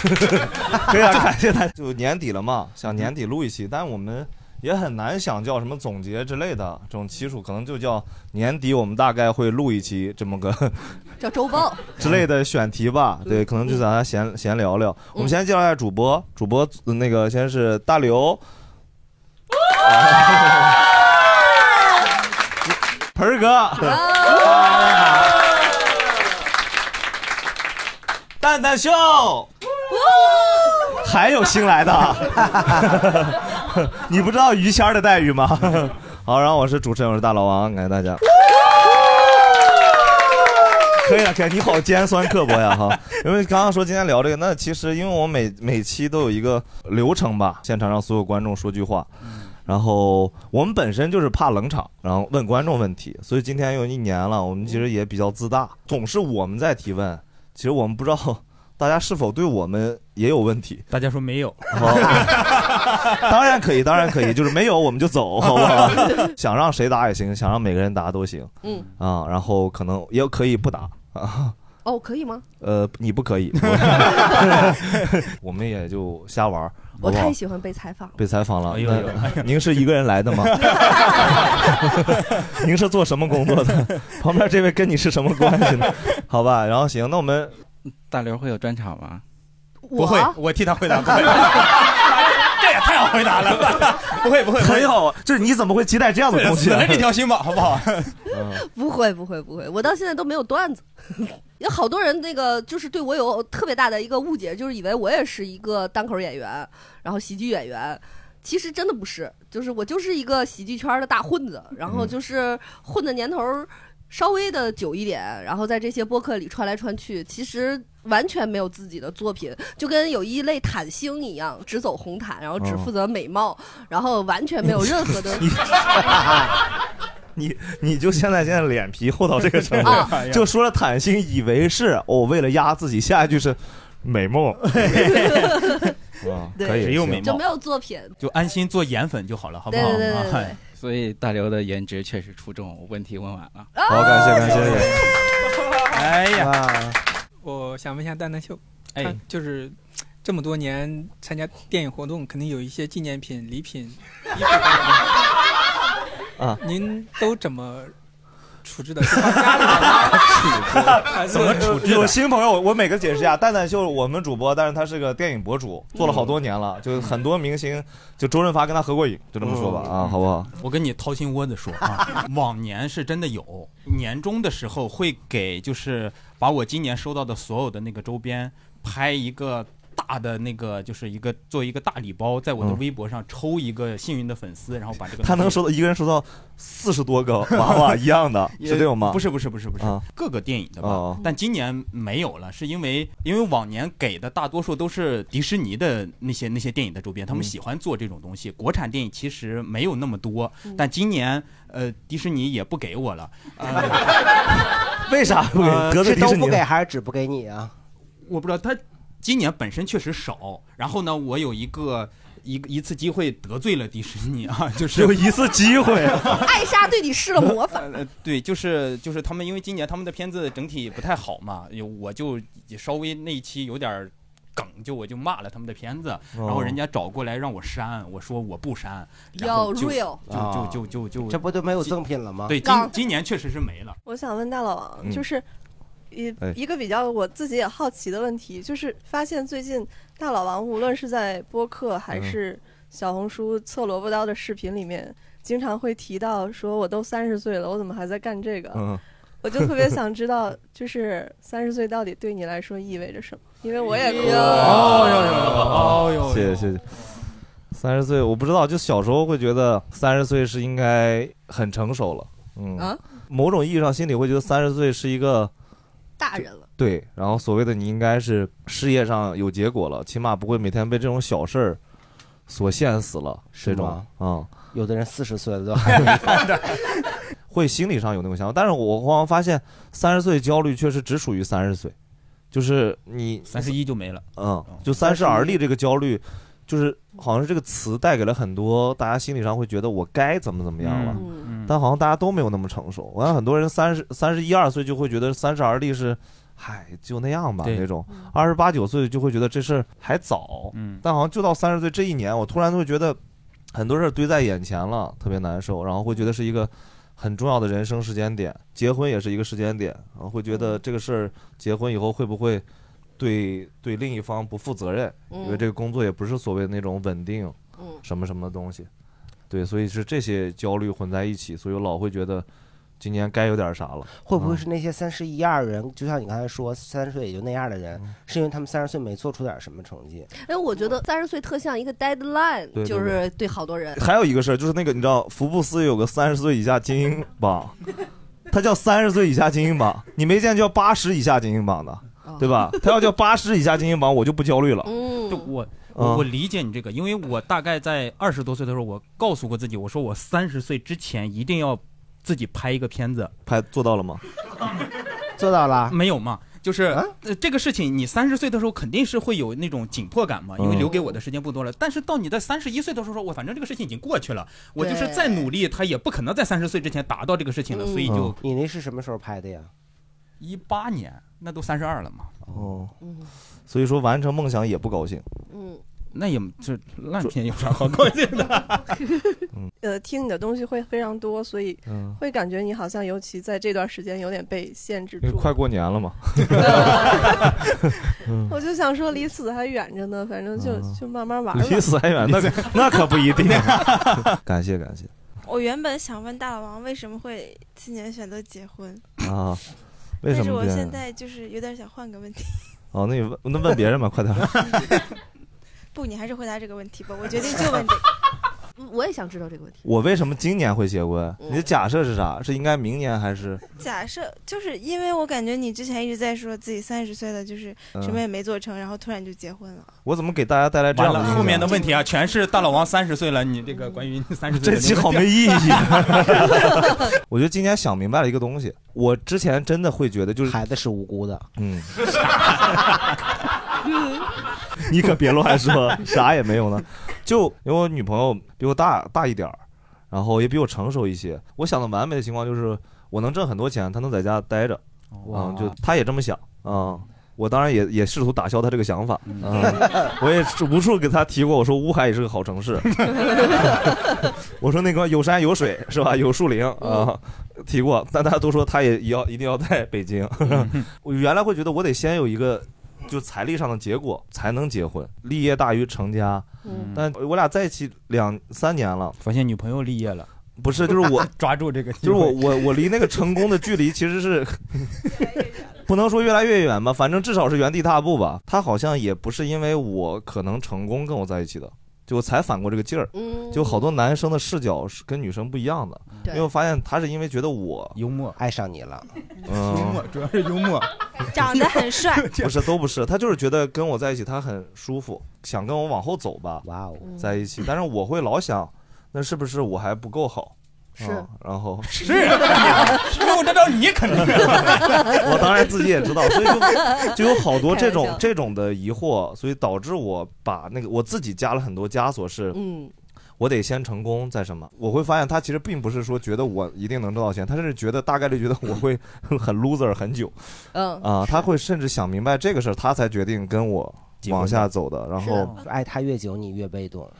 对呀、啊感谢大家。就年底了嘛，想年底录一期，但我们也很难想叫什么总结之类的这种期数，可能就叫年底我们大概会录一期这么个叫周报。 之类的选题吧。对，可能就咱闲闲聊聊。我们先介绍一下主播，主播呃那个先是大刘，盆儿哥，蛋蛋秀，还有新来的，你不知道于谦儿的待遇吗？好，然后我是主持人，我是大老王，感谢大家。可以了，可以了，你好尖酸刻薄呀哈！ 因为刚刚说今天聊这个，那其实因为我每每期都有一个流程吧，现场让所有观众说句话，然后我们本身就是怕冷场，然后问观众问题，所以今天有一年了，我们其实也比较自大，总是我们在提问，其实我们不知道 大家是否对我们也有问题。大家说没有，当 然可以，当然可以，就是没有我们就走，好不好？ 想让谁答也行，想让每个人答都行嗯，啊、然后可能也可以不答啊。哦，可以吗？呃，你不可 以，我我们也就瞎玩儿。我好不好太喜欢被采访了。被采访了。呦呦那您是一个人来的吗？ 您是做什么工作的？ 旁边这位跟你是什么关系呢？好吧，然后行，那我们大刘会有专场吗？我我替他回答，不 会。 这也太好回答了，不会不会，很好，啊就是你怎么会期待这样的东西死呢？了这条心吧，好不好？嗯不会不会不会，我到现在都没有段子。 有好多人那个就是对我有特别大的一个误解，就是以为我也是一个单口演员，然后喜剧演员。其实真的不是，就是我就是一个喜剧圈的大混子，然嗯后就是混的年头儿稍微的久一点，然后在这些播客里穿来穿去，其实完全没有自己的作品，就跟有一类坦星一样，只走红毯，然后只哦负责美貌，然后完全没有任 何的你你就现在现在脸皮厚到这个程啊度，哎就说了坦心，以为是我、为了压自己，下一句是美梦。啊，对可以，只有行美就貌 没，有作品，就安心做颜粉就好了，好不对好？对对对对啊。所以大刘的颜值确实出众，问题问完了。哦好，感谢感谢。哎呀，啊我想问一下蛋蛋秀，哎哎，，就是这么多年参加电影活动，肯定有一些纪念品、礼品。衣服啊，您都怎么处置的？是放家里 了吗？怎么处置哎有新朋友，我每个解释一下。蛋蛋秀我们主播，但是他是个电影博主，做了好嗯多年了，就很多明星，就周润发跟他合过影，就这么说吧，嗯啊，好不好？我跟你掏心窝子说 啊，往年是真的有，年终的时候会给，就是把我今年收到的所有的那个周边拍一个。大的那个就是一个做一个大礼包，在我的嗯微博上抽一个幸运的粉丝，然后把这个他能东西收到一个人收到四十多个娃娃一样的， 也是这种吗？不是是不是不是不是啊，各个电影的吧？哦但今年没有了，是因为因为往年给的大多数都是迪士尼的那些那些电影的周边，他们嗯喜欢做这种东西。国产电影其实没有那么多，嗯但今年呃迪士尼也不给我了，呃、啊 为啥不给？呃隔着是迪都士尼不给还是只不给你啊？我不知道他今年本身确实少。然后呢，我有一个。一个一次机会得罪了迪士尼啊，就只是有一次机会，啊 艾莎对你施了魔 法。呃，对，就是就是他们，因为今年他们的片子整体不太好嘛，有我就也稍微那一期有点儿梗，就我就骂了他们的片子，然后人哦家家找过来让我删，我说我不删，然要后就 real，啊就就就就这就不就没有赠品了吗？对，今刚今年确实是没了。我想问大老王，嗯就是一哎一个比较我自己也好奇的问题，就是发现最近大老王无论是在播客还嗯是小红书测萝卜刀的视频里面，经常会提到说我都三十岁了，我怎么还在干这个？啊嗯，我就特别想知道，就是三十岁到底对你来说意味着什么？因为我也哎呦哦哟哟，哦哟，谢谢谢谢。三十岁，我不知道，就小时候会觉得三十岁是应该很成熟了，嗯啊，某种意义上心里会觉得三十岁是一个大人了，对，然后所谓的你应该是事业上有结果了，起码不会每天被这种小事儿所限死了。这种吗啊、嗯有的人四十岁了都还没会心理上有那种想法，但是我往往发现三十岁焦虑确实只属于三十岁，就是你三十一就没了。嗯，就三十而立这个焦虑，就是好像是这个词带给了很多大家心理上会觉得我该怎么怎么样了，嗯嗯但好像大家都没有那么成熟。我看很多人三十三十一二岁就会觉得三十而立是，嗨，就那样吧对那种，二十八九岁就会觉得这事儿还早，嗯但好像就到三十岁这一年，我突然会觉得很多事儿堆在眼前了，特别难受，然后会觉得是一个很重要的人生时间点，结婚也是一个时间点，然后会觉嗯得这个事儿结婚以后会不会对对另一方不负责任，嗯因为这个工作也不是所谓的那种稳定嗯，什么什么的东西，对，所以是这些焦虑混在一起，所以我老会觉得今年该有点啥了，会嗯不会是那些三十一二人，就像你刚才说三十岁也就那样的人，嗯是因为他们三十岁没做出点什么成绩？哎，我觉得三十岁特像一个 deadline，对对就是对好多人，还有一个事儿，就是那个你知道，福布斯有个三十岁以下精英榜，它叫三十岁以下精英榜，你没见叫八十以下精英榜的，哦对吧？它要叫八十以下精英榜，我就不焦虑了。就嗯，我嗯我我理解你这个，因为我大概在二十多岁的时候，我告诉过自己，我说我三十岁之前一定要自己拍一个片子，拍做到了吗？ 做到了，啊没有嘛？就是、呃这个事情，你三十岁的时候肯定是会有那种紧迫感嘛，因为嗯留给我的时间不多了。但是到你在三十一岁的时候，说我反正这个事情已经过去了，我就是对再努力，他也不可能在三十岁之前达到这个事情了，所以嗯就嗯你那是什么时候拍的呀？一八年，那都三十二了嘛，哦，嗯所以说完成梦想也不高兴。嗯，那也这烂片有啥好高兴的？呃，听你的东西会非常多，所以嗯，会感觉你好像，尤其在这段时间有点被限制因为住。快过年了嘛。 我就想说，离死还远着呢，反正就、嗯就慢慢玩吧。离死还远，那可那可不一定。啊 感谢感谢我原本想问大老王为什么会今年选择结婚，啊！为但什是么我这现样？在就是有点想换个问题。哦，那你问那问别人吧，快点。不，你还是回答这个问题吧。我决定就问这个。 我也想知道这个问题。我为什么今年会结婚？嗯你的假设是啥？是应该明年还是？假设就是因为我感觉你之前一直在说自己三十岁了，就是嗯什么也没做成，然后突然就结婚了。我怎么给大家带来这完样的了，影后面的响问题啊，全是大老王三十岁了，你这个关于三十岁的这期好那个没 意 义。我觉得今年想明白了一个东西，我之前真的会觉得就是，孩子是无辜的，嗯， 你可别乱说，啥也没有呢。就因为我女朋友比我大大一点儿，然后也比我成熟一些。我想的完美的情况就是，我能挣很多钱，她能在家待着，啊、哇就她也这么想，啊、我当然也也试图打消她这个想法，嗯、我也是无数给她提过，我说乌海也是个好城市，我说那个有山有水是吧？有树林啊、提过，但大家都说她也也要一定要在北京。我原来会觉得我得先有一个就财力上的结果才能结婚，立业大于成家。嗯但我俩在一起两三年了，发现女朋友立业了，不是就是我 抓住这个，就是我我我离那个成功的距离其实是 不能说越来越远吧，反正至少是原地踏步吧。他好像也不是因为我可能成功跟我在一起的，就我才反过这个劲儿。嗯，就好多男生的视角是跟女生不一样的，对因为我发现他是因为觉得我，幽默，爱上你了。 幽嗯，默主要是幽默，长得很帅，不是都不是，他就是觉得跟我在一起他很舒服，想跟我往后走吧，哇哦，嗯在一起。但是我会老想，那是不是我还不够好？是嗯，然后是，啊因为我这招你肯定 我当然自己也知道，所以就就有好多这种开玩笑这种的疑惑，所以导致我把那个我自己加了很多枷锁，是 嗯我得先成功再什么。我会发现他其实并不是说觉得我一定能挣到钱，他甚至觉得大概率觉得我 会很 loser 很久嗯啊、他会甚至想明白这个事儿，他才决定跟我往下走的。然是啊后爱他越久，你越被动。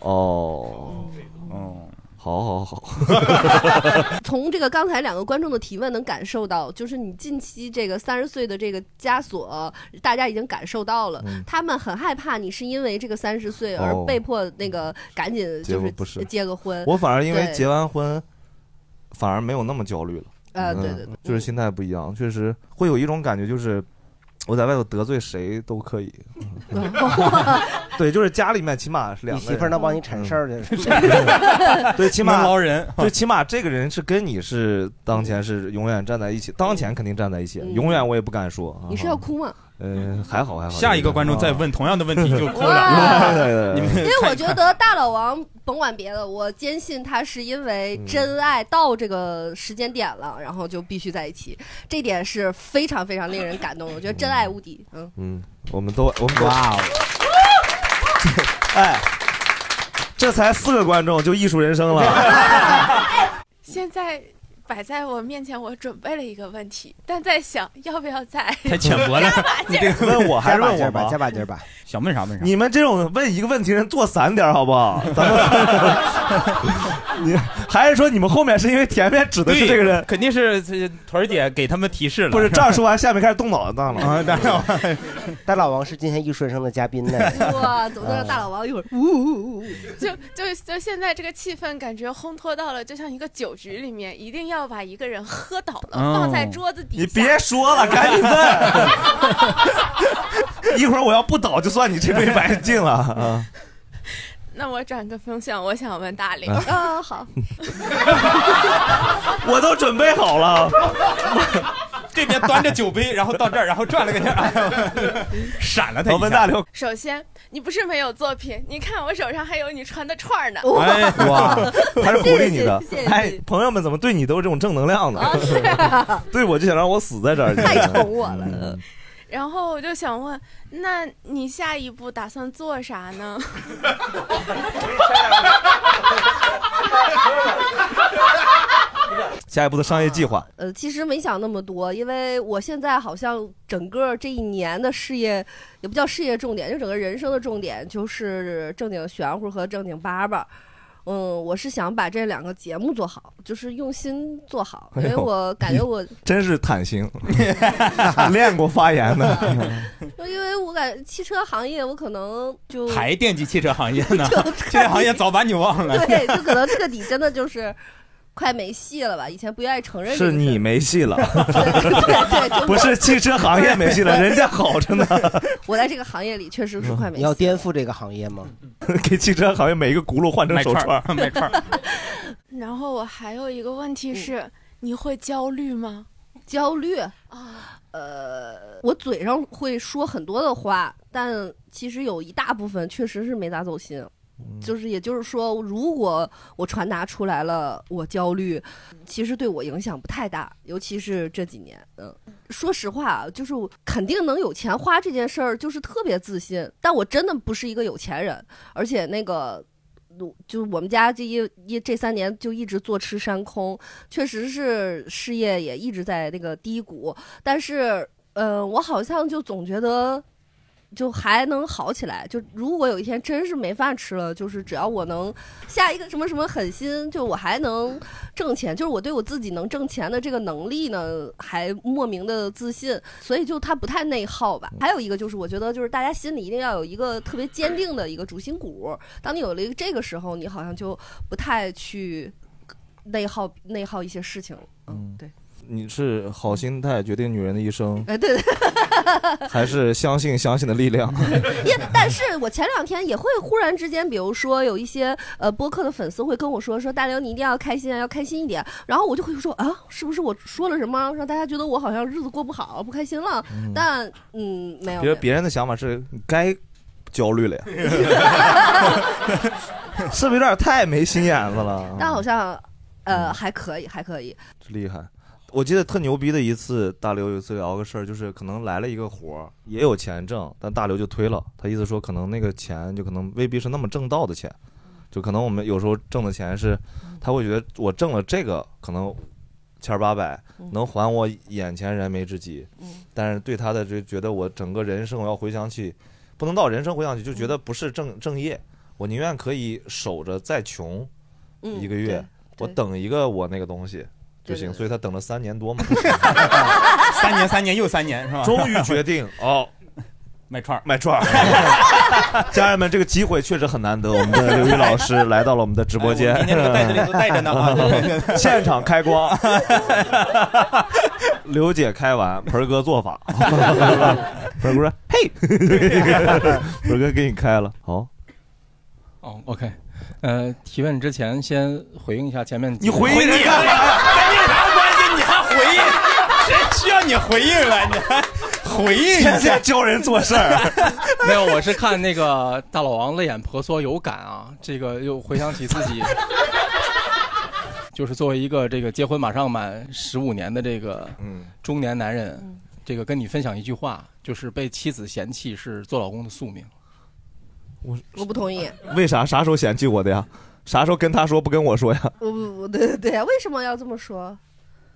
哦，嗯哦，好好 好，从这个刚才两个观众的提问能感受到，就是你近期这个三十岁的这个枷锁，大家已经感受到了。嗯他们很害怕你是因为这个三十岁而哦被迫那个赶紧结就果是不是结个婚，我反而因为对结完婚，反而没有那么焦虑了。呃，对嗯对对，就是心态不一样，确实会有一种感觉，就是我在外头得罪谁都可以。对，就是家里面起码是两个你媳妇儿能嗯帮你铲事儿的的， 对，起码能捞人对，起码这个人是跟你是当前是永远站在一起，当前肯定站在一起，嗯永远我也不敢说。啊你是要哭吗？嗯，还好还 好。下一个观众啊再问同样的问题就哭 哇了。呃你们因为我觉得大老王甭管别的，我坚信他是因为真爱到这个时间点了，然后就必须在一起，这点是非常非常令人感动的。我觉得真爱无敌，嗯，嗯，我们都我们都哇哦， 哎，这才四个观众就艺术人生了。嗯现在摆在我面前，我准备了一个问题，但在想要不要再 加把劲儿问我还是问我加把劲儿吧吗？加把劲儿吧。想问啥问啥。你们这种问一个问题人做散点儿好不好？咱 们你还是说你们后面是因为前面指的是这个人？肯定是这屯儿姐给他们提示了。 不是这样说完，下面开始动脑子大了。大老王， 大老王是今天艺术人生的嘉 宾呢。哇总能让嗯大老王一会儿哎呜呜呜呜。就就就现在这个气氛，感觉烘托到了，就像一个酒局里面，一定要把一个人喝倒了，哦放在桌子底下。你别说了，赶紧问。 一会儿我要不倒，就算你这杯白敬了 啊！那我转个风向，我想问大林啊啊，好，我都准备好了，这边端着酒杯，然后到这儿，然后转了个圈儿， 闪了他一下。我问大刘，首先你不是没有作品，你看我手上还有你穿的串儿呢。哎哇，还是鼓励你的谢谢谢。谢哎，朋友们怎么对你都是这种正能量呢？哦啊对我就想让我死在这儿，太宠我了嗯然后我就想问，那你下一步打算做啥 呢？下一步的商业计划，呃，其实没想那么多，因为我现在好像整个这一年的事业，也不叫事业重点，就整个人生的重点就是正经玄乎和正经叭叭。嗯，我是想把这两个节目做好，就是用心做好，因哎为呦我感觉我，真是坦行， 练过发言的。因为我感汽车行业，我可能就还惦记汽车行业呢？汽车行业早把你忘了。 对，就可能这个底真的就是快没戏了吧？以前不愿意承认这 是个事儿你没戏了，对就是不是汽车行业没戏了，人家好着呢。 我在这个行业里确嗯实是快你没戏要。颠覆这个行业吗？给汽车行业每一个轱辘换成手串， 卖串儿。然后我还有一个问嗯题是，你会焦虑吗？焦虑啊，呃，我嘴上会说很多的话，但其实有一大部分确实是没咋走心。就是，也就是说，如果我传达出来了我焦虑，其实对我影响不太大，尤其是这几年，嗯，说实话啊，就是我肯定能有钱花这件事儿，就是特别自信，但我真的不是一个有钱人，而且那个就是我们家这一一这三年就一直坐吃山空，确实是事业也一直在那个低谷，但是呃，我好像就总觉得。就还能好起来。就如果有一天真是没饭吃了，就是只要我能下一个什么什么狠心，就我还能挣钱，就是我对我自己能挣钱的这个能力呢，还莫名的自信，所以就它不太内耗吧。还有一个就是，我觉得就是大家心里一定要有一个特别坚定的一个主心骨。当你有了一个这个时候，你好像就不太去内耗内耗一些事情了。 嗯，对，你是好心态决定女人的一生，哎，对对。还是相信相信的力量？ 也，但是我前两天也会忽然之间，比如说有一些呃播客的粉丝会跟我说，说大刘你一定要开心啊，要开心一点。然后我就会说啊，是不是我说了什么，让大家觉得我好像日子过不好，不开心了？但嗯，没有，别没有人别人的想法是你该焦虑了 呀， 是不是有点太没心眼子了？但好像嗯呃还可以，还可以。厉害。我记得特牛逼的一次，大刘有一次聊个事儿，就是可能来了一个活儿，也有钱挣，但大刘就推了。他意思说，可能那个钱就可能未必是那么正道的钱，就可能我们有时候挣的钱是，他会觉得我挣了这个可能千儿八百，能还我眼前燃眉之急。但是对他的就觉得我整个人生我要回想起，不能到人生回想起，就觉得不是正正业，我宁愿可以守着再穷嗯一个月，我等一个我那个东西就行。所以他等了 三年多嘛，三年，三年又三年是吧？ 终于决定哦，卖串儿，卖串儿。 家人们，这个机会确实很难得，我们的刘宇老 师来到了我们的直播间，哎我们今天这个袋子里都带 着呢啊现场开光，刘姐开完，盆儿哥做法， 盆儿哥说：“嘿，盆儿哥给你开了，好，哦，OK，呃，提问之前先回应一下前面几你位，回应人 干嘛跟你啥关系？你还回应？谁需要你回应啊？你还回应一天下，天教人做事儿。啊 没有，我是看那个大老王泪眼婆娑有感啊，这个又回想起自己，就是作为一个这个结婚马上满十五年的这个中年男人，这个跟你分享一句话，就是被妻子嫌弃是做老公的宿命。我不同意。为啥啥时候嫌弃我的呀？啥时候跟他说不跟我说呀？ 我不我对对呀，为什么要这么说？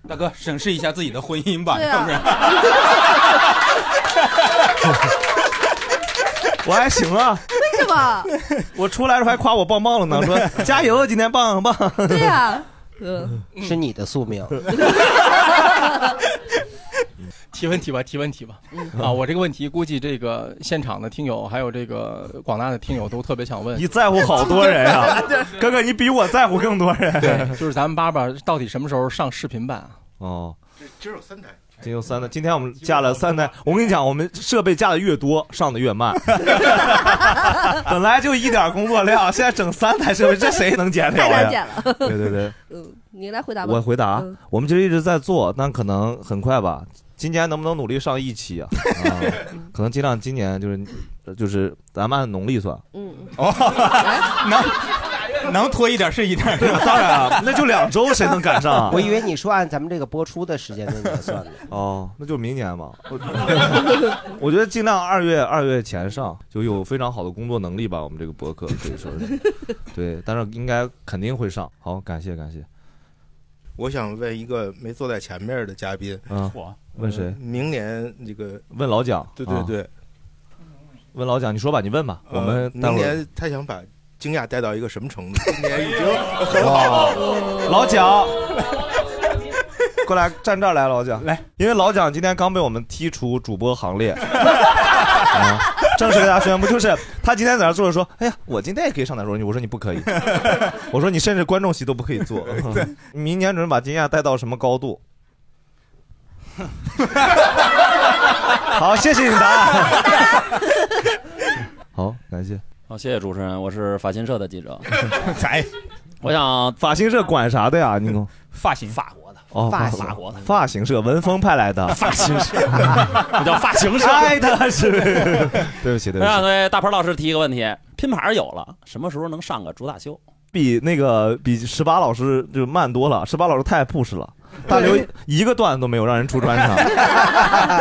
大哥审视一下自己的婚姻吧，对啊要不然 我还行啊，为什么？我出来的时候还夸我棒棒了呢， 说加油，今天棒 棒。对呀，嗯，是你的宿命。 提问题吧，提问题吧嗯。啊，我这个问题估计这个现场的听友还有这个广大的听友都特别想问。你在乎好多人 啊哥哥，你比我在乎更多人。对，就是咱们爸爸到底什么时候上视频版啊？哦，今儿有三台，今有三台，今天我们架了三台。我跟你讲，我们设备架的越多，上的越 慢。本来就一点工作量，现在整三台设备，这谁能减太了难呀？减了。对对 对，嗯，你来回答吧。我回答啊嗯，我们其实一直在做，但可能很快吧。今年能不能努力上一期 啊？啊可能尽量今年就是就是咱们按农历算，嗯，哦， 能能拖一点是一 点，是吧？当然啊，那就两周，谁能赶上啊？我以为你说按咱们这个播出的时间那年算的。哦，那就明年嘛。我 我觉得尽量二月二月前上，就有非常好的工作能力吧。我们这个博客可以说是，对，但是应该肯定会上。好，感谢感谢。我想问一个没坐在前面的嘉宾，嗯我问谁明年这个问老蒋对对啊对，问老蒋，你说吧，你问吧，我们呃待明会儿。年他想把惊讶带到一个什么程度？今年已经很 好哇了，老蒋， 过来站这儿来，老蒋来，因为老蒋今天刚被我们踢出主播行列。 啊正式给大家宣布，就是他今天在那坐着说：“哎呀，我今天也可以上台说。”我说：“你不可以。”我说：“你甚至观众席都不可以 坐。对”明年准备把金亚带到什么高度？好，谢谢你答 案。好，感谢。好，谢谢主持人，我是法新社的记者。 哎，我想法新社管啥的呀？你给我发型，法国的，哦，发型法国的，发型社文峰派来的发型社，我叫发型社。哎，他 是， 对不起，对我不想起，对哎大鹏老师提一个问题：拼盘有了，什么时候能上个主打 秀？比那个比十八老师就慢多了，十八老师太 push 了。大刘一个段子都没有让人出专场，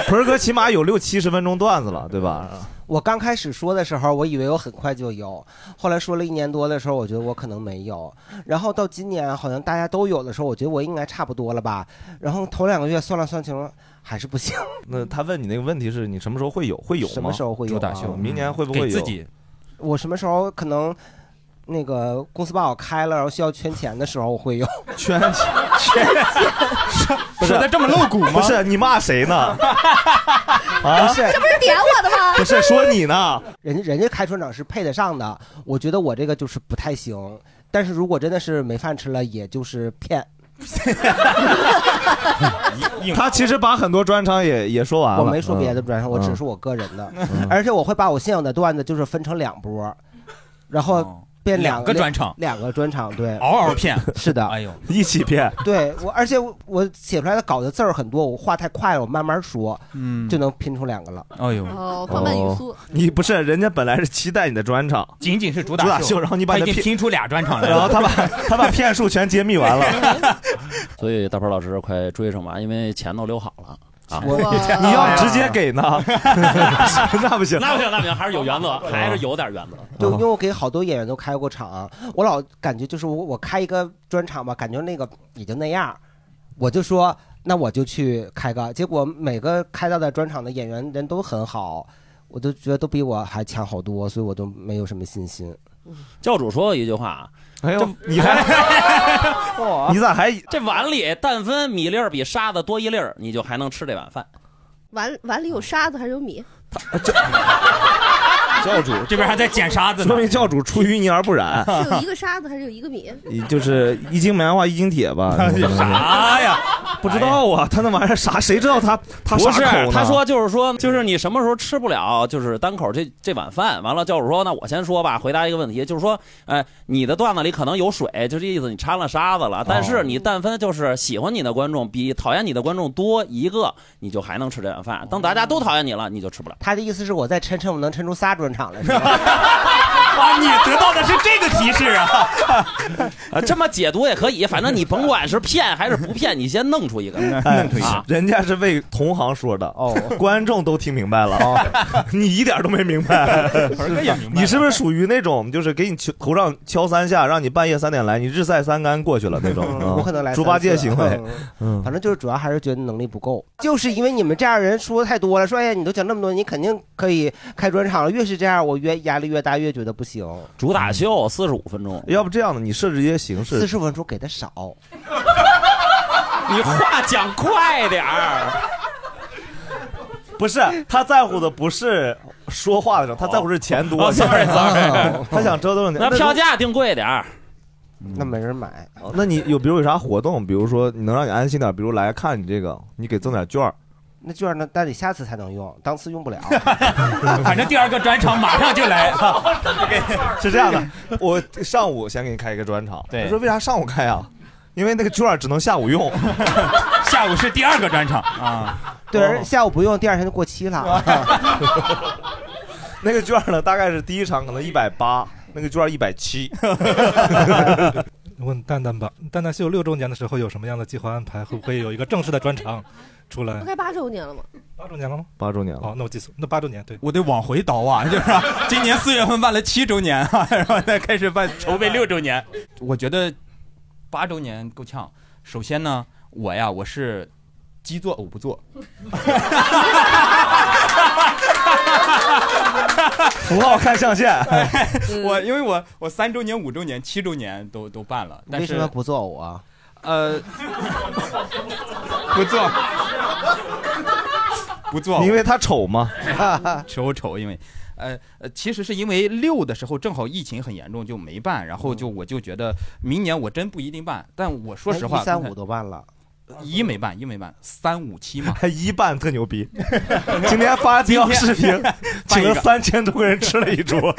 盆儿哥起码有六七十分钟段子了，对吧？我刚开始说的时候，我以为我很快就有，后来说了一年多的时候，我觉得我可能没有。然后到今年好像大家都有的时候，我觉得我应该差不多了吧。然后头两个月算了算，情况还是不行。那他问你那个问题是你什么时候会有？会有吗？什么时候会有啊主打秀？明年会不会有？给自己我什么时候可能那个公司把我开了，然后需要圈钱的时候，我会有 圈钱。不是说得这么露骨吗不是，你骂谁呢？啊，不是这 不是点我的吗？不是说你呢， 人家人家开船长是配得上的，我觉得我这个就是不太行。但是如果真的是没饭吃了，也就是骗。他其实把很多专场也也说完了。我没说别的嗯专场，我只嗯是我个人的，而且我会把我现有的段子就是分成两波，然后变两个专场两个专 场，对，嗷嗷骗， 是的，哎呦，一起骗， 对我，而且我我写出来的稿子字儿很多，我话太快了，我慢慢说，嗯就能拼出两个了。哎呦哦放慢语速哦你不是人家本来是期待你的专场，仅仅是主打打秀然后你把他你已的经屁拼出俩专场来了，然后他 把他把骗术全揭秘完了。 所以大鹏老师快追上吧，因为钱都留好了啊！我 你要直接 给呢？ 那不行，那不行，那不行，还是有原则，还是有点原 则。哦对，因为我给好多演员都开过场，我老感觉就是我我开一个专场吧，感觉那个也就那样，我就说那我就去开个，结果每个开到的专场的演员人都很好，我都觉得都比我还强好多，所以我都没有什么信心。嗯教主说过一句话，啊哎呦，你还你咋还这碗里但分米粒儿比沙子多一粒儿，你就还能吃这碗饭。碗碗里有沙子还是有米？教主这边还在捡沙子呢说明教主出淤泥而不染。 是 有一个沙子还是有一个米？就是一斤棉花一斤铁吧？啥呀？不知道啊，他那玩意儿啥？谁知道他他不啥是口呢？，他说就是说，就是你什么时候吃不了，就是单口这这碗饭。完了，教主说，那我先说吧，回答一个问题，就是说，哎，你的段子里可能有水，就这意思，你掺了沙子了。但是你但分就是喜欢你的观众比讨厌你的观众多一个，你就还能吃这碗饭。当大家都讨厌你了，你就吃不 了。他的意思是我再抻抻，我能抻出仨专场来。是吧哇，啊你得到的是这个提示啊！啊，这么解读也可以，反正你甭管是骗还是不骗，你先弄出一个。哎 啊，，人家是为同行说的哦， 观众都听明白了 啊，你一点都没明白。盆哥也明你是不是属于那种就是给你敲头上敲三下，让你半夜三点来，你日晒三竿过去了那种？嗯我可能来猪八戒三次行为。嗯反正就是主要还是觉得能力不够，就是因为你们这样人说的太多了，说哎呀，你都讲那么多，你肯定可以开专场了。越是这样，我越压力越大，越觉得不行。主打秀四十五分钟，要不这样的，你设置一些形式。四十分钟给的少，你话讲快点儿。不是他在乎的不是说话的时候，他在乎是钱多。哦，sorry，sorry 哦 他想折腾你。那票价定贵点儿，嗯那没人买。哦那你有比如有啥活动？比如说你能让你安心点，比如来看你这个，你给赠点 券儿。那券儿呢？但得下次才能用，当次用 不了。反正第二个专场马上就来。是这样的，我上午先给你开一个专场。对他说为啥上午开啊？因为那个券儿只能下午 用。下午是第二个专场啊。对，哦哦而下午不用，第二天就过期了。 那个券儿呢，大概是第一场可能一百八，那个券一 百七。问蛋蛋吧，蛋蛋秀六周年的时候有什么样的计划安排？会不会有一个正式的专场出来哎不？该八周年了吗？八周年了吗？八周年了。哦，那我记错，那八周年对。我得往回倒啊， 就是啊、今年四月份办了七周年啊， 然后再开始 办筹备六周年。我觉得八周年够呛。首先呢，我呀，我是鸡做偶不做，符号看象限。 我因为我我三周年、五周年、七周年都都办了，但为是什么不做偶啊？呃， 不做，不做，因为他丑 嘛。丑丑，因为，呃呃，其实是因为六的时候正好疫情很严重，就没办，然后就我就觉得明年我真不一定办，但我说实话，哎一三五都办了，一没办，一没办，三五七 嘛，一办特牛 逼，今天发这条视频请了3000多个人吃了一桌。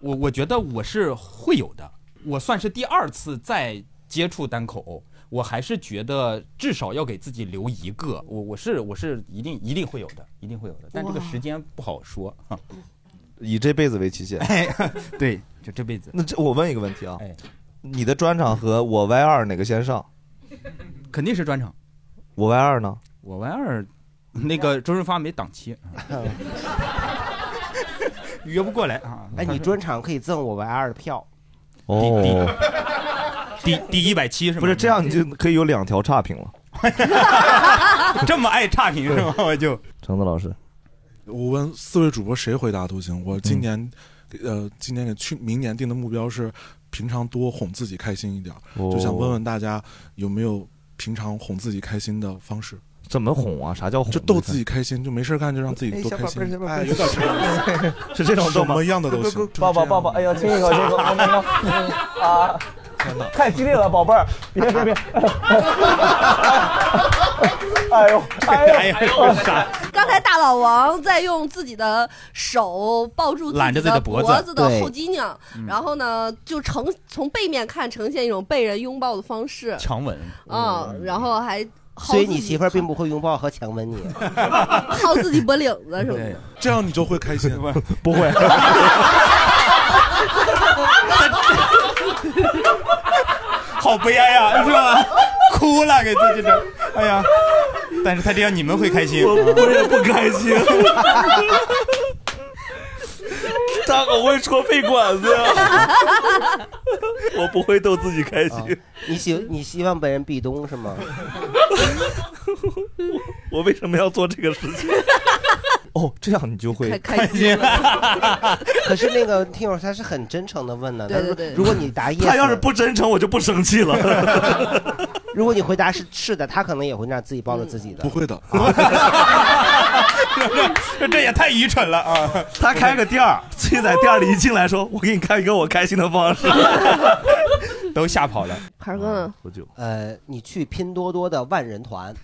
我我觉得我是会有的，我算是第二次再接触单口，我还是觉得至少要给自己留一个，我我是我是一定一定会有的，一定会有的，但这个哇时间不好 说啊。哎以这辈子为期限。 对，就这辈子。哎那这我问一个问题啊，你的专场和我 Y 二哪个先上？肯定是专场。我 Y 二呢？我 Y 二，那个周润发没档期，约不过来啊。哎，你专场可以赠我 Y 二的 票。哦，第第一百期是吗？不是这样，你就可以有两条差评了。 这么爱差评是吗？我 就橙子老师，我问四位主播谁回答都行。我嗯今年，呃，今年给去明年定的目标是平常多哄自己开心一点儿，哦就想问问大家有没有平常哄自己开心的方式。怎么哄啊？啥叫哄？就逗自己开心，就没事儿干就让自己多开心。哎，有点这儿 是这种什逗吗？么样的都行。抱抱抱抱，哎呦，亲一口，亲一口，么么么啊！太激烈了，宝贝儿，别别别！哎呦，哎呦，哎呦，啥？刚才大老王在用自己的手抱住揽着自己的脖脖子子的后脊梁对嗯，然后呢，就呈从背面看呈现一种被人拥抱的方式，强吻。嗯，然后还薅 所以你自己媳妇儿并不会拥抱和强 吻你。薅自己脖领子什么的。这样你就会 开心。不会，好悲哀呀， 是吧？哭了给自己整，哎呀！但是他这样你们会开心，我我也不开 心。他可会戳肺管子啊呀！ 我不会逗自己开心。啊你希你希望被人壁咚是吗？ 我为什么要做这个事 情？哦，这样你就会开心。 可是那个听友他是很真诚的问的，对对他说对如果你答 yes， 他要是不真诚，我就不生气了。如果你回答是是的，他可能也会那样自己报了自己的。不会的，嗯这这也太愚蠢了啊！他开个店 儿，自己在店儿里一进来说：“我给你看一个我开心的方 式。”都吓跑了。凯哥呢？喝酒。呃，你去拼多多的万人团，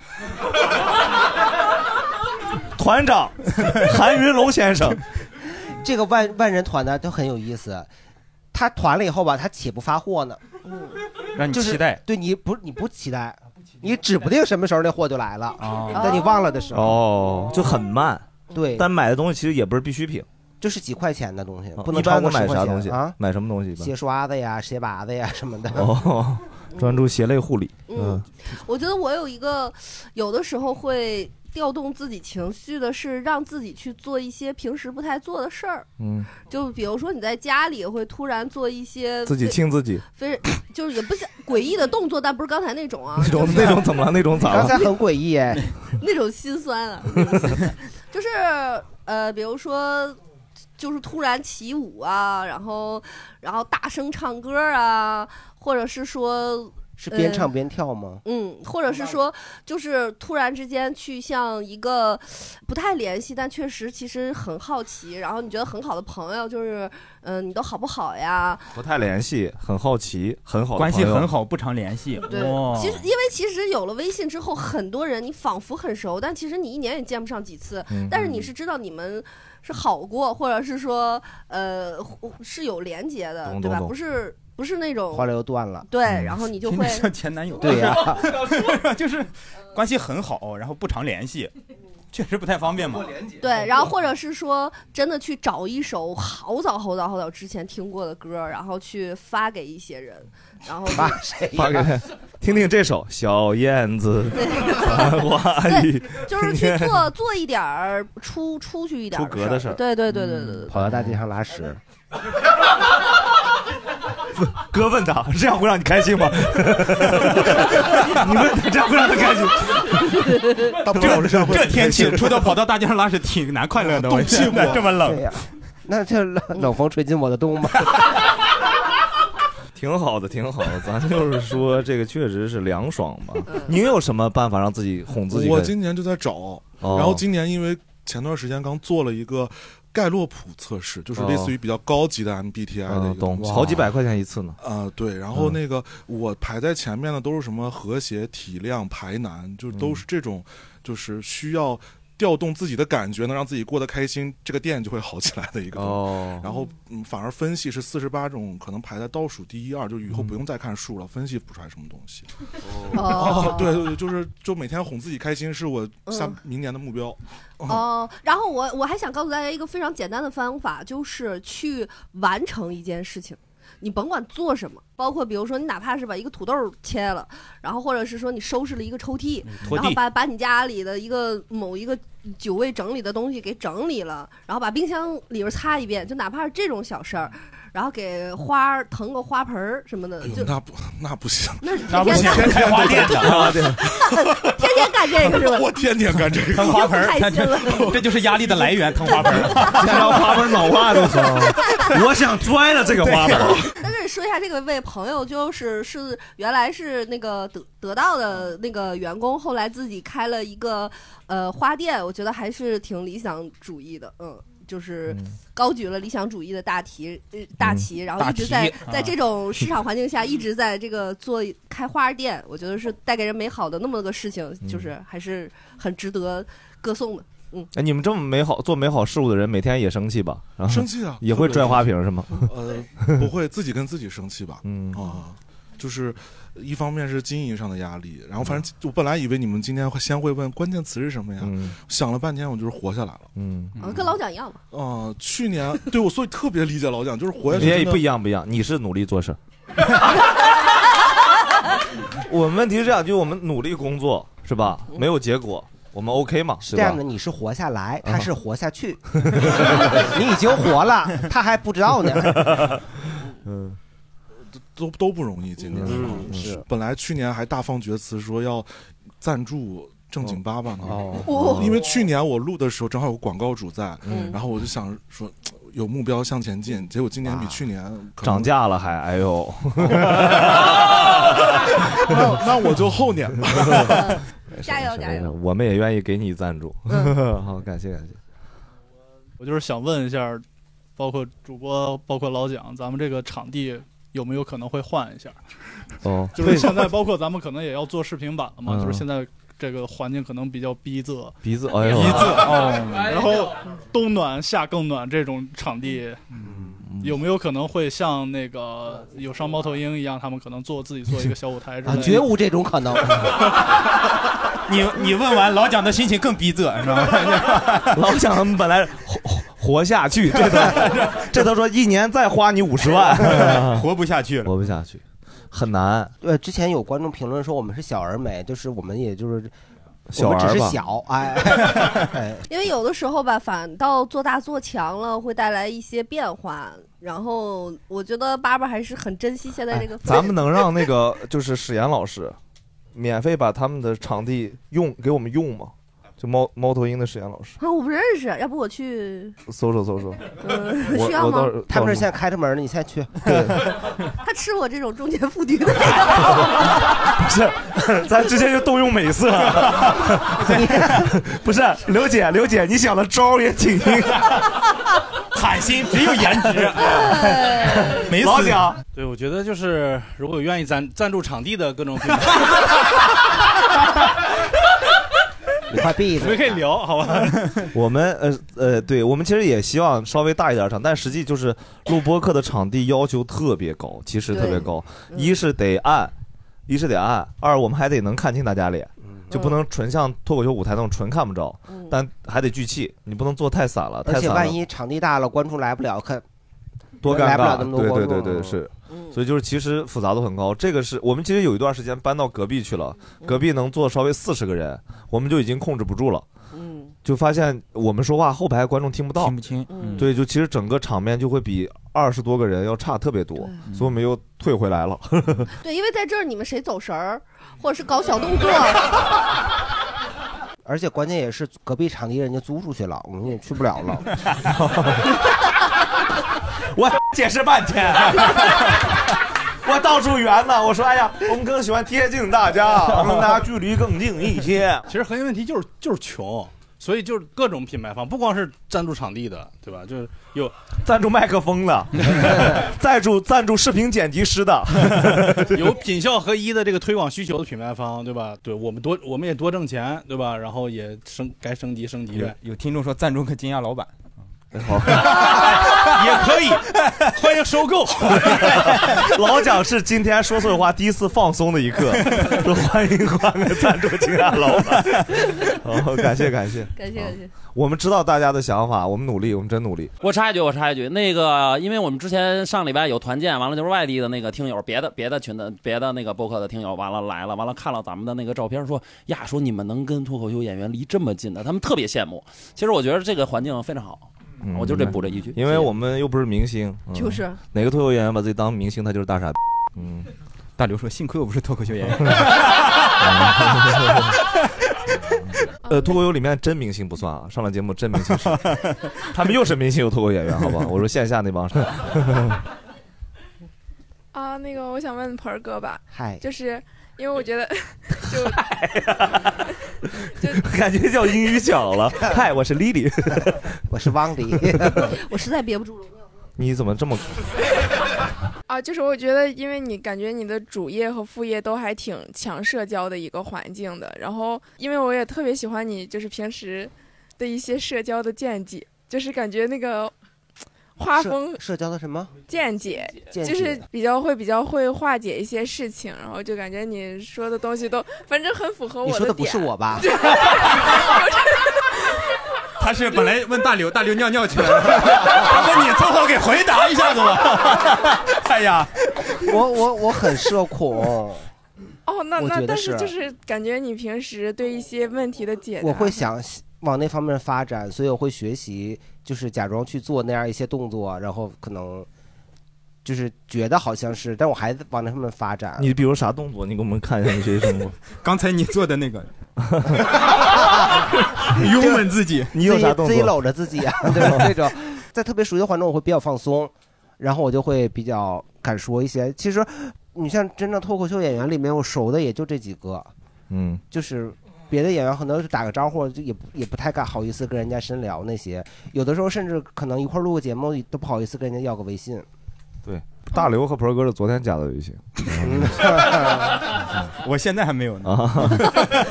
团长 韩云龙先生，这个万万人团呢都很有意思。他团了以后吧，他且不发货呢，让你期待就是、对你不你不期待，你指不定什么时候那货就来了，啊但你忘了的时候，哦，就很慢。哦对但买的东西其实也不是必需品，就是几块钱的东西，啊不能一般超都过买10块啥钱东西啊？买什么东西一般鞋刷子呀、鞋拔 子呀什么的。 哦，专注鞋类护理。嗯，我觉得我有一个，有的时候会调动自己情绪的是让自己去做一些平时不太做的事儿。嗯，就比如说你在家里会突然做一些自己非亲自己，非 就是也不像诡异的动作，但不是刚才那种啊，那种那种怎么了？那种咋了？刚才很诡异哎。那种心酸啊，那种心酸就是呃，比如说。就是突然起舞啊，然后，然后大声唱歌啊，或者是说是边呃唱边跳吗？嗯，或者是说，就是突然之间去向一个不太联系，但确实其实很好奇，然后你觉得很好的朋友，就是嗯、呃你都好不好呀？不太联系，很好奇，很好的关系朋友很好，不常联系。对，其实因为其实有了微信之后，很多人你仿佛很熟，但其实你一年也见不上几次，嗯但是你是知道你们是好过，或者是说呃互是有连接的，懂对吧？懂懂不是不是那种话痨又断了。对，然后你就听会着像前男友。对呀 就是关系很好，然后不常联系，确实不太方便嘛。对，然后或者是说真的去找一首好早好早好早之前听过的歌，然后去发给一些人，然后发谁发给 他听听这首《小燕子》，繁花对雨，，就是去做做一点儿出出去一点儿出格的事事儿，儿对对对对对嗯对。跑到大街上拉屎， 哥问他这样会让你开 心吗？ 你问他这样会让他开心？ 这这天 气，除了跑到大街上拉屎，挺难快乐的。我现在这么冷对，呀那这冷冷风吹进我的洞吗？ 挺好的，挺好的，咱就是说这个确实是凉爽嘛。您有什么办法让自己哄自己开心？我今年就在找，哦然后今年因为前段时间刚做了一个盖洛普测试，就是类似于比较高级的 MBTI 的一嗯个，哦懂东，西好几百块钱一次 呢。啊，对，然后那个我排在前面的都是什么和谐、体谅、排难，就都是这种，就是需要调动自己的感觉，能让自己过得开心，这个店就会好起来的一个东西。哦然后、嗯、反而分析是四十八种，可能排在倒数第一二，就以后不用再看数了，分析不出来什么东西。 哦对对对，就是就每天哄自己开心是我下嗯明年的目标。哦，然后我我还想告诉大家一个非常简单的方法，就是去完成一件事情。你甭管做什么，包括比如说你哪怕是把一个土豆切了，然后或者是说你收拾了一个抽屉，拖然后地把把你家里的一个某一个久未整理的东西给整理了，然后把冰箱里边擦一遍，就哪怕是这种小事儿，然后给花儿腾个花盆儿什么的，哎就呦，那不那不行，那不行天天开花店的啊，对。 天天干这个是吧？我天天干这个腾花盆儿，太看心了这这就是压力的来源。腾花盆 儿，先让花盆脑瓜都疼， 我想拽了这个花盆。 但是说一下这个位朋友，就是是原来是那个得得到的那个员工，后来自己开了一个呃花店，我觉得还是挺理想主义的，嗯。就是高举了理想主义的大旗，呃大旗，然后一直嗯大在旗啊在这种市 场环境下，一直在这个做开花店，我觉得是带给人美好的那么个事情，嗯就是还是很值得歌颂的。嗯，哎，你们这么美好做美好事物的人，每天也生气吧？然后生气啊 也会拽花瓶是吗？ 呃，不会自己跟自己生气吧？嗯啊，就是一方面是经营上的压力，然后反正我本来以为你们今天会先会问关键词是什么呀，想了半天我就是活下来了。嗯啊跟老蒋一样嘛。啊，去年对我所以特别理解老蒋，就是活下去也真的不一样，不一样，你是努力做 事。我们问题是这样，就我们努力工作是吧？没有结果，我们 OK 嘛？是这样吧啊的，？你是活下来，他是活下去， 你已经活了，他还不知道呢。 嗯，都都不容易，今年、嗯是本来去年还大放厥词说要赞助。正经八八呢？哦嗯因为去年我录的时候正好有广告主在，嗯然后我就想说有目标向前进。结果今年比去年可能涨价了还，哎呦， 那那我就后年吧。加油嗯加油！我们也愿意给你赞助。 好，感谢感谢。我就是想问一下，包括主播，包括老蒋，咱们这个场地有没有可能会换一下？ 哦，就是 现在，包括咱们可能也要做视频版了嘛，嗯就是现在这个环境可能比较逼仄，逼仄哎逼呦仄哦。哎呦然后冬暖夏更暖这种场地，嗯有没有可能会像那个有上猫头鹰一样，他们可能做自己做一个小舞台之类啊，的？绝无这种可能。 你你问完老蒋的心情更逼仄，你知道吗？ 老蒋他们本来活活下去，这都这都说一年再花你五十 万，活不下去了，活不下去，很难。呃，之前有观众评论说我们是小而美，就是我们也就是小我们而只吧是小， 哎，哎因为有的时候吧，反倒做大做强了，会带来一些变化。然后我觉得巴巴还是很珍惜现在这个氛围。哎咱们能让那个就是史岩老师免费把他们的场地用给我们用吗？就猫猫头鹰的史岩老师，啊，我不认识，要不我去？搜搜搜搜。嗯，我需要我吗到时？他们是现在开着门呢，你现在去。他吃我这种中年妇女的。不是，咱直接就动用美色。 不是，刘姐，刘姐，你想的招儿也 挺硬。坦心，只有颜值。没死老蒋，对我觉得就是如果有愿意赞赞助场地的各种品牌，你快闭啊我们可以聊，好 吧？我们呃呃，对我们其实也希望稍微大一点的场，但实际就是录播课的场地要求特别高，其实特别高。一是得暗，一是得暗；二我们还得能看清大家脸，嗯就不能纯像脱口秀舞台那种纯看不着，但还得聚气，你不能做太散了，而太且散万了一场地大了，观众来不了，看多尴来不尬了。那么多对观对众。对对，是。所以就是其实复杂度很高，这个是我们其实有一段时间搬到隔壁去了，隔壁能坐稍微四十个人，我们就已经控制不住了。嗯，就发现我们说话后排观众听不到，听不清。嗯对，就其实整个场面就会比二十多个人要差特别多，所以我们又退回来了。 对，因为在这儿你们谁走神儿，或者是搞小 动作，而且关键也是隔壁场地人家租出去了，我们也去不了了。 我解释半天，啊我到处圆呢，我说哎呀，我们更喜欢贴近大家，跟大家距离更近一 些。其实核心问题就是就是穷，所以就是各种品牌方，不光是赞助场地的，对吧？就是有 赞助麦克 风的，赞助赞助视频剪辑师的，有品效合一的这个推广需求的品牌方，对吧？对我们多，我们也多挣钱，对吧？然后也升该升级升级有呗。有听众说赞助个金鸭老板，好， 也可以， 欢迎收购。 老蒋是今天说错话第一次放松的 一刻，说欢迎欢迎赞助金亚老板，好，感谢感谢，感谢感谢。我们知道大家的想法，我们努力，我们真努力。我插一句，我插一句，那个，因为我们之前上礼拜有团建，完了就是外地的那个听友，别的别的群的别的那个播客的听友，完了来了，完了看了咱们的那个照片，说呀，说你们能跟脱口秀演员离这么近的，他们特别羡慕。其实我觉得这个环境非常好，嗯我就这补这一句，因为我们又不是明星，嗯就是哪个脱口秀演员把自己当明星，他就是大傻逼。嗯，大刘说幸亏我不是脱口秀演 员。呃，脱口秀里面真明星不算啊，上了节目真明星 是，他们又是明星又脱口秀演员，好吧？我说线下那帮是，啊，那个我想问盆儿哥吧，嗨就是因为我 觉得就 感觉叫英语角 了。嗨，我是 Lily，我是汪迪，我实在憋不住了。 你怎么这么？啊，就是我觉得，因为你感觉你的主业和副业都还挺强社交的一个环境的，然后因为我也特别喜欢你，就是平时的一些社交的见解，就是感觉那个画社风社交的什么？见解，见就解是比较会比较会化解一些事情，然后就感觉你说的东西都反正很符合我你的说点。的不是我吧？啊 他是本来问大刘，大刘尿尿去了， 他说你凑合给回答一下子吧。 哎呀，我我我很社恐，哦，那我那觉得但是是就是感觉你平时对一些问题的解答，我会想往那方面发展，所以我会学习，就是假装去做那样一些动作，然后可能就是觉得好像是，但我还在往那方面发展。你比如啥动作？你给我们看一下你学习什么 动作？刚才你做的那个，拥吻自己， 你有啥动作自己搂着自己啊， 这种这种，在特别熟悉的环境，我会比较放松，然后我就会比较敢说一些。其实你像真正脱口秀演员里面，我熟的也就这几个，嗯，就是别的演员可能是打个招呼，就也不也不太敢好意思跟人家深聊那些，有的时候甚至可能一块儿录个节目都不好意思跟人家要个微信。 对，大刘和鹏哥是昨天加的微信，嗯 我现在还没有呢。啊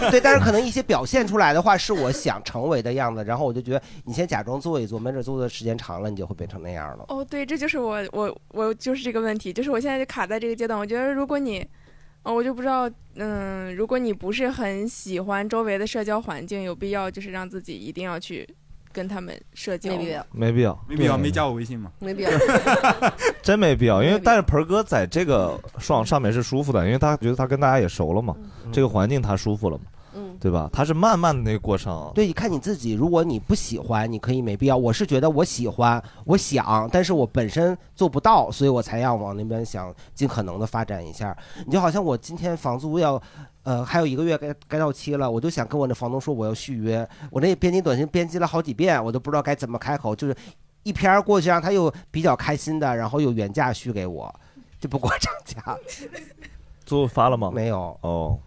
对，但是可能一些表现出来的话是我想成为的样子，然后我就觉得你先假装做一做，没准做的时间长了你就会变成那样了。哦，对，这就是我我我就是这个问题，就是我现在就卡在这个阶段。我觉得如果你，呃我就不知道，嗯，如果你不是很喜欢周围的社交环境，有必要就是让自己一定要去跟他们社交吗？没必要没必要，没必要，没加我微信吗？没 必要。真没必要，因为但是盆儿哥在这个上上面是舒服的，因为他觉得他跟大家也熟了嘛，嗯这个环境他舒服了嘛，嗯，对吧？他是慢慢的那个过程，对，你看你自己，如果你不喜欢，你可以没必要。我是觉得我喜欢，我想，但是我本身做不到，所以我才要往那边想，尽可能的发展一下。你就好像我今天房租要。呃，还有一个月该该到期了，我就想跟我那房东说我要续约。我那编辑短信编辑了好几遍，我都不知道该怎么开口，就是一篇儿过去，让他又比较开心的，然后又原价续给我，就不过啊涨 价。最后发了吗？没有。 哦，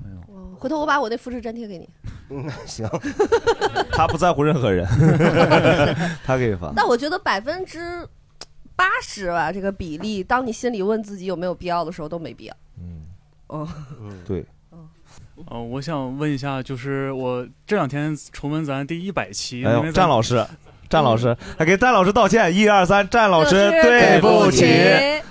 回头我把我那复制粘贴给你。嗯，行， 他不在乎任 何人，他可以发。但我觉得百分之八十吧，这个比例，当你心里问自己有没有必要的时候，都没必要。嗯，哦，对，呃，我想问一下，就是我这两天重温咱第一百期，哎因为咱呦，战老师，战老师，还给战老师道歉，一二三，战老师对不起，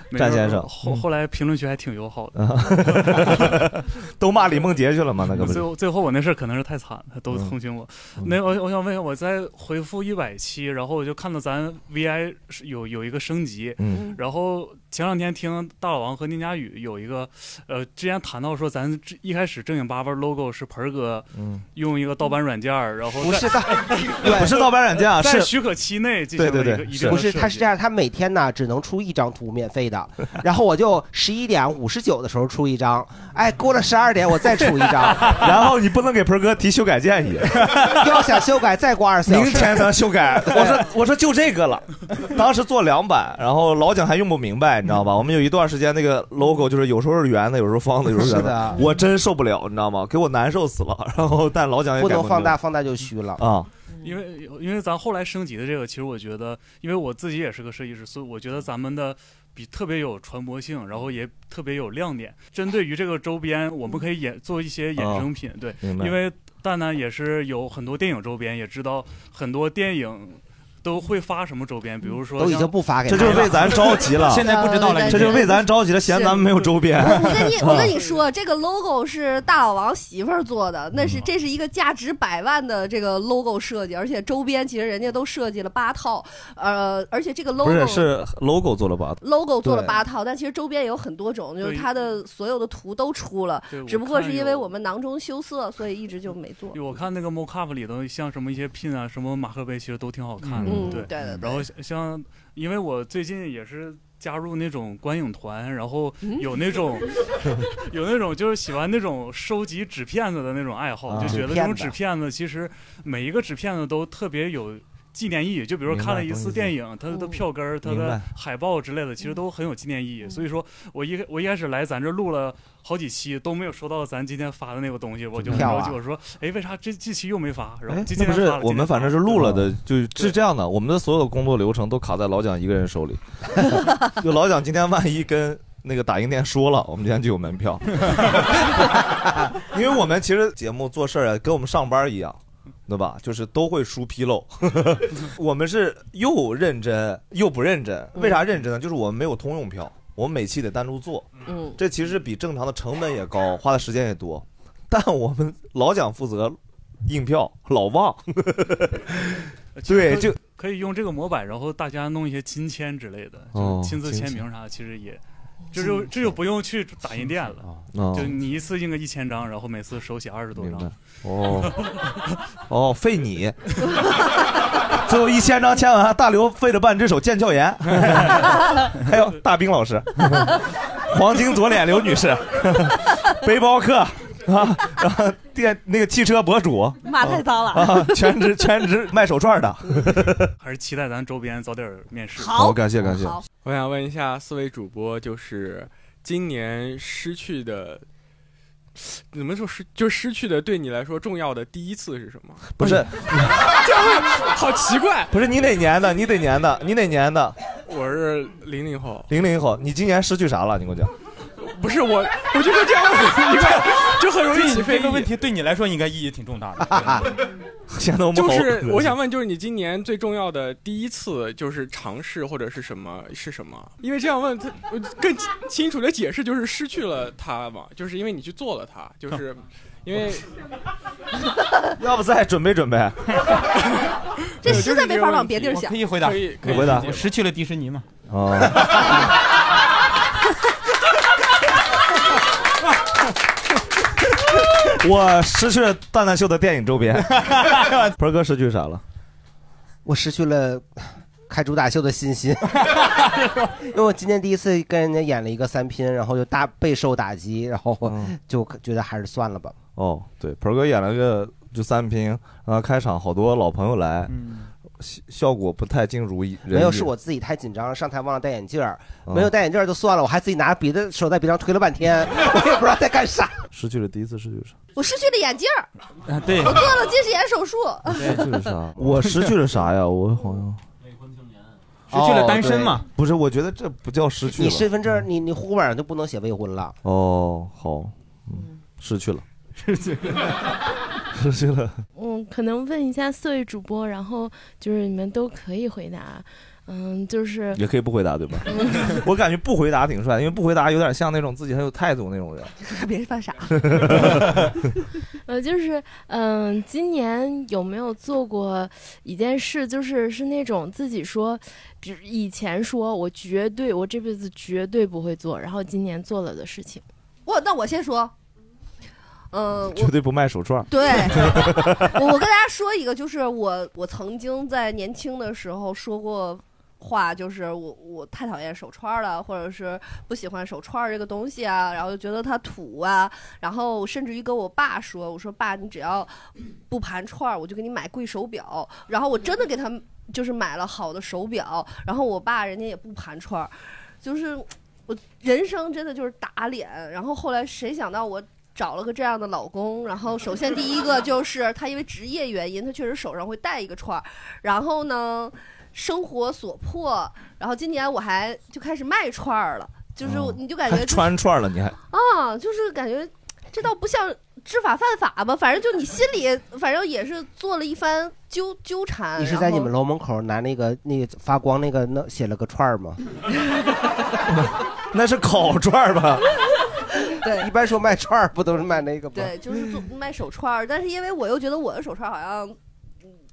没事战先生，后后来评论区还挺友好的，啊 都骂李梦洁去了吗？那个不最是，嗯后最后我那事儿可能是太惨，他都同情我。那我我想问一下，我在回复一百期，然后我就看到咱 VI 是有有一个升级，嗯然后前两天听大老王和宁佳宇有一个，呃，之前谈到说咱这一开始正经八八 logo 是盆儿哥，嗯，用一个盗版软件儿，然后不是在 不是盗版软件 啊在是，许可期内进行了一个一定的不是，他设是计这样，他每天呢只能出一张图，免费的。 然后我就十一点五十九的时候出一张，哎，过了十二点我再出一张 然后你不能给盆儿哥提修改建 议，要想修改再过二十四小明时。天咱修改。我说我说就这个了，当时做两版，然后老蒋还用不明白，你知道吧？我们有一段时间那个 logo 就是有时候是圆的，有时候方的，有时候圆是的我真受不了，你知道吗？给我难受死了。然后但老蒋也不能改过放大，明白放大就虚了。啊，因为因为咱后来升级的这个，其实我觉得，因为我自己也是个设计师，所以我觉得咱们的比特别有传播性，然后也特别有亮点。针对于这个周边，我们可以衍做一些衍生品，哦对，明白因为蛋蛋也是有很多电影周边，也知道很多电影。都会发什么周边？比如说像，都已经不发给这就是为咱着急 了。这就是为咱着急了，嫌咱们没有周边。我 跟你我跟你说，这个 logo 是大老王媳妇儿做的，那嗯是这是一个价值百万的这个 logo 设计，而且周边其实人家都设计了八套，呃，而且这个 logo 不是是 logo 做了吧 logo 做了对八套，但其实周边也有很多种，就是对它的所有的图都出了对，我只不过看是因有为我们囊中羞涩，所以一直就没做。我看那个 mockup 里头，像什么一些 pin 啊，什么马克杯，其实都挺好看的。嗯对嗯对对对然后像像，因为我最近也是加入那种观影团，然后嗯有那 种、有那种就是喜欢那种收集纸片子的那种爱好，啊就觉纸得片这种子纸片子其实每一个纸片子都特别有。纪念意义，就比如说明白看了一懂次意思电影，它的票根儿、它明白的海报之类的，其实都很有纪念意义。所以说我一我一开始来咱这录了好几期，都没有收到咱今天发的那个东西，我就很着票啊急，我说，哎，为啥这这期又没发？然后哎，今那天不发是了，我今天们反正是录了的，就是这样的。我们的所有工作流程都卡在老蒋一个人手里。就老蒋今天万一跟那个打印店说了，我们今天就有门票。因为我们其实节目做事儿啊，跟我们上班一样，对吧？就是都会出纰漏。 我们是又认真又不认真，为啥认真呢？就是我们没有通用票，我们每期得单独做。嗯，这其实比正常的成本也高，花的时间也多。但我们老蒋负责印票，老 忘。呃其实对，可就可以用这个模板，然后大家弄一些亲签之类的，哦就是亲自亲签签名啥的，其实也。这亲就这就不用去打印店了，哦就你一次印个一千张，然后每次手写二十多张。哦 哦，费你。最后一千张签完，大刘费了半只手腱鞘 炎，还有大兵老师，黄金左脸刘女 士，背包客啊，然后电那个汽车博主，骂太脏了啊，全职全职卖手串的，还是期待咱周边早点面世。好好感谢感谢好我想问一下四位主播，就是今年失去的，怎么说失就失去的对你来说重要的第一次是什么？不是，这样问 好奇怪。不是你哪年的？你哪年的？你哪年的？我是零零后，零零后，你今年失去啥了？你给我讲。不是我，我就说这样 问很奇怪，就很容易起这非个问议。题对你来说应该意义挺重大的。 显得我们就好是恶我心想问，就是你今年最重要的第一次就是尝试或者是什么是什么？因为这样问他我更清清楚的解释就是失去了它嘛，就是因为你去做了 它，就是因为要不再准备准备。这实在没法往别地儿我想。可以回答，可以可以回答我失去了迪士尼嘛？哦， 我失去了蛋蛋秀的电影周边。 鹏哥失去啥了？我失去了开主打秀的信心， 因为我今年第一次跟人家演了一个三拼，然后就大备受打击，然后嗯就觉得还是算了吧。哦，对，鹏哥演了个就三拼，然后开场好多老朋友来，效效果不太尽如意。人没有，意是我自己太紧张，上台忘了戴眼镜儿，哦没有戴眼镜儿就算了，我还自己拿笔的手在鼻上推了半天， 我也不知道在干啥。失去了第一次失去了啥？我失去了眼镜儿，啊，对我做了近视眼手术。失去了啥？我失去了啥呀？我好像失去了单身嘛哦对不是，我觉得这不叫失去你了。嗯身份证儿，你你户口本上就不能写未婚了。哦，好，嗯， 失去了，失去失去了。我嗯可能问一下四位主播，然后就是你们都可以回答。嗯，就是也可以不回答，对吧？ 我感觉不回答挺帅，因为不回答有点像那种自己很有态度那种人。 别犯傻。 呃，就是嗯、今年有没有做过一件事，就是是那种自己说，比如以前说我绝对我这辈子绝对不会做，然后今年做了的事情。我那我先说， 嗯， 绝我对不卖手串。 对 我我跟大家说一个，就是我我曾经在年轻的时候说过话，就是我我太讨厌手串了，或者是不喜欢手串这个东西啊，然后就觉得它土啊，然后甚至于跟我爸说，我说爸，你只要不盘串儿，我就给你买贵手表，然后我真的给他就是买了好的手表，然后我爸人家也不盘串儿，就是。我人生真的就是打脸，然后后来谁想到我找了个这样的老公，然后首先第一个就是他因为职业原因，他确实手上会戴一个串儿，然后呢，生活所迫，然后今年我还就开始卖串儿了，就是哦我你就感觉、嗯还就是、穿串了，你还啊，就是感觉这倒不像知法犯法吧，反正就你心里反正也是做了一番纠纠缠。你是然在你后们楼门口拿那个那个发光那个那写了个串儿吗？ 那是烤串儿 吧？对一般说卖串儿不都是卖那个吗？对，就是做卖手串儿，但是因为我又觉得我的手串儿好像，嗯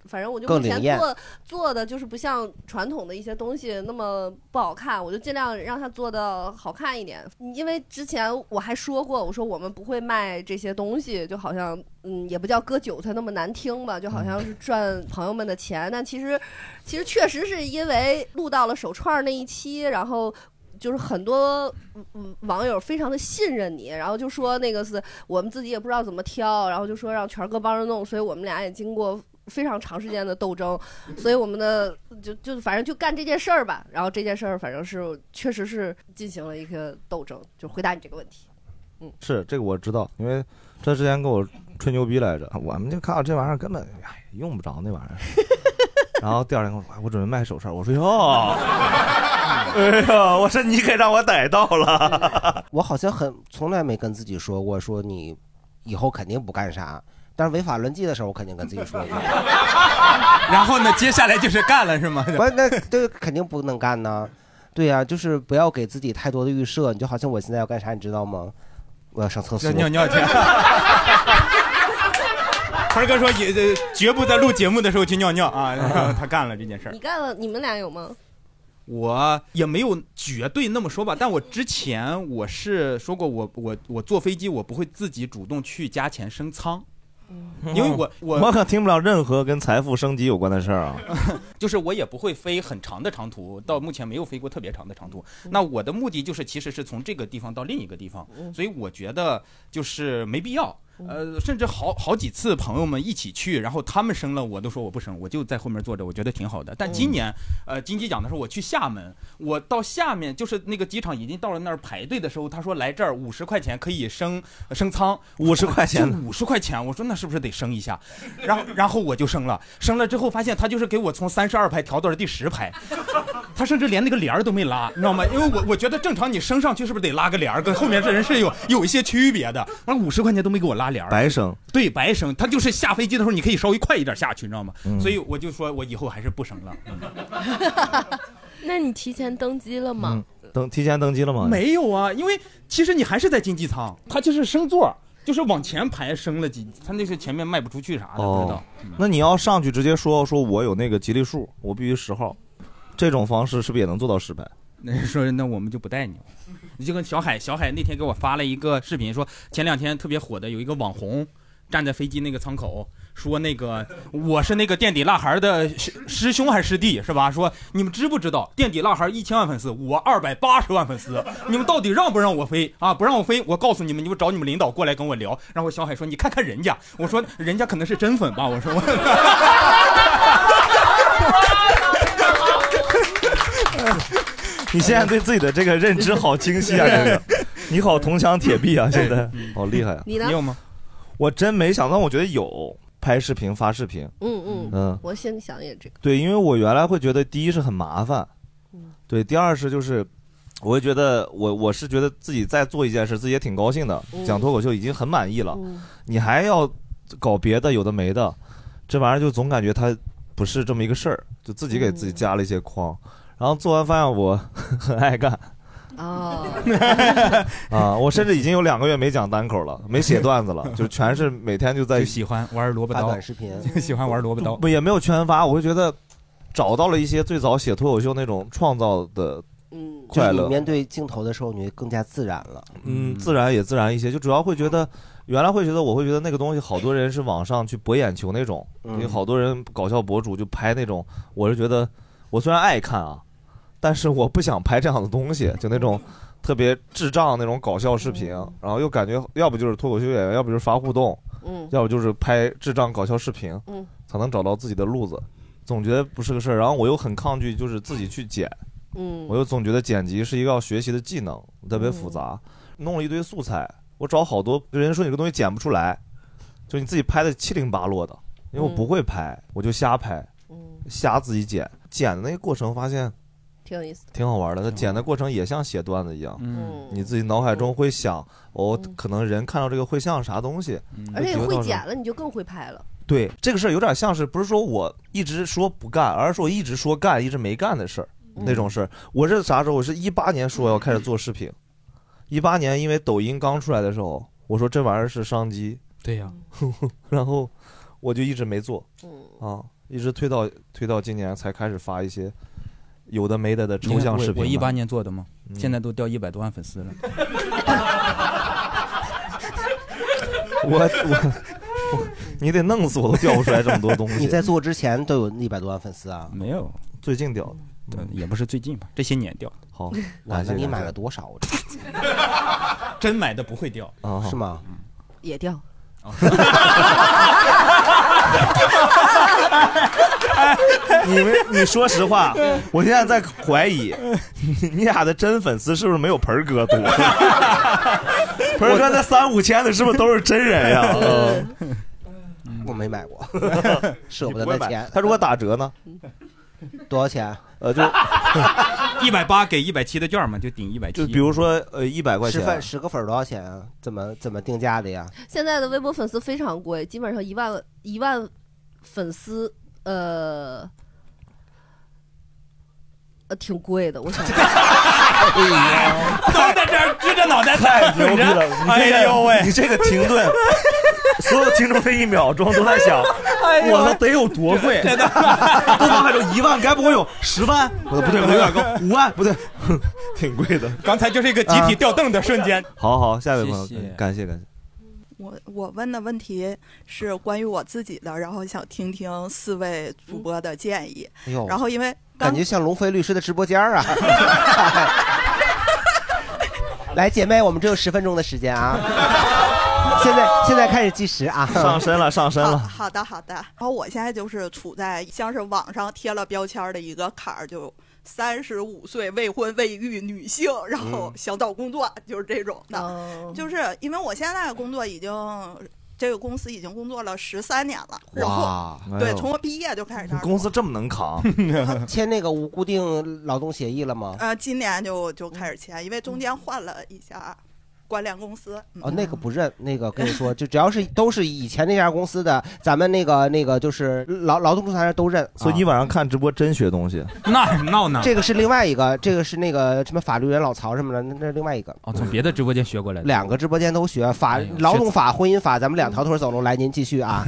反正我就更目前灵验做做的就是不像传统的一些东西那么不好看，我就尽量让它做的好看一点。嗯因为之前我还说过，我说我们不会卖这些东西，就好像嗯，也不叫割韭菜那么难听吧，就嗯好像是赚朋友们的钱。但其实，其实确实是因为录到了手串儿那一期，然后就是很多嗯嗯网友非常的信任你，然后就说那个是我们自己也不知道怎么挑，然后就说让权哥帮着弄，所以我们俩也经过非常长时间的斗争，所以我们的就就反正就干这件事儿吧。然后这件事儿反正是确实是进行了一个斗争，就回答你这个问题。是这个我知道，因为他之前跟我吹牛逼来着，我们就看到这玩意儿根本哎用不着那玩意儿。 然后第二天跟我说，哎我准备卖手串，我说哟，哎呀，我说你可让我逮到了。 我好像很从来没跟自己说过，说你以后肯定不干啥。但是违法乱纪的时候，我肯定跟自己说过。 然后呢，接下来就是干了是吗？不，那这肯定不能干呢。对呀、就是不要给自己太多的预设。你就好像我现在要干啥，你知道吗？我要上厕所。尿 尿去。鹏哥说也呃绝不在录节目的时候去尿尿啊，然后他干了这件事儿你。干了，你们俩有吗？我也没有绝对那么说吧，但我之前我是说过我，我我坐飞机我不会自己主动去加钱升舱，因为我我 我可听不了任何跟财富升级有关的事儿啊。 就是我也不会飞很长的长途，到目前没有飞过特别长的长途。那我的目的就是其实是从这个地方到另一个地方，所以我觉得就是没必要。呃，甚至好好几次朋友们一起去，然后他们生了，我都说我不生，我就在后面坐着，我觉得挺好的。但今年，呃，金鸡奖的时候我去厦门，我到下面就是那个机场已经到了那儿排队的时候，他说来这儿五十块钱可以升呃升舱，五十块钱五十块钱，我说那是不是得升一下？然后然后我就升了，升了之后发现他就是给我从三十二排调到了第十排，他甚至连那个帘儿都没拉，你知道吗？因为我我觉得正常你升上去是不是得拉个帘儿，跟后面这人是有有一些区别的。完了五十块钱都没给我拉帘儿，白生。对白生，他就是下飞机的时候你可以稍微快一点下去，你知道吗？嗯所以我就说我以后还是不升了。嗯那你提前登机了吗？嗯登提前登机了吗？没有啊，因为其实你还是在经济舱，他就是升座，就是往前排升了几，他那是前面卖不出去啥的，不知哦道。，那你要上去直接说说我有那个吉利数，我必须十号，这种方式是不是也能做到失败？ 那说那我们就不带你了。 你就跟小海，小海那天给我发了一个视频，说前两天特别火的有一个网红站在飞机那个舱口，说那个 我是那个垫底辣孩的师师兄还是师弟是吧？说你们知不知道垫底辣孩一千万粉丝，我二百八十万粉丝， 你们到底让不让我飞啊？不让我飞，我告诉你们，你们找你们领导过来跟我聊。然后小海说你看看人家，我说人家可能是真粉吧，我说 我。 你现在对自己的这个认知好清晰啊，这个，你好铜墙铁壁啊，现在好厉害啊！你呢你有吗？我真没想到，我觉得有拍视频发视频，嗯嗯嗯，我先想也这个，对，因为我原来会觉得第一是很麻烦，对，第二是就是，我会觉得我我是觉得自己在做一件事，自己也挺高兴的，嗯讲脱口秀已经很满意了，你还要搞别的有的没的，这玩意儿就总感觉它不是这么一个事儿，就自己给自己加了一些框，然后做完发现我 很爱干。哦， 啊，我甚至已经有两个月没讲单口了，没写段子了，就全是每天就在就喜欢玩萝卜发刀，短视频喜欢玩萝卜刀。不也没有圈发，我就觉得找到了一些最早写脱口秀那种创造的嗯就是快你乐，面对镜头的时候，你会更加自然了。嗯，自然也自然一些，就主要会觉得。原来会觉得，我会觉得那个东西，好多人是网上去博眼球那种，嗯有好多人搞笑博主就拍那种。我是觉得，我虽然爱看啊，但是我不想拍这样的东西，就那种特别智障那种搞笑视频，然后又感觉要不就是脱口秀演员，要不就是发互动，嗯要不就是拍智障搞笑视频，嗯才能找到自己的路子。总觉得不是个事儿，然后我又很抗拒，就是自己去剪，嗯我又总觉得剪辑是一个要学习的技能，特别复杂。嗯弄了一堆素材，我找好多人说你这个东西剪不出来，就你自己拍的七零八落的，因为我不会拍，嗯我就瞎拍，瞎自己剪。剪的那个过程发现挺有意思的。挺好玩的，那剪的过程也像写段子一样，嗯你自己脑海中会想，我、可能人看到这个会像啥东西，而且会觉会得剪嗯了，你就更会拍了。对这个事儿有点像是不是说我一直说不干，而是我一直说干，一直没干的事儿那种事儿。我是啥时候？我是一八年说要开始做视频，一八年因为抖音刚出来的时候，我说这玩意儿是商机， 对呀、然后我就一直没做，啊，一直推到推到今年才开始发一些有的没的的抽象视频吧。我一八年做的嘛，嗯现在都掉一百多万粉丝了。我我你得弄死我都掉不出来这么多东西。你在做之前都有一百多万粉丝啊？没有，呃最近掉的，也不是最近吧，这些年掉。好哇， 那你买了多少？我啊这哦真买的不会掉啊是 吗？也掉。 你们，你说实话，我现在在怀疑，你你俩的真粉丝是不是没有盆儿哥多？盆儿哥那三五千的，是不是都是真人呀？，我没买过舍不得你会那买钱。他如果打折呢？多少钱？呃，就 一百八给一百七的券嘛，就顶一百七。就比如说呃一百块十钱，份十个粉儿多少钱啊？怎么怎么定价的呀？现在的微博粉丝非常贵，基本上一万一万粉丝，呃。呃，挺贵的，我想。哎都 在这儿支着脑袋太牛逼了！你嗯这个哎呦喂你这个停顿，所有听众这一秒钟都在想，哎呦我操，得有多贵？真的，都脑海中一万，该不会有十万？呃不 对，不对，不对，有点高，五万不对， 哼挺贵的。啊刚才就是一个集体掉凳的瞬间。好好，下一位朋友谢谢，感谢感谢。我我问的问题啊是关于我自己的，然后想听听四位主播的建议。嗯哎呦然后因为刚感觉像龙飞律师的直播间儿啊！ 来，姐妹，我们只有十分钟的时间啊，现在现在开始计时啊，上身了，上身了。 好的，好的。然后我现在就是处在像是网上贴了标签儿的一个坎儿，就三十五岁未婚未育女性，然后嗯想找工作，就是这种的。哦就是因为我现在工作已经。这个公司已经工作了十三年了，然后哇哎呦对，从我毕业就开始这儿公司这么能扛， 签那个无固定劳动协议了吗？呃，今年就就开始签，因为中间换了一下关联公司。哦，那个不认，那个跟你说，就只要是都是以前那家公司的，咱们那个那个就是劳劳动仲裁都认。啊所以你晚上看直播真学东西。那闹呢？这个是另外一个，这个是那个什么法律人老曹什么的，那那是另外一个。哦，从别的直播间学过来的。两个直播间都学哎法、劳动法、婚姻法，咱们两条腿走路。来，您继续 啊。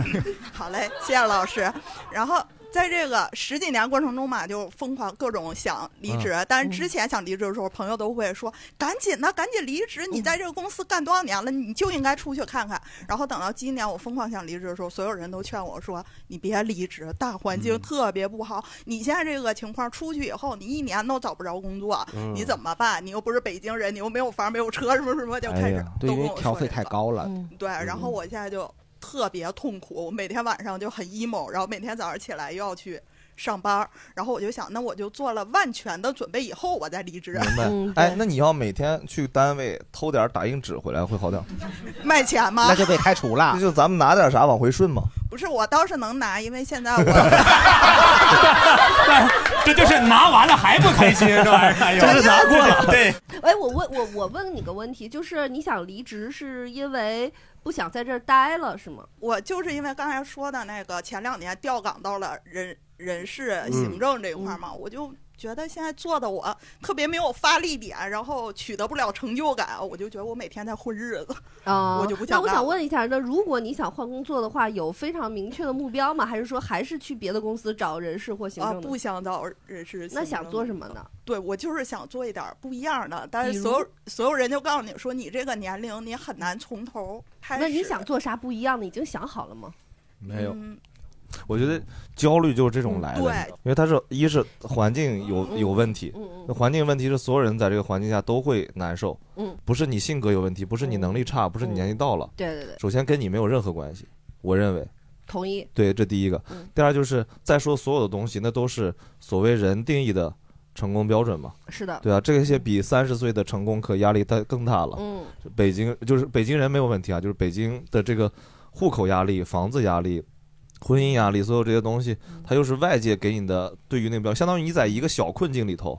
好嘞，谢谢老师。然后在这个十几年过程中嘛，就疯狂各种想离职，嗯但是之前想离职的时候，朋友都会说：“赶紧的，赶紧离职！嗯你在这个公司干多少年了，你就应该出去看看。”然后等到今年我疯狂想离职的时候，所有人都劝我说：“你别离职，大环嗯境特别不好，你现在这个情况出去以后，你一年都找不着工作，嗯你怎么办？你又不是北京人，你又没有房没有车，什么什么就开哎始呀，都对，因跟为我调说费这太个高了。对，然嗯后我现在就特别痛苦，我每天晚上就很 emo，然后每天早上起来又要去上班儿，然后我就想，那我就做了万全的准备以后，我再离职。啊 嗯明白。哎，那你要每天去单位偷点打印纸回来会好点儿， 卖钱吗？被开除了。那就咱们拿点啥往回顺嘛。不是，我倒是能拿，因为现在 我这就是拿完了还不开心，这玩 意儿哎呦，就是拿过了对，哎，我问我我问你个问题，就是你想离职是因为不想在这儿待了是吗？我就是因为刚才说的那个，前两年调岗到了人人事嗯行政这一块儿嘛，我就。觉得现在做的我特别没有发力点，然后取得不了成就感，我就觉得我每天在混日子，啊、我就不那想干了。我想问一下，那如果你想换工作的话，有非常明确的目标吗？还是说还是去别的公司找人事或行啊政，的？不想找人事。那想做什么呢？对我就是想做一点儿不一样的，但比是如所有所有人就告诉你说，你这个年龄你很难从头开始。那你想做啥不一样的？已经想好了吗？没有嗯我觉得焦虑就是这种来的，嗯对嗯因为它是一是环境有有问题，那环境问题是所有人在这个环境下都会难受，嗯不是你性格有问题，不是你能力差，不是你年纪到了，对对对首先跟你没有任何关系，我认为，同意。对，这第一个，嗯第二就是再说所有的东西，那都是所谓人定义的成功标准嘛，是的对啊，这些比三十岁的成功可压力大更大了，嗯，北京就是北京人没有问题啊，就是北京的这个户口压力、房子压力、婚姻压力，所有这些东西，它又是外界给你的对于那个标，相当于你在一个小困境里头，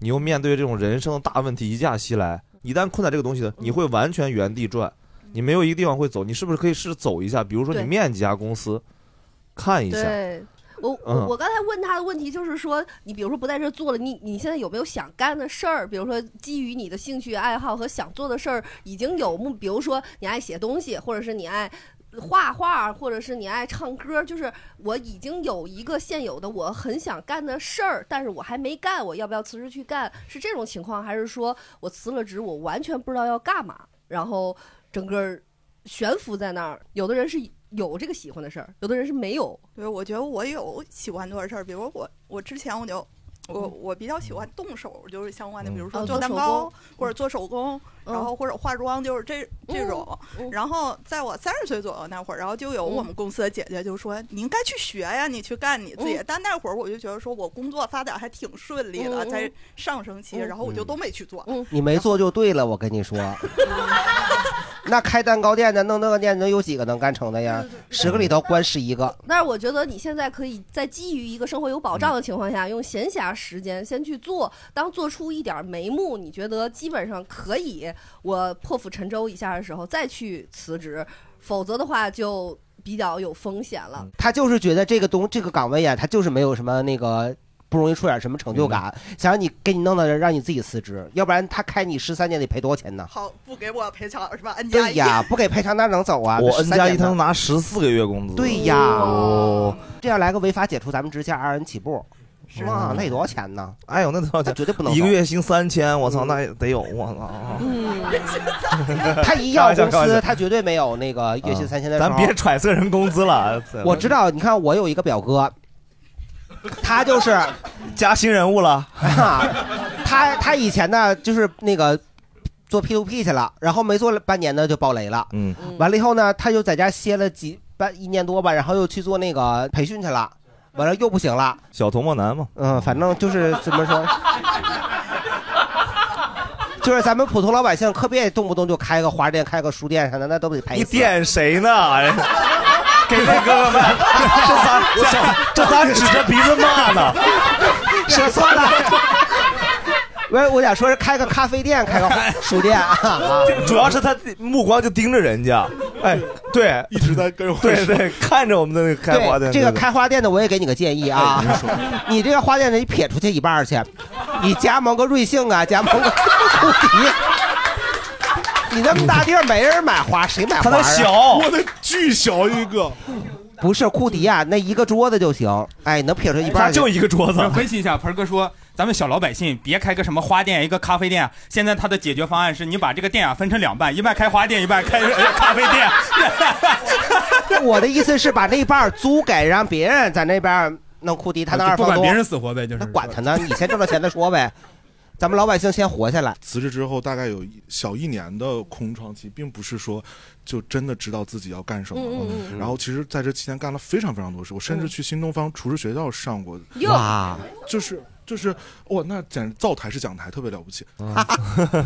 你又面对这种人生的大问题一架袭来，一旦困在这个东西的，你会完全原地转，你没有一个地方会走，你是不是可以试着走一下？比如说你对面几家公司，看一下，对。我我嗯我刚才问他的问题就是说，你比如说不在这儿做了，你你现在有没有想干的事儿？比如说基于你的兴趣爱好和想做的事儿，已经有目，比如说你爱写东西，或者是你爱画画，或者是你爱唱歌，就是我已经有一个现有的我很想干的事儿，但是我还没干，我要不要辞职去干？是这种情况，还是说我辞了职，我完全不知道要干嘛，然后整个儿悬浮在那儿？有的人是有这个喜欢的事儿，有的人是没有。对，我觉得我有喜欢做的事儿，比如我我之前我就我我比较喜欢动手，就是相关的，比如嗯哦说做做蛋手糕工嗯或者做手工，然后或者化妆，就是这这种。然后在我三十岁左右那会儿，然后就有嗯我们公司的姐姐就说：“你应该去学呀，你去干你自嗯己。”但那会儿我就觉得说我工作发展还挺顺利的，嗯嗯嗯在上升期，然后我就都没去做。你没做就对了，我跟你说。那开蛋糕店的、弄那个店的，有几个能干成的呀？十个里头关十一个。但是我觉得你现在可以在基于一个生活有保障的情况下，用闲暇时间先去做。当做出一点眉目，你觉得基本上可以，我破釜沉舟一下的时候再去辞职，否则的话就比较有风险了。他就是觉得这个东这个岗位啊，他就是没有什么那个不容易出点什么成就感，嗯想让你给你弄到这儿，让你自己辞职，要不然他开你十三年得赔多少钱呢？好，不给我赔偿是吧？N 加对一。呀，不给赔偿那能走啊？我那 N 13加一，年他呢能拿十四个月工资，对呀哦，这样来个违法解除咱们职前二人起步，哇，那得多少钱呢？哎呦，那多少钱？绝对不能一个走月薪三千，我操，那也得有，我操啊！ 他一开要玩笑公开玩司，笑他绝对没有那个月薪啊三千的时候。咱别揣测人工资了。啊 我知道，你看我有一个表哥，他就 是啊加新人物了，他他以前呢就是那个做 P to P 去了，然后没做了半年呢就爆雷了，嗯，完了以后呢，他又在家歇了几半一年多吧，然后又去做那个培训去了，完了又不行了，小童漠男嘛，嗯，反正就是怎么说，就是咱们普通老百姓，可别动不动就开个花店、开个书店啥的，那都得赔。你点谁呢？ 给那哥哥们，这咱 这咱指着鼻子 骂呢，说错了。 我我想说是开个咖啡店， 开个书店 啊，主要是他目光就盯着人 家，哎，对， 一直在跟我对对，看着我们的那个开花店，对这个开花店的，我也给你个建议啊， 你这个花店得撇出去一半儿去，你加盟个瑞幸啊，加盟个库迪， 你那么大地儿没人买花，谁买花、啊？我的巨小一个，不是库迪啊，那一个桌子就行，哎，能撇出一半儿去，我嗯分析一下，盆儿哥说，咱们小老百姓别开个什么花店，一个咖啡店啊。现在他的解决方案是你把这个店啊分成两半，一半开花店，一半开呃咖啡店。我的意思是把那半儿租给，让别人在那边儿弄库迪，他那就二不房管东别人死活呗，就是管他呢，你先挣着钱再说呗。咱们老百姓先活下来。辞职之后大概有一小一年的空窗期，并不是说就真的知道自己要干什么了。嗯嗯嗯然后其实在这期间干了非常非常多事，我甚至去新东方厨师学校上过。哟哇，就是就是哇，那简直灶台式讲台，特别了不起。嗯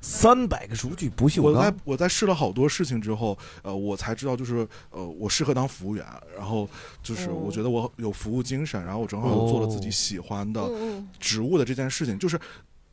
三百个厨具不锈我钢在我在试了好多事情之后，呃，我才知道就是呃，我适合当服务员。然后哦就是我觉得我有服务精神，然后我正好又做了自己喜欢的哦嗯嗯植物的这件事情，就是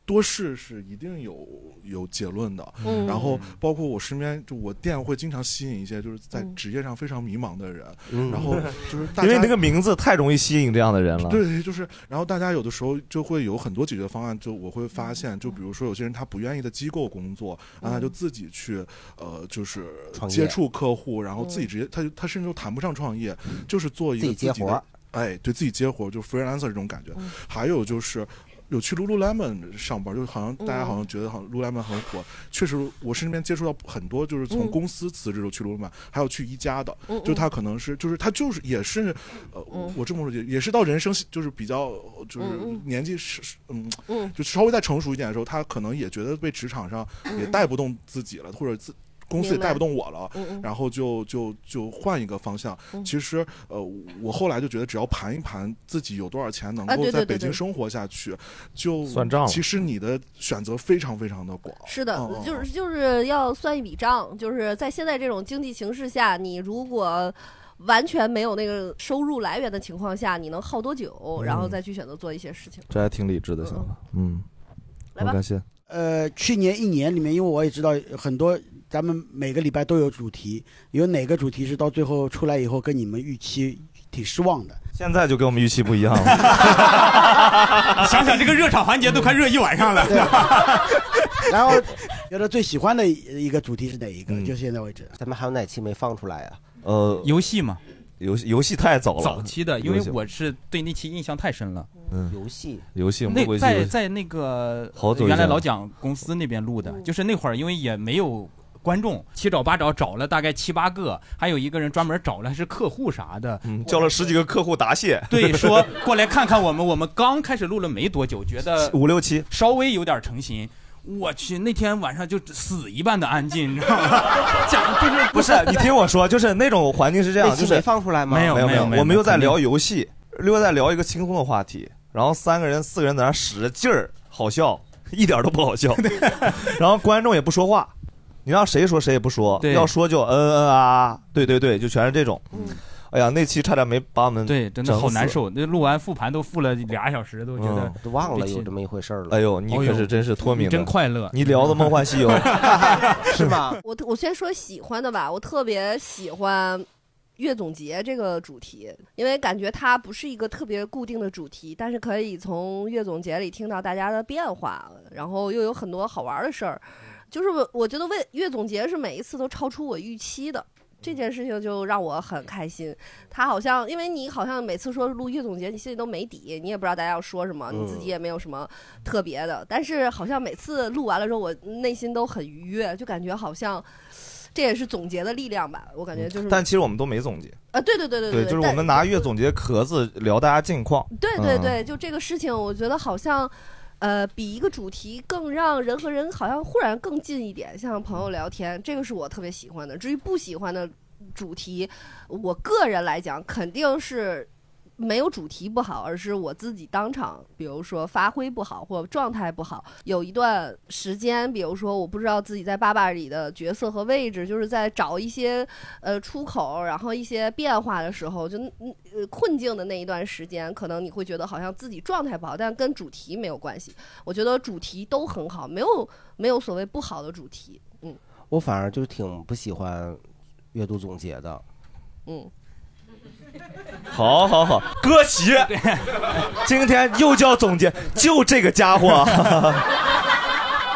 多试试一定有有结论的。嗯然后包括我身边，就我店会经常吸引一些就是在嗯职业上非常迷茫的人，嗯然后就是大因家为那个名字太容易吸引这样的人了。对，就是，然后大家有的时候就会有很多解决方案，就我会发现，就比如说有些人他不愿意在机构工作，然后他就自己去，呃，就是创业接触客户，然后自己直接，他就他甚至都谈不上创业，就是做一个自己接自己的活儿哎，对自己接活儿，就是 freelancer 这种感觉。还有就是。有去 Lululemon 上班，就好像大家好像觉得好像 Lululemon 很火，确实我身边接触到很多就是从嗯公司辞职就去 Lululemon，、还有去宜家的，嗯嗯就他可能是就是他就是也是，呃，嗯我这么说也也是到人生就是比较就是嗯嗯年纪是是嗯嗯就稍微再成熟一点的时候，他可能也觉得被职场上也嗯带不动自己了，或者自。公司也明白带不动我了，嗯嗯然后就就就换一个方向。嗯其实，呃，我后来就觉得，只要盘一盘自己有多少钱能啊够对在对对北京对生活下去，就算账了其实你的选择非常非常的广。是的嗯，就是就是要算一笔账，就是在现在这种经济形势下，你如果完全没有那个收入来源的情况下，你能耗多久，然嗯后再去选择做一些事情。这还挺理智的想法。嗯，我感谢。呃，去年一年里面，因为我也知道很多，咱们每个礼拜都有主题，有哪个主题是到最后出来以后跟你们预期挺失望的？现在就跟我们预期不一 样了。你想想这个热场环节都快热一晚上了。然后觉得最喜欢的一个主题是哪一嗯个？就现在为止，咱们还有哪期没放出来啊？呃，游戏嘛，游戏游戏太早了，早期的，因为游戏我是对那期印象太深了。嗯游戏游戏我们那回去在在那个好久以前原来老蒋公司那边录的，嗯就是那会儿因为也没有观众，七找八找找了大概七八个，还有一个人专门找了还是客户啥的，叫了十几个客户答谢。对，说过来看看我们，我们刚开始录了没多久，觉得 五六期稍微有点成型。我去，那天晚上就死一般的安静，你知道吗？ 讲 就是不是，你听我说，就是那种环境是这样，那期就是没放出来吗没有没有没有没有我们又在肯定聊游戏，又在聊一个轻松的话题，然后三个人、四个人在那使着劲儿，好笑，一点儿都不 好笑。然后观众也不说话，你让谁说谁也不说，对要说就嗯嗯啊啊，对对对，就全是这种。哎呀，那期差点没把我们对，真的好难受。那录完复盘都复了俩小时，都觉得哦嗯都忘了有这么一回事儿了哎呦你可是真是脱敏你了真快乐。你聊的《梦幻 西游》是吗？我我先说喜欢的吧，我特别喜欢。月总结这个主题，因为感觉它不是一个特别固定的主题，但是可以从月总结里听到大家的变化，然后又有很多好玩的事儿。就是我我觉得为月总结是每一次都超出我预期的，这件事情就让我很开心。他好像因为你好像每次说录月总结，你心里都没底，你也不知道大家要说什么，嗯你自己也没有什么特别的。但是好像每次录完了之后，我内心都很愉悦，就感觉好像这也是总结的力量吧。我感觉就是，嗯但其实我们都没总结。啊，对对对对对，就是我但们拿月总结壳子聊大家近况。对对嗯对，就这个事情，我觉得好像。呃，比一个主题更让人和人好像忽然更近一点，像朋嗯友聊天，这个是我特别喜欢的。至于不喜欢的主题，我个人来讲肯定是。没有主题不好，而是我自己当场，比如说发挥不好或状态不好，有一段时间，比如说我不知道自己在爸爸里的角色和位置，就是在找一些呃出口，然后一些变化的时候，就嗯呃困境的那一段时间，可能你会觉得好像自己状态不好，但跟主题没有关系。我觉得主题都很好，没有没有所谓不好的主题。嗯我反而就挺不喜欢阅读总结的。嗯。 好好好，哥席，今天又叫总监，就这个家伙。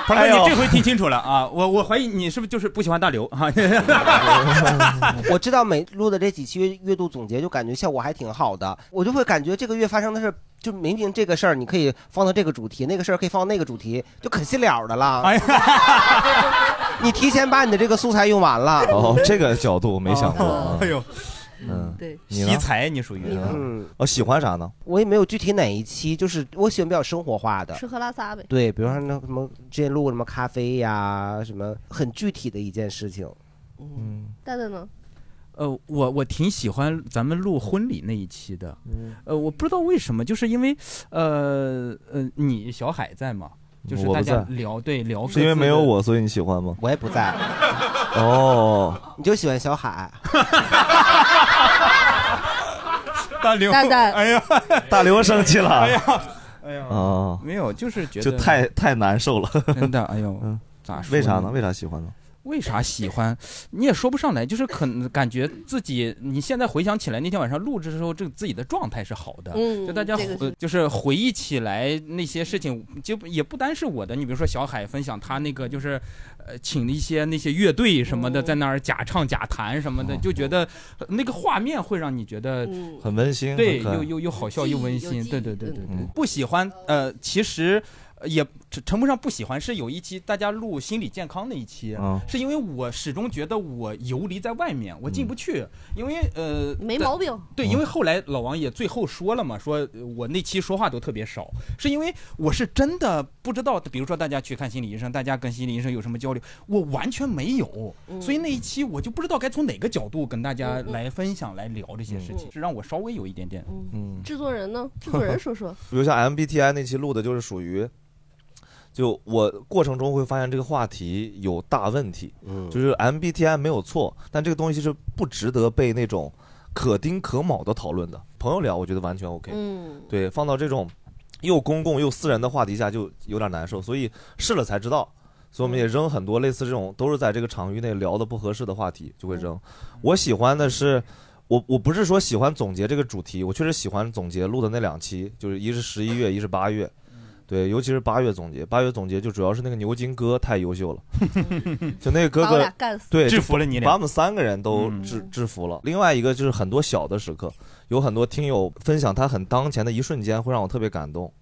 鹏哥，哎呦你这回听清楚了啊！ 我我怀疑你是不是就是不喜欢大刘 啊？ 我知道每录的这几期月度总结，就感觉效果还挺好的。我就会感觉这个月发生的事儿，就明明这个事儿你可以放到这个主题，那个事儿可以放到那个主题，就可惜了的啦。哎 你提前把你的这个素材用完了。哦哦，这个角度我没想过。啊哎呦，嗯，哦对，你啊呢才你属于嗯，我喜欢啥呢？我也没有具体哪一期，就是我喜欢比较生活化的。吃喝拉撒呗。对，比如说那什么之前录过什么咖啡呀，什么很具体的一件事情。嗯，蛋蛋呢？呃，我我挺喜欢咱们录婚礼那一期的，呃，我不知道为什么，就是因为呃呃，你小海在嘛，就是我不大家在聊对聊，是因为没有。我，所以你喜欢吗？我也不在。哦，你就喜欢小海。大刘，蛋蛋哎呀， 大刘生气了。哎呀，哎呀，哦，没有，就是觉就得太太难受了。嗯真的，哎呦，咋说为啥呢呢？为啥喜欢呢？为啥喜欢？你也说不上来，就是可能感觉自己，你现在回想起来那天晚上录制的时候，这自己的状态是好的，嗯就大家、这个是呃就是回忆起来那些事情，就也不单是我的，你比如说小海分享他那个就是，呃，请了一些那些乐队什哦么的在那儿假唱假弹什么的，就觉得呃那个画面会让你觉得嗯很温馨，对，很可爱又又又好笑又温馨，对对对对对嗯。不喜欢，呃，其实。呃也称称不上不喜欢，是有一期大家录心理健康那一期，嗯是因为我始终觉得我游离在外面，我进不去，因为呃没在毛病对，因为后来老王也最后说了嘛，说呃我那期说话都特别少，是因为我是真的不知道，比如说大家去看心理医生，大家跟心理医生有什么交流，我完全没有，嗯所以那一期我就不知道该从哪个角度跟大家来分享、来聊这些事嗯情，是让我稍微有一点点，嗯，制作人呢？制作人 说说。比如像 MBTI 那期录的，就是属于，就我过程中会发现这个话题有大问题，嗯就是 MBTI 没有错，但这个东西是不值得被那种可丁可卯的讨论的。朋友聊，我觉得完全 OK，嗯，对，放到这种又公共又私人的话题下就有点难受，所以试了才知道。所以我们也扔很多类似这种都是在这个场域内聊的不合适的话题，就会扔。我喜欢的是，我我不是说喜欢总结这个主题，我确实喜欢总结录的那两期，就是一是十一月，一是八月。对，尤其是八月总结，八月总结就主要是那个牛津哥太优秀了，就那个哥把我哥俩干死对制就服了你俩嗯把我们三个人都制制服了。另外一个就是很多小的时刻，有很多听友分享他很当前的一瞬间，会让我特别感动。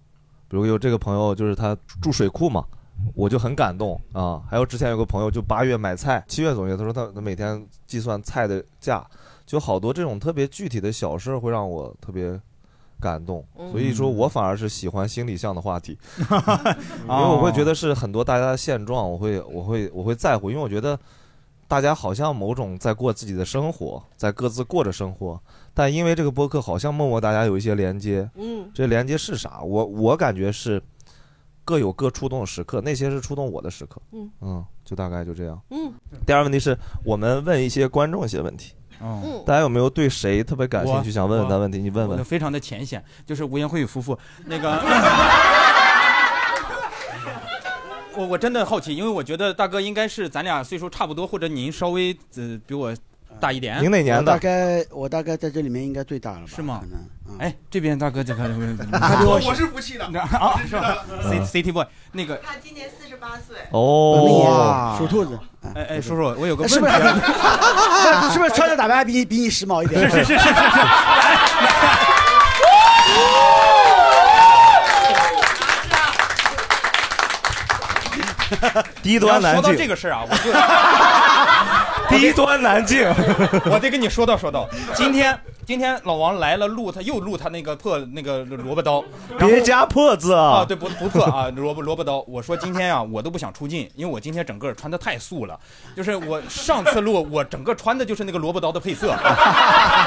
比如有这个朋友，就是他住水库嘛，我就很感动啊。还有之前有个朋友，就八月买菜，七月总结，他说他每天计算菜的价，就好多这种特别具体的小事儿会让我特别感动。嗯所以说我反而是喜欢心理向的 话题，因为我哦会觉得是很多大家的现状，我会我会我会在乎，因为我觉得大家好像某种在过自己的生活，在各自过着生活，但因为这个播客好像默默大家有一些连接，嗯这连接是啥？我我感觉是各有各触动的时刻，那些是触动我的时刻，嗯就大概就这样。嗯，第二个问题是我们问一些观众一些问题，嗯大家有没有对谁特别感兴趣我想问问他我问题？你问我问的。非常的浅显，就是吴言慧宇夫妇那 个。我我真的好奇，因为我觉得大哥应该是咱俩岁数差不多，或者您稍微呃比我大一点。我大概我大概在这里面应该最大了吧？嗯是吗？哎，这边大哥 这个我是服气 的，啊我 是知是道吧的。 C City Boy 那个他今年四十八岁。嗯哦属兔子。嗯哎哎，叔叔，我有个问是题不是？啊， 是不是穿着打扮还比你比你时髦一点？是是是是是低端你要男说到性，这个事儿啊，我就 低端男境， 我得跟你说道说道。今天今天老王来了，录他又录他那个破那个萝卜刀，别加破字啊，啊！对，不不破啊，萝卜萝卜刀。我说今天啊，我都不想出镜，因为我今天整个穿的太素了，就是我上次录我整个穿的就是那个萝卜刀的配色，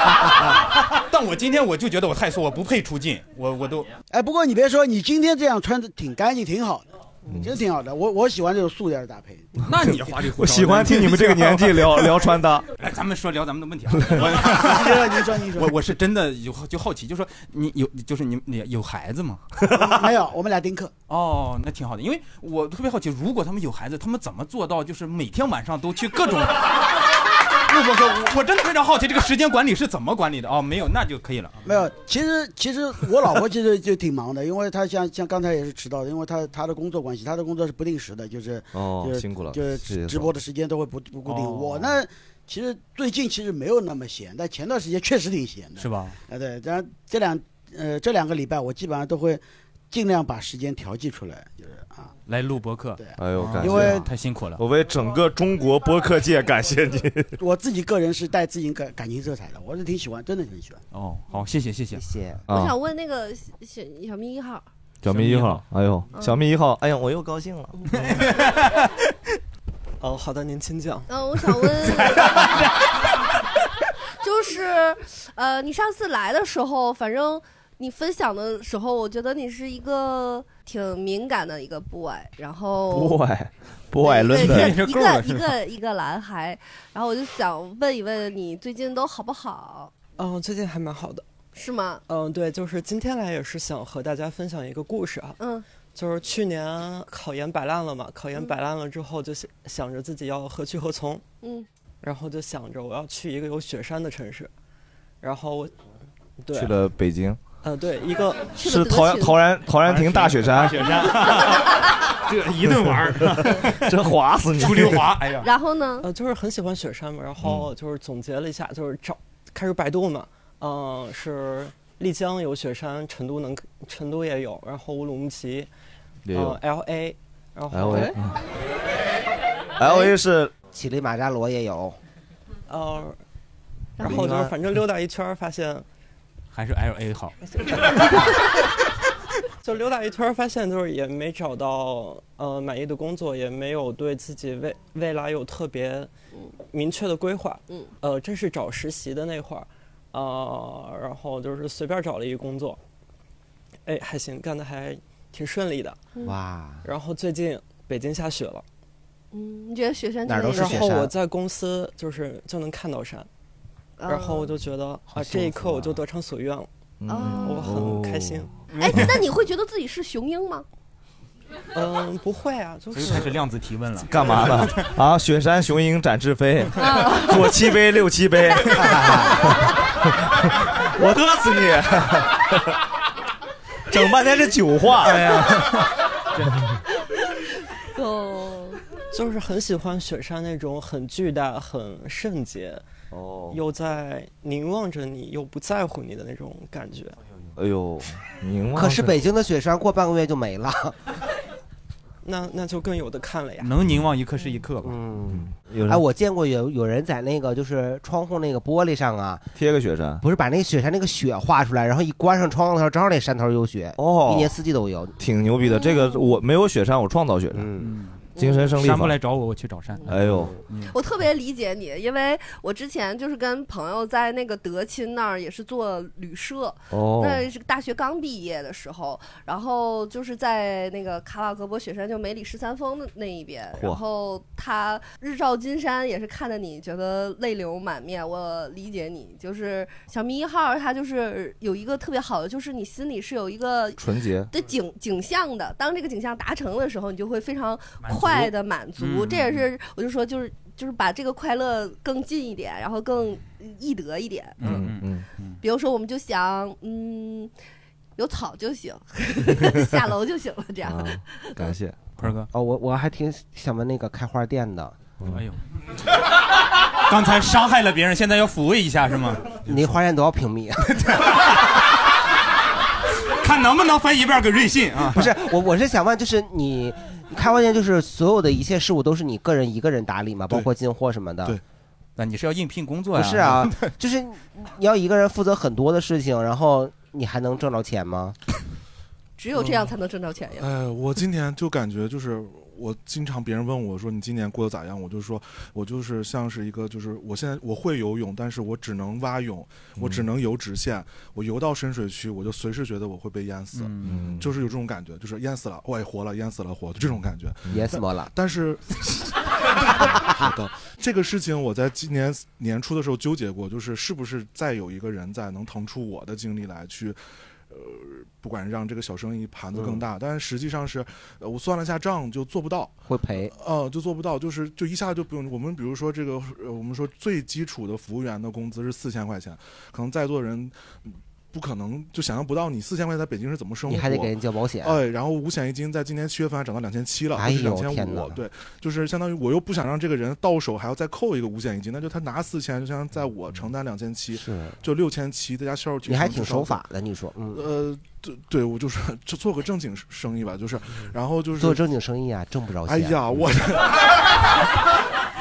但我今天我就觉得我太素，我不配出镜，我我都哎，不过你别说，你今天这样穿的挺干净，挺好的，嗯真挺好的。我我喜欢这种素点儿 的搭配。那你花里胡哨。我喜欢听你们这个年纪 聊聊穿搭。哎，咱们说聊咱们的问 题啊。我您说您说我我是真的有就好奇，就说你有就是你你有孩子吗？ 没有，我们俩丁克。哦，那挺好的，因为我特别好奇，如果他们有孩子，他们怎么做到就是每天晚上都去 各种。录播课，我我真的非常好奇这个时间管理是怎么管理的哦，没有，那就可以了。 没有，其实其实我老婆其实就挺忙的，因为她像像刚才也是迟到的，因为她她的工作关系，她的工作是不定时的，就是哦就是辛苦了就是事业直直少播的时间都会不不固定。哦我呢，其实最近其实没有那么闲，但前段时间确实挺闲的，是吧？呃，对，然后这两呃这两个礼拜我基本上都会尽量把时间调剂出来，就是来录播客，对，哎呦，感谢因为太辛苦了。我为整个中国播客界感谢你。 我自己个人是带自己感感情色彩的，我是挺喜欢，真的挺喜欢。哦，好，谢谢谢谢谢谢。啊我想问那个小小小咪一号，啊小蜜一号，哎呦，嗯小蜜一号，哎呀，我又高 兴了。哦，好的，您请讲。 嗯、我想问，就是呃，你上次来的时候，反正你分享的时候，我觉得你是一个挺敏感的一个 boy，然后 boy，boy 对伦一敦个一个一个一个男孩，然后我就想问一问你最近都好不好？嗯，最近还蛮好的。是吗？嗯，对，就是今天来也是想和大家分享一个故事啊。嗯，就是去年考研摆烂了嘛，考研摆烂了之后，就想想着自己要何去何从，嗯，然后就想着我要去一个有雪山的城市，然后我对去了北京，呃，对，一个是陶然陶然陶 然亭大雪山，雪山这一顿玩儿 真划死你出溜 滑哎呀嗯然后呢？呃，就是很喜欢雪山嘛，然后就是总结了一下，就是找开始百度嘛，嗯、是丽江有雪山，成都能成都也有，然后乌鲁木齐也有呃、L A，然后 L A L A 哎是哎乞力马扎罗也有，嗯呃，然然后后就是呢反正溜达一圈儿，发现 还是 L A 哎好。就溜达一圈儿，发现就是也没找到呃满意的工作，也没有对自己未未来有特别明确的规划。嗯，呃，正是找实习的那会儿，呃，然后就是随便找了一个工作，哎，还行，干的还挺顺利的。哇，然后最近北京下雪了，嗯，你觉得雪山哪儿都是雪然后山我在公司就是就能看到山，然后我就觉得啊，这一刻我就得偿所愿了，嗯哦我很开心。哎，那你会觉得自己是雄鹰吗？嗯，不会啊，就所以开始量子提问了，干嘛 呢？啊，雪山雄鹰展翅飞，啊 左七杯六七杯， 我饿死你！ 整半天是酒话，哎呀，哦，就是很喜欢雪山那种很巨大、很圣洁，哦，又在凝望着你，又不在乎你的那种感觉。哎呦，凝望。可是北京的雪山过半个月就没了。那那就更有的看了呀。能凝望一刻是一刻吧。嗯，哎，我见过有有人在那个就是窗户那个玻璃上啊，贴个雪山，不是把那个雪山那个雪画出来，然后一关上窗户的时候，正好那山头有雪，哦一年四季都有。挺牛逼的。这个我没有雪山，我创造雪山，嗯精神胜利法。山不来找我，我去找山。哎呦，我特别理解你，因为我之前就是跟朋友在那个德钦那儿也是做旅社，哦那是大学刚毕业的时候，然后就是在那个卡瓦格博雪山，就梅里十三峰的那一边，嚯然后他日照金山也是看着你觉得泪流满面，我理解你，就是小咪一号他就是有一个特别好的，就是你心里是有一个纯洁的景景象的，当这个景象达成的时候，你就会非常快的满足，嗯这也是我就说就是就是把这个快乐更近一点，然后更易得一点。嗯嗯嗯，比如说，我们就想，嗯，有草就行，下楼就行了，这 样。感谢坤哥。啊哦，我我还挺想问那个开花店的，哎呦， 刚才伤害了别人，现在要抚慰一下是吗？你花店多少平米？ 看能不能分一半给瑞幸啊？ 不是，我我是想问，就是你开花店，就是所有的一切事物都是你个人一个人打理吗？包括进货什么的。对。那你是要应聘工作不呀？是啊， 就是你要一个人负责很多的事情，然后你还能挣着钱吗？只有这样才能挣着钱 呀。哎，我今年就感觉就是。我经常别人问我说你今年过得咋样，我就说，我就是像是一个就是我现在我会游泳，但是我只能蛙泳，嗯我只能游直线，我游到深水区我就随时觉得我会被淹死，嗯就是有这种感觉，就是淹死了，喂活了，淹死了活，就这种感觉，嗯淹死我了。但是，好的，这个事情我在今年年初的时候纠结过，就是是不是再有一个人在能腾出我的精力来去。呃，不管让这个小生意盘子更大，但是实际上是，呃我算了下账就做不到，会赔。呃，就做不到，就是就一下就不用。我们比如说这个，呃，我们说最基础的服务员的工资是四千块钱，可能在座人嗯不可能就想象不到你四千块钱在北京是怎么生活，你还得给人交保险哎，然后五险一金在今年七月份还涨到两千七了，哎呦两千天哪五，对，就是相当于我又不想让这个人到手还要再扣一个五险一金，那就他拿四千，就相当于在我承担两千七，就六千七，再加销售提嗯成，你还挺至少守法的，你说，嗯，呃，对对，我就是 就做个正经生意吧，就是，嗯然后就是做正经生意啊，挣不着钱。哎呀，我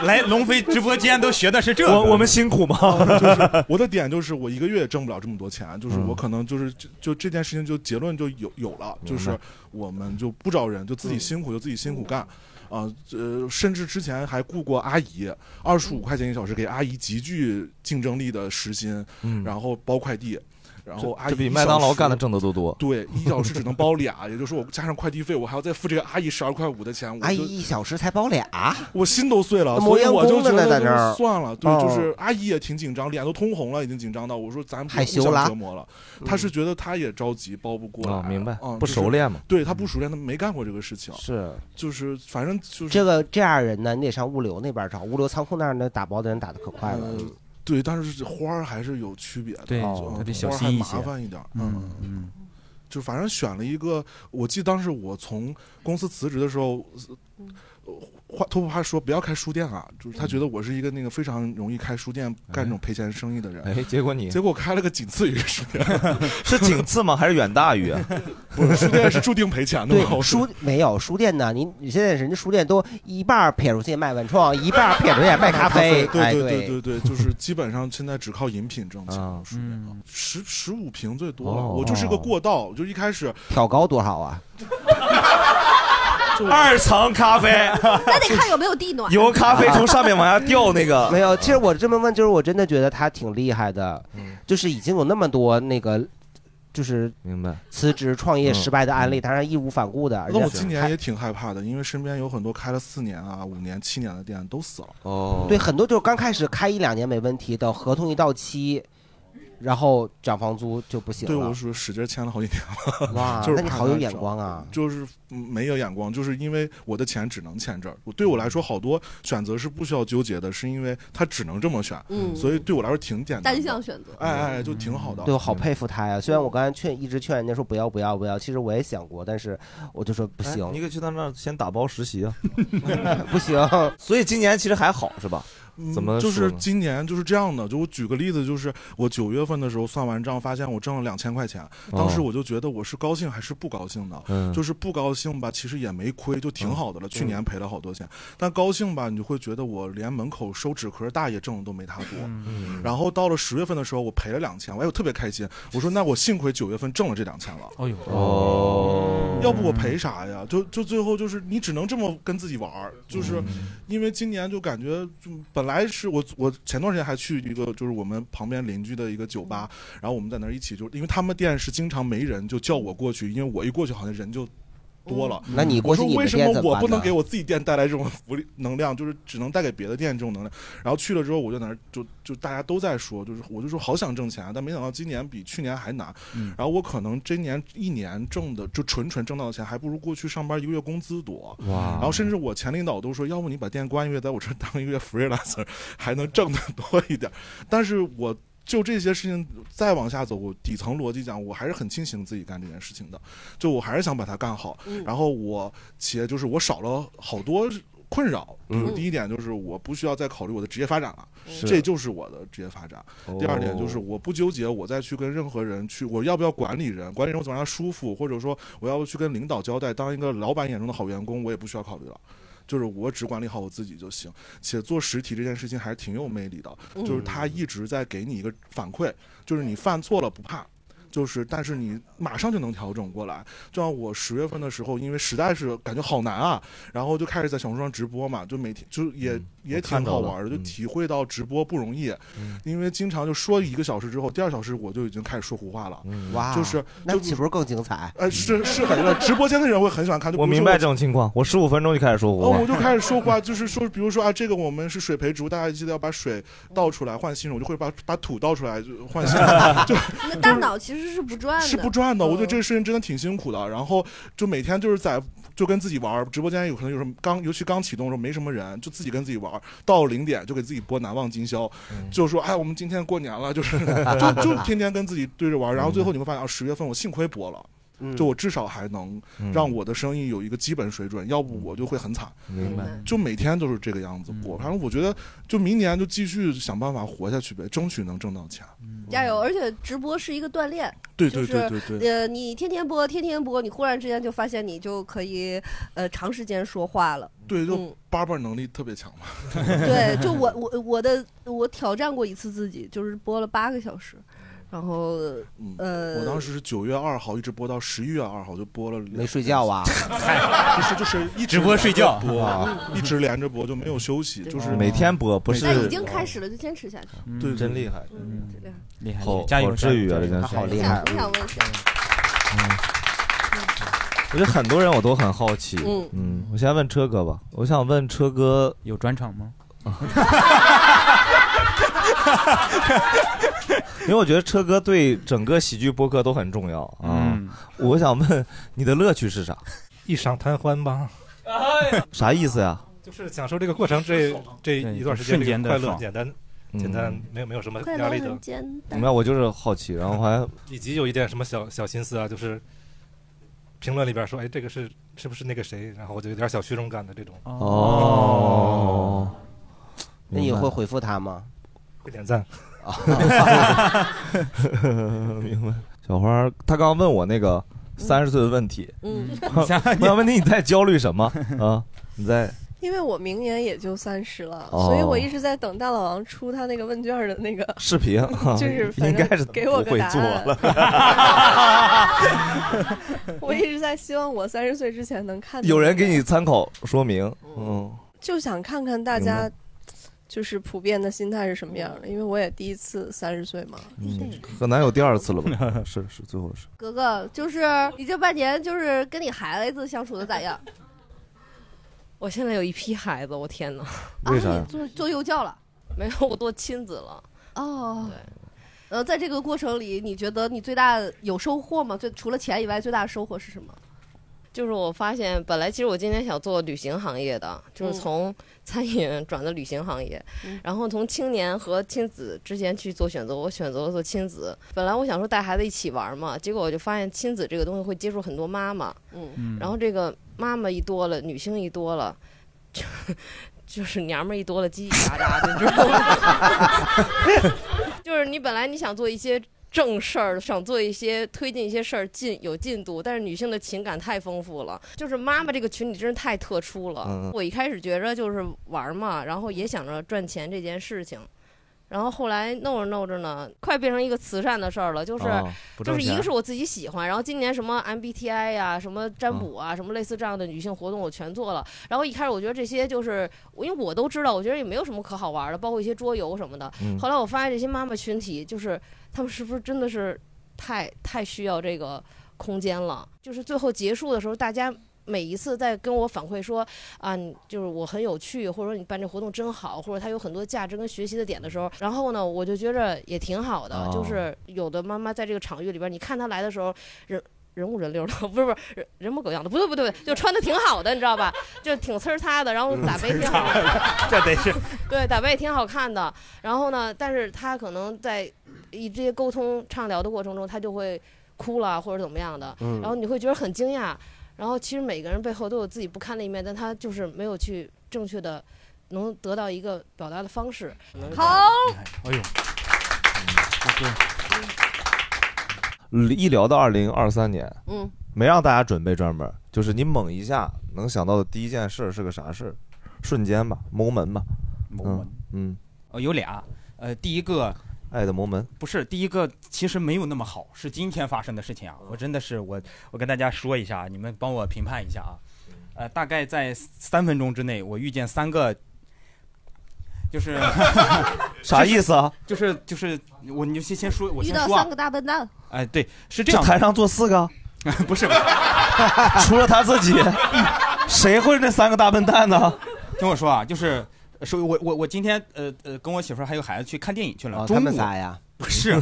来龙飞直播间都学的是这个，我们辛苦 吗？哦就是我的点就是我一个月挣不了这么多钱，就是嗯我可能就是就就这件事情就结论就有有了，明白就是我们就不招人，就自己嗯辛苦就自己辛苦干。啊，呃，甚至之前还雇过阿姨，二十五块钱一小时，给阿姨极具竞争力的时薪，嗯然后包快递，然后阿姨这比一麦当劳小时干的挣得都多对，一小时只能包俩，也就是说我加上快递费，我还要再付这个阿姨十二块五的钱，我阿姨就一小时才包俩，我心都碎了，磨所以洋我就工觉了呢，在得就这儿是算了，对，哦就是阿姨也挺紧张，脸都通红了，已经紧张到我说咱害别羞互相啦嗯折磨了。他是觉得他也着急，包不过哦来，明白嗯不就是熟练嘛对他不熟练，他没干过这个事情，是就是反正就是这个这样人呢，你得上物流那边找，物流仓库那儿那打包的人打的可快呃了。嗯对，但是花儿还是有区别的，对就他得嗯小花儿心还一些麻烦一点儿，嗯嗯嗯，就反正选了一个，我记得当时我从公司辞职的时候，话托普帕说不要开书店啊，就是他觉得我是一个那个非常容易开书店干这种赔钱生意的人。哎结果你结果开了个仅次于书店，是仅次吗？还是远大于？ 不是书店是注定赔钱的嘛，对，？书没有书店呢，你你现在人家书店都一半儿撇出去卖文创，一半儿撇出去卖咖啡 对哎对对对对，就是基本上现在只靠饮品挣钱了，书店啊嗯十十五平最多了，哦我就是个过道，就一开始挑高多好啊！。二层咖 啡，那得看有没有地 暖。啊由咖啡从上面往下掉那个没有，其实我这么问，就是我真的觉得他挺厉害的，嗯就是已经有那么多那个，就是明白辞职创业嗯失败的案例，他是义无反顾的。那我人家今年也挺害怕的，因为身边有很多开了四年啊、五年、七年的店都死了。哦对，很多就是刚开始开一两年没问题，等合同一到期，然后涨房租就不行了。对，我是使劲签了好几年了。哇 就是那你怕好它有眼涨光啊！就是嗯没有眼光，就是因为我的钱只能欠这儿。我对我来说，好多选择是不需要纠结的，是因为他只能这么选，嗯所以对我来说挺简单单的。项选择，哎哎，就挺好的。对我好佩服他呀！虽然我刚才劝一直劝人家说不要不要不要，其实我也想过，但是我就说不行，哎你可以去他那儿先打包实习啊。 不行。所以今年其实还好是吧？嗯怎么就说是呢今年就是这样的？就我举个例子，就是我九月份的时候算完账，发现我挣了两千块钱，当时哦我就觉得我是高兴还是不高兴的，嗯就是不高兴吧，其实也没亏，就挺好的了。嗯去年赔了好多钱，但高兴吧，你就会觉得我连门口收纸壳大爷挣的都没他多。嗯然后到了十月份的时候，我赔了两千，哎，我特别开心，我说那我幸亏九月份挣了这两千了。哎呦，嗯哦要不我赔啥呀？就就最后就是你只能这么跟自己玩儿，就是嗯因为今年就感觉就本来是我我前段时间还去一个就是我们旁边邻居的一个酒吧，嗯然后我们在那儿一起就是因为他们店是经常没人就叫我过去，因为我一过去好像人就。多了，嗯那你过去我你说们为什店么怎么我办不能呢给我自己店带来这种福利能量，就是只能带给别的店这种能量。然后去了之后，我就在那儿就就大家都在说，就是我就说好想挣钱啊，但没想到今年比去年还难。嗯然后我可能今年一年挣的就纯纯挣到的钱，还不如过去上班一个月工资多。哇然后甚至我前领导都说，要不你把店关一个月，在我这儿当一个月 freelancer，还能挣得多一点儿。但是我。就这些事情再往下走，我底层逻辑讲，我还是很庆幸自己干这件事情的。就我还是想把它干好，嗯然后我且就是我少了好多困扰。比如嗯第一点就是我不需要再考虑我的职业发展了，是这就是我的职业发展。第二点就是哦我不纠结我再去跟任何人去，我要不要管理人，管理人我怎么让他舒服，或者说我要不去跟领导交代，当一个老板眼中的好员工，我也不需要考虑了。就是我只管理好我自己就行。且做实体这件事情还是挺有魅力的，嗯就是它一直在给你一个反馈，就是你犯错了不怕。就是，但是你马上就能调整过来。就像我十月份的时候，因为实在是感觉好难啊，然后就开始在小红书上直播嘛，就每天就也、也嗯我看挺到好了嗯玩的，就体会到直播不容易。因为经常就说一个小时之后，第二小时我就已经开始说胡话了，嗯哇，就是那岂不是更精彩？呃是是很热，直播间的人会很喜欢看。就 比我如说明白这种情况，我十五分钟就开始说胡哦，话我就开始说话，就是说，比如说啊，这个我们是水培植物，大家记得要把水倒出来换新种，我就会把把土倒出来就换新种，就那大脑其实是不转的，是不赚的。我觉得这个事情真的挺辛苦的。然后就每天就是在就跟自己玩儿，直播间有可能有什么刚，尤其刚启动的时候没什么人，就自己跟自己玩儿，到零点就给自己播难忘今宵，嗯就说哎，我们今天过年了，就是 就就天天跟自己对着玩儿。然后嗯最后你会发现，啊，十月份我幸亏播了。就我至少还能嗯让我的生意有一个基本水准，要不我就会很惨。嗯明白嗯就每天都是这个样子过。反正我觉得，就明年就继续想办法活下去呗，争取能挣到钱。嗯加油！而且直播是一个锻炼，对就对是对对对呃，你天天播，天天播，你忽然之间就发现你就可以呃长时间说话了。对，嗯就叭叭能力特别强嘛。 对，就我我我的我挑战过一次自己，就是播了八个小时，然后呃，我当时是九月二号一直播到十一月二号，就播了没睡觉啊？不是，就是一直直播睡觉播啊一直连着播就没有休息，嗯就是嗯每天播，不但是已经开始了，就坚持下去。对，真厉害，嗯，这样厉害，好加油！好治愈啊加油这件事加油好厉我害想我想问一下，嗯我觉得很多人我都很好奇。嗯嗯，我先问车哥吧，我想问车哥有专场吗？ 因为我觉得车哥对整个喜剧播客都很重要啊。嗯我想问你的乐趣是 啥？一晌贪欢吧，啥意思呀？ 就是享受这个过程，这这一段时间瞬这间个的快乐、爽简单、嗯简单，没有没有什么快压乐力的很。简单明。白，我就是好奇，然后还以及有一点什么小小心思啊，就是评论里边说，哎，这个是是不是那个谁？然后我就有点小虚荣感的这种。哦，那你明白会回复他吗？哦会点赞。 明白。小花儿，他刚刚问我那个三十岁的问题，嗯 我想问你，你在焦虑什么啊？你在因为我明年也就三十了，哦所以我一直在等大老王出他那个问卷的那个 视频啊 就是反 应正该是给我不个会答做案。 我一直在希望我三十岁之前能看到有人给你参考说明，嗯，就想看看大明家白就是普遍的心态是什么样的，因为我也第一次三十岁嘛。嗯很难有第二次了吧？ 是是，最后是。格格，就是你这半年就是跟你孩子相处的咋样？ 我现在有一批孩子，我天哪！为啥呀啊做做幼教了？ 没有，我做亲子了。哦，对。呃，在这个过程里，你觉得你最大有收获吗？最除了钱以外，最大的收获是什么？就是我发现，本来其实我今年想做旅行行业的，就是从餐饮 转到旅行行业，然后从青年和亲子之间去做选择，我选择了做亲子。本来我想说带孩子一起玩嘛，结果我就发现亲子这个东西会接触很多妈妈，嗯然后这个妈妈一多了，女性一多了， 就就是娘们儿一多了，叽叽喳喳的，你知 道吗？就是你本来你想做一些正事儿，想做一些推进一些事儿进有进度，但是女性的情感太丰富了，就是妈妈这个群体真是太特殊了。嗯我一开始觉着就是玩儿嘛，然后也想着赚钱这件事情。然后后来弄着弄着呢，快变成一个慈善的事儿了，就是、哦不就挣是一钱个是我自己喜欢，然后今年什么 MBTI 呀、什么占卜啊、什么类似这样的女性活动我全做了。然后一开始我觉得这些就是，因为我都知道，我觉得也没有什么可好玩的，包括一些桌游什么的。嗯后来我发现这些妈妈群体，就是她们是不是真的是太太需要这个空间了？就是最后结束的时候，大家。每一次在跟我反馈说啊，你就是我很有趣，或者说你办这活动真好，或者它有很多价值跟学习的点的时候，然后呢，我就觉着也挺好的。哦就是有的妈妈在这个场域里边，你看她来的时候，人人五人六的，不是不是人人模狗样的，不对不对，不对就穿的挺好的，你知道吧？就挺呲儿擦的，然后嗯打 扮也挺好看的，这得是对，打扮也挺好看的。然后呢，但是她可能在以这些沟通畅聊的过程中，她就会哭了或者怎么样的，嗯然后你会觉得很惊讶。然后其实每个人背后都有自己不堪的一面，但她就是没有去正确的能得到一个表达的方式。好，哎呦，一聊到二零二三年，嗯，没让大家准备专门，就是你猛一下能想到的第一件事是个啥事儿？瞬间吧，谋门吧，谋门，嗯，呃，有俩，呃，第一个爱的谋门，不是第一个，其实没有那么好，是今天发生的事情啊。我真的是我，我跟大家说一下，你们帮我评判一下啊。呃，大概在三分钟之内，我遇见三个，就是啥意思啊？ 就是就是我，你就先先说，我遇先到说啊三。个大笨蛋，哎，对，是这样的。台上坐四个， 不是， 除了他自己，谁会那三个大笨 蛋呢？听我说啊，就是说我我我今天呃呃跟我媳妇儿还有孩子去看电影去了，中午他们仨呀？不是。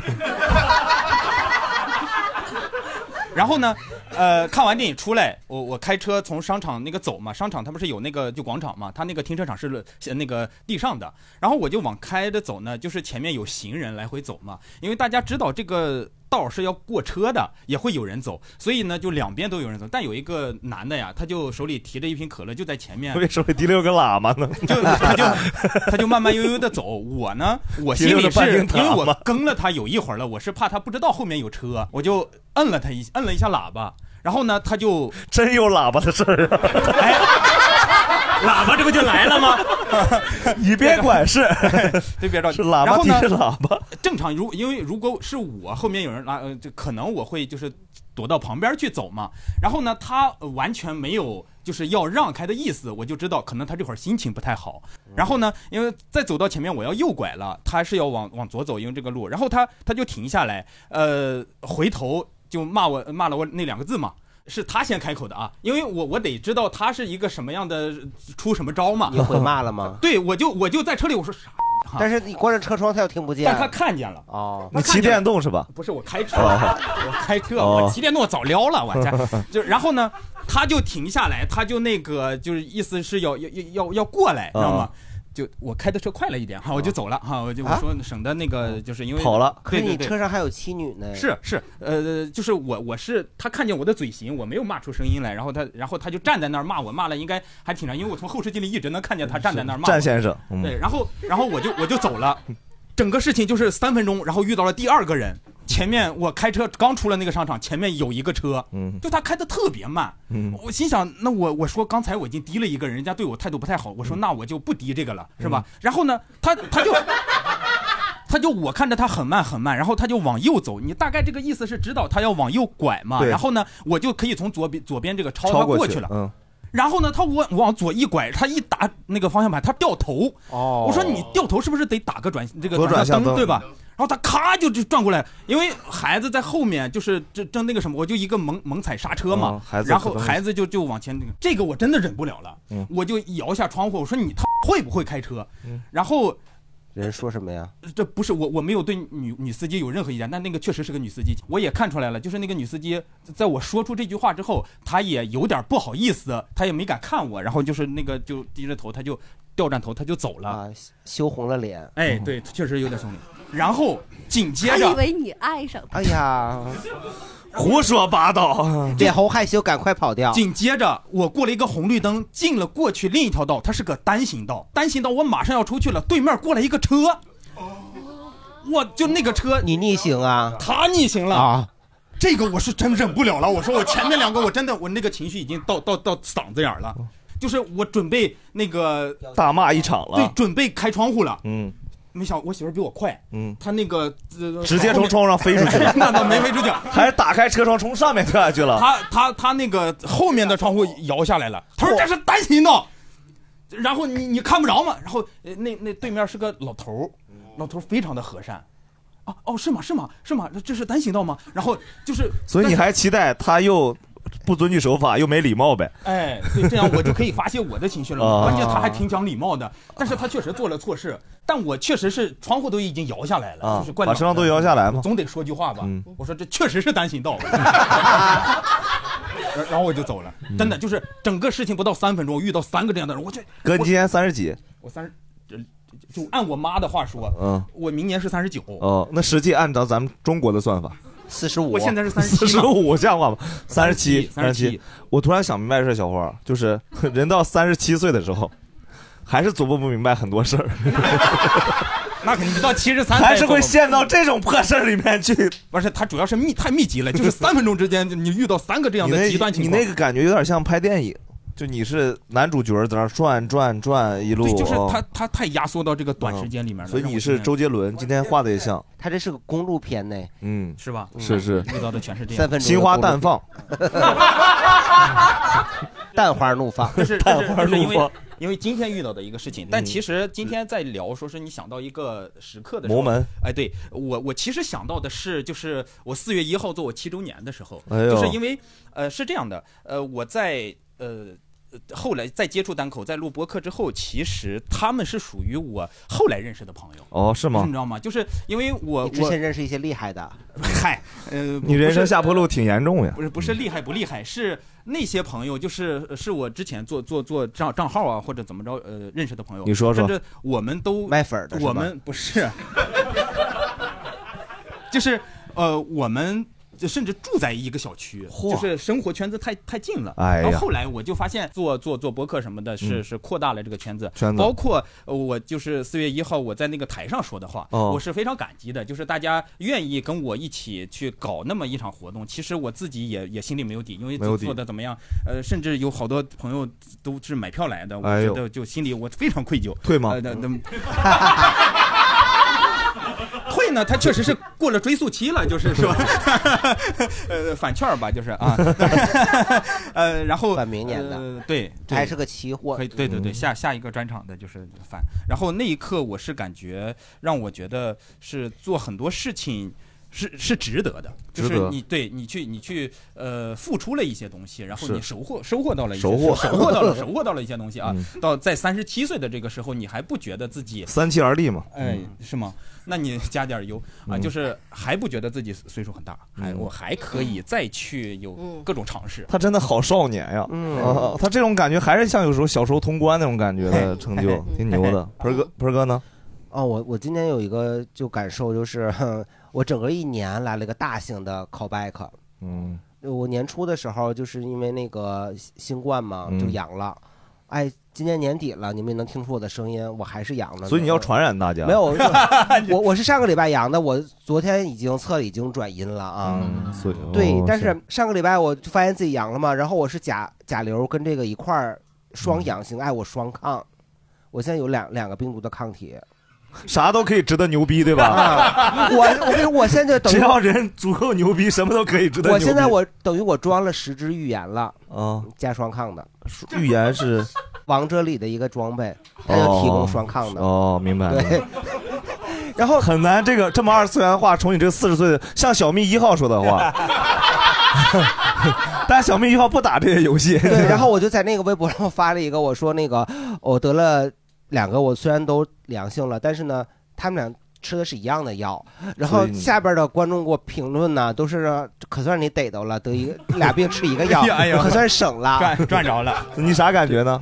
然后呢，呃，看完电影出来，我我开车从商场那个走嘛，商场它不是有那个就广场嘛，它那个停车场是呃那个地上的，然后我就往开着走呢，就是前面有行人来回走嘛，因为大家知道这个道是要过车的，也会有人走，所以呢就两边都有人走，但有一个男的呀，他就手里提着一瓶可乐就在前面，为什么第六个喇嘛呢？ 他就慢慢悠悠的走。我呢，我心提溜里着是半啊因斤塔为我嘛跟了他有一会儿了，我是怕他不知道后面有车，我就摁了他一摁了一下喇叭。然后呢，他就哎真有喇叭的事儿啊！ 喇叭这不就来了吗？你别管是， 对，别着急。是喇叭然后呢的是喇叭。正常，如因为如果是我后面有人拉，呃，就可能我会就是躲到旁边去走嘛。然后呢，他呃完全没有就是要让开的意思，我就知道可能他这会儿心情不太好。嗯然后呢，因为再走到前面我要右拐了，他是要往往左走，因为这个路。然后他他就停下来，呃，回头就骂我骂了我那两个字嘛。是他先开口的啊，因为我我得知道他是一个什么样的出什么招嘛。你回骂 了吗？对，我就我就在车里我说啥，但是你关着车窗，他又听不见。但他看见了。哦，他看见了是吧？不是我开车，哦我开车，哦我骑电动我早撩了，我 这就然后呢，他就停下来，他就那个就是意思是要要要要要过来，嗯知道吗？就我开的车快了一哦点哈，我就走了啊哈，我就我说省得那个就是因为可对是对你对，车上还有妻女呢。是是，呃，就是我我是他看见我的嘴型，我没有骂出声音来，然后他然后他就站在那儿骂我，骂了应该还挺长，因为我从后视镜里一直能看见他站在那儿骂我。战先生，嗯对，然后然后我就我就走了，整个事情就是三分钟，然后遇到了第二个人，前面我开车刚出了那个商场，前面有一个车，嗯就他开的特别慢，嗯我心想，那我我说刚才我已经滴了一个人，人家对我态度不太好，我说嗯那我就不滴这个了，是吧？然后呢，他他就。他就我看着他很慢很慢，然后他就往右走，你大概这个意思是知道他要往右拐嘛？对然后呢，我就可以从左边左边这个超超他过去了。嗯，然后呢，他往往左一拐，他一打那个方向盘，他掉头。哦我说你掉头是不是得打个转这个左转向向灯对吧？然后他咔就就转过来，因为孩子在后面就是正正那个什么，我就一个猛猛踩刹车嘛，哦孩子然后可能孩子就就往前那个，这个我真的忍不了了，嗯我就摇下窗户，我说你他妈会不会开车？然后人说什么呀？这不是我，我没有对女女司机有任何意见，但那个确实是个女司机，我也看出来了，就是那个女司机，在我说出这句话之后，她也有点不好意思，她也没敢看我，然后就是那个就低着头，她就掉转头，她就走了，啊羞红了脸。哎，对，确实有点凶脸。然后紧接他以着，为你爱上他。哎呀，胡说八道，脸红害羞，赶快跑掉。紧接着我过了一个红绿灯，进了过去另一条道，它是个单行道，单行道我马上要出去了，对面过来一个车，我就那个车，你逆行啊？他逆行了啊！这个我是真忍不了了。我说我前面两个我真的我那个情绪已经到到到嗓子眼儿了，哦就是我准备那个嗯大骂一场了对，准备开窗户了。嗯没想我媳妇儿比我快，嗯，她那个、呃，直接从窗上飞出去了 那倒没飞出去，还是打开车窗从上面跳下去了。他他他那个后面的窗户摇下来了，他说这是单行道，然后你你看不着嘛，然后呃那那对面是个老头儿，老头儿非常的和善，啊哦是吗是吗是吗这是单行道吗？然后就是所以你还期待他又不遵纪守法又没礼貌呗？哎对这样我就可以发泄我的情绪了嘛，啊关键他还挺讲礼貌的，但是他确实做了错事，但我确实是窗户都已经摇下来了，啊就是，惯把车上都摇下来嘛。总得说句话吧。嗯我说这确实是单行道， 然后我就走了。嗯真的就是整个事情不到三分钟，我遇到三个这样的人，我就哥，你今年三十几？我三十，呃就按我妈的话说，嗯，我明年是三十九，哦，那实际按照咱们中国的算法，四十我现在是37四十五，像话吗？三十七， 37七。我突然想明白事儿，小花，就是人到三十七岁的时候，还是琢磨不明白很多事儿，那肯定到七十三还是会陷到这种破事儿里面去。不是，他主要是 密太密集了，就是三分钟之间你遇到三个这样你那的极端情你况。那个感觉有点像拍电影，就你是男主角在那儿转转转一路，对，就是哦它它太压 缩到这个嗯短时间里面了。所以让你我是现在周杰伦，今天画的也像，他这是个公路片呢，嗯，是吧是是，遇到的全是这样三分钟心花绽放， 蛋花怒 放，这是这蛋是花这是因怒为放。因为今天遇到的一个事情，嗯但其实今天在聊，说是你想到一个时刻的时候摩门哎，对我我其实想到的是，就是我四月一号做我七周年的时候，哎呦就是因为呃是这样的，呃我在呃。呃后来在接触单口，在录播客之后，其实他们是属于我后来认识的朋友，哦，是吗你知？道吗？就是因为我你之前我认识一些厉害的， 嗨， 呃，你人不生是下坡路挺严重呀不，是不是厉害不厉害，是那些朋友，就是呃是我之前做做做账账号啊，或者怎么着呃认识的朋友。你说说甚至我们都卖粉的是吧我们不是， 就是呃我们。就甚至住在一个小区，就是生活圈子太太近了。哎呀然后后来我就发现做做做博客什么的，是、嗯是扩大了这个圈子，圈子包括呃我就是四月一号我在那个台上说的话，哦我是非常感激的，就是大家愿意跟我一起去搞那么一场活动。其实我自己也也心里没有底，因为没有底做的怎么样，呃，甚至有好多朋友都是买票来的，我哎呦觉得就心里我非常愧疚。退吗呃那那 退呢，他确实是过了追溯期了，就是说， 呃，返券儿吧，就是啊， 呃，然后反明年的呃对，这还是个期货可以，对对对，嗯下下一个专场的就是反，然后那一刻我是感觉让我觉得是做很多事情。是是值得的，就值是得你对你去你去呃付出了一些东西，然后是你收获收获到了一些收获收获到 了收获到了一些东西啊。嗯到在三十七岁的这个时候，你还不觉得自己三七而立嘛，哎嗯，是吗？那你加点儿油啊，嗯就是还不觉得自己岁数很大，还嗯我还可以再去嗯有各种尝试。 他真的好少年呀，嗯啊他这种感觉还是像有时候小时候通关那种感觉的成就，挺牛的。盆儿哥，盆儿哥呢？哦，我我今天有一个就感受就是， 哼我整个一年来了一个大型的 callback。嗯，我年初的时候就是因为那个新新冠嘛，嗯就阳了。哎，今年年底了，你们也能听出我的声音，我还是阳了呢。嗯所以你要传染大家。没有， 嗯我我我是上个礼拜阳的，我昨天已经测已经转阴了啊。嗯，所以对哦，但是上个礼拜我就发现自己阳了嘛，然后我是甲甲流跟这个一块儿嗯双阳性，哎，我双抗，我现在有两两个病毒的抗体。啥都可以值得牛逼，对吧啊？我我跟你说我现在等于只要人足够牛逼，什么都可以值得牛我逼。现在我等于我装了十支预言了，啊，加双抗的。预言是王者里的一个装备，它就提供双抗的。哦，哦明白了。 对，然后很难，这个这么二次元化，从你这个四十岁的像小蜜一号说的话，但小蜜一号不打这些游戏。对，然后我就在那个微博上发了一个，我说那个我得了两个，我虽然都良性了，但是呢，他们俩吃的是一样的药。然后所以你，下边的观众给我评论呢，都是可算你逮到了，得一个俩病 吃一个药 哎呀可算省了，赚赚着 了。你啥感觉呢？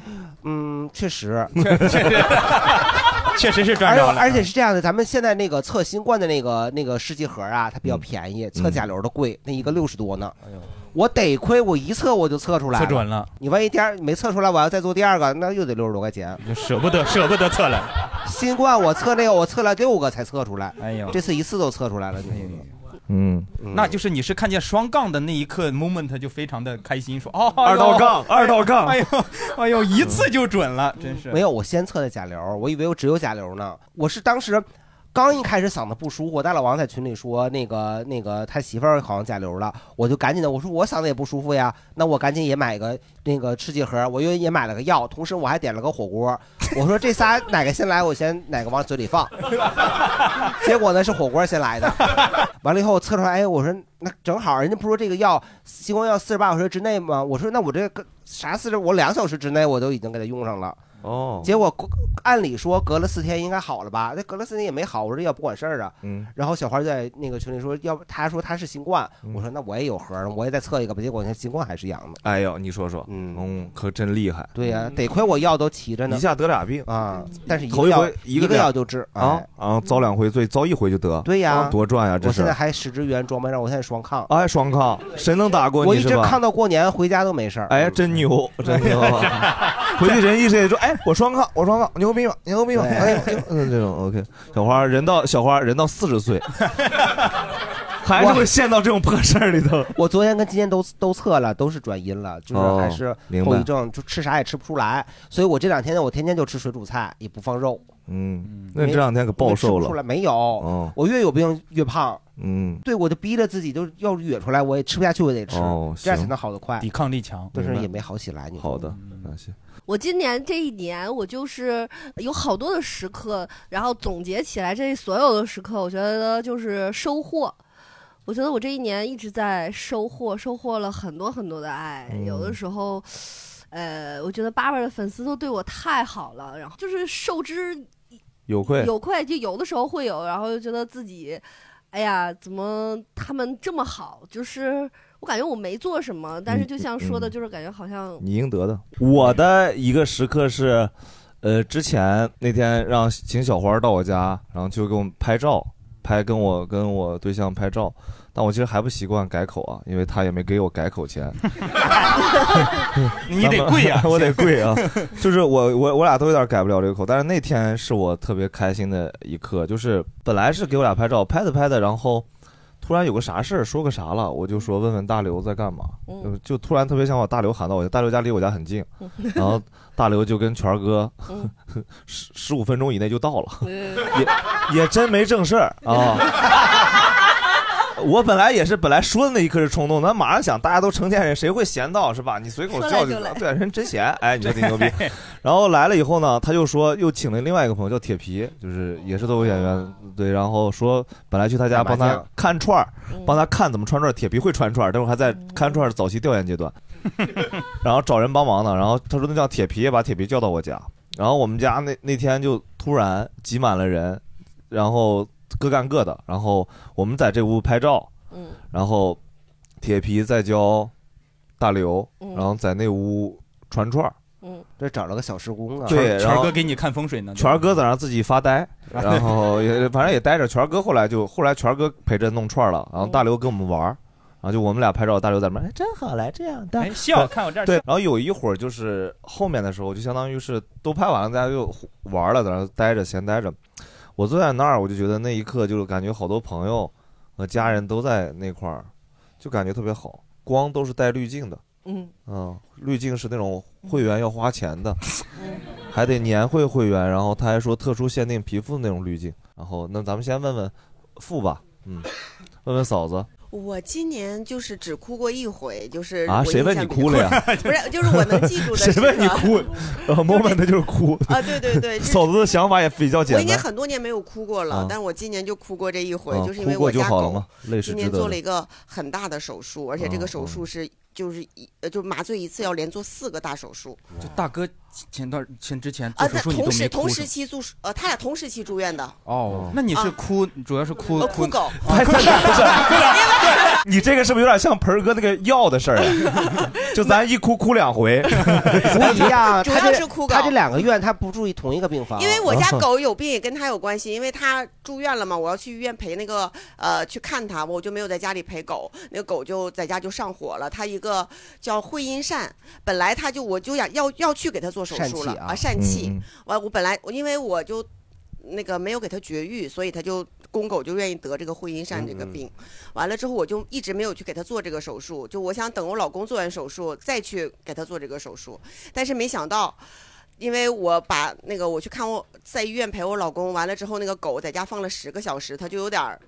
嗯，确实， 确实是而且而且是这样的，咱们现在那个测新冠的那个那个试剂盒啊，它比嗯较便宜，测甲流的贵，那一个六十多呢。我得亏我一测我就测出来，测准了。你万一第二没测出来，我要再做第二个，那又得六十多块钱。舍不得 舍不得测了。新冠我测那个，我测了六个才测出来，哎呦哎这次一次都测出来了。你嗯，那就是你是看见双杠的那一刻 moment 就非常的开心，说哦，二道杠哎呦二道杠哎呦哎呦，一次就准了，真是没有，我先测的甲流，我以为我只有甲流呢。我是当时刚一开始嗓子不舒服，大老王在群里说那个那个他媳妇儿好像甲流了，我就赶紧的，我说我嗓子也不舒服呀，那我赶紧也买个那个试剂盒，我又也买了个药，同时我还点了个火锅，我说这仨哪个先来，我先哪个往嘴里放。 结果呢是火锅先来的，完了以后我测出来，哎，我说那正好，人家不是说这个药新冠药四十八小时之内吗？我说那我这个啥四十，我两小时之内我都已经给它用上了。哦，结果过按理说隔了四天应该好了吧？那隔了四天也没好，我说这药不管事儿啊。嗯，然后小花就在那个群里说，要不她说她是新冠，我说那我也有核儿，我也再测一个吧。结果那新冠还是阳的。哎呦，你说说，嗯可真厉害。对呀、得亏我药都齐着嗯呢，一下得俩病啊！但是一头个一药回个点药就治啊哎，然后遭两回罪，遭一回就得。啊对呀，多赚呀！这我是现在还十支原装备，让我现在双抗，哎，双抗，谁能打过我你一是直吧？抗到过年回家都没事儿。哎，真牛，真牛！回去人一直也说，哎，我双抗，我双抗，牛逼吧，牛逼吧！哎，嗯，这种 OK。小花人到小花人到四十岁，还是会陷到这种破事儿里头。我昨天跟今天都都测了，都是转阴了，就是哦还是明白后遗症，就吃啥也吃不出来。所以我这两天呢，我天天就吃水煮菜，也不放肉。嗯，那你这两天可暴瘦因为吃不出来了。没有哦？我越有病越胖。嗯，对，我就逼着自己，就是要哕出来，我也吃不下去，我得吃哦，这样行才能好得快。抵抗力强但是明白也没好起来。你嗯好的，那行。我今年这一年，我就是有好多的时刻，然后总结起来这所有的时刻，我觉得就是收获。我觉得我这一年一直在收获，收获了很多很多的爱。有的时候，呃，我觉得爸爸的粉丝都对我太好了，然后就是受之有愧有愧，就有的时候会有，然后就觉得自己，哎呀，怎么他们这么好？就是我感觉我没做什么，但是就像说的，就是感觉好像你应得的。我的一个时刻是，呃，之前那天让请小花到我家，然后就给我们拍照，拍跟我跟我对象拍照，但我其实还不习惯改口啊，因为他也没给我改口钱。你得跪呀 我得跪 啊！就是我我我俩都有点改不了这个口，但是那天是我特别开心的一刻，就是本来是给我俩拍照，拍着拍着，然后突然有个啥事儿说个啥了，我就说问问大刘在干嘛，就就突然特别想把大刘喊到我家，大刘家离我家很近，然后大刘就跟权儿哥嗯十十五分钟以内就到了，也也真没正事儿 啊。我本来也是，本来说的那一刻是冲动，但马上想，大家都成年人，谁会闲到是吧？你随口说来叫就来对，人真闲，哎，你说挺牛逼。 然后来了以后呢，他就说又请了另外一个朋友叫铁皮，就是也是脱口演员，对，然后说本来去他家打麻帮他将看串儿，嗯帮他看怎么穿串儿，铁皮会穿串儿，但是还在看串儿早期调研阶段，然后找人帮忙呢，然后他说那叫铁皮，也把铁皮叫到我家，然后我们家那那天就突然挤满了人，然后各干各的，然后我们在这屋拍照，嗯，然后铁皮在教大刘，嗯然后在那屋传串儿。嗯，这找了个小时工啊，对，权然儿后哥给你看风水呢，权儿哥在那儿自己 发呆，然后也反正也待着。权儿哥后来就后来权儿哥陪着弄串儿了，然嗯后大刘跟我们玩儿，然后就我们俩拍照，大刘在那边哎真好来这样的，哎笑看我这儿对笑，然后有一会儿就是后面的时候，就相当于是都拍完了，大家又玩了，在那儿待着闲待着。我坐在那儿，我就觉得那一刻就是感觉好多朋友和家人都在那块儿，就感觉特别好，光都是带滤镜的。嗯嗯，滤镜是那种会员要花钱的， 还得年会会员，然后他还说特殊限定皮肤的那种滤镜。然后那咱们先问问富吧，嗯，问问嫂子，我今年就是只哭过一回，就是啊我谁印问象你比哭较了 呀不是，就是我能记住的。谁问你 哭？呃然后 moment 就是哭啊对对对就是嫂子的想法也比较我简应该单。很多年没有哭过了，啊但我今年就哭过这一回，啊就是因为哭过我就家好了狗嘛泪是今值年得做的啊了一个很大的手术，而且这个手术是就是一呃就麻醉一次要连做四个大手术。就大哥前段前之前啊，做手术他你同都时没哭同是时吧期住宿，呃，他俩同时期住 院的。哦那你是啊哭，主要是哭呃哭狗， 你这个是不是有点像盆儿哥那个药的事儿 啊？就咱一哭哭两回， 不一样。主他要这是哭他狗这两个院他不住一同一个病房，因为我 嗯家狗有病也跟它有关系，因为它住院了嘛，我要去医院陪那个呃去看它，我就没有在家里陪狗，那个狗就在家就上火了。它一个叫会阴疝，本来它就我就想要要去给它做手术了疝气啊啊，疝气嗯嗯。完、我本来我因为我就那个没有给它绝育，所以它就公狗就愿意得这个会阴疝这嗯个病。完了之后，我就一直没有去给他做这个手术，就我想等我老公做完手术再去给他做这个手术，但是没想到。因为我把那个我去看我在医院陪我老公，完了之后那个狗在家放了十个小时，它就有点儿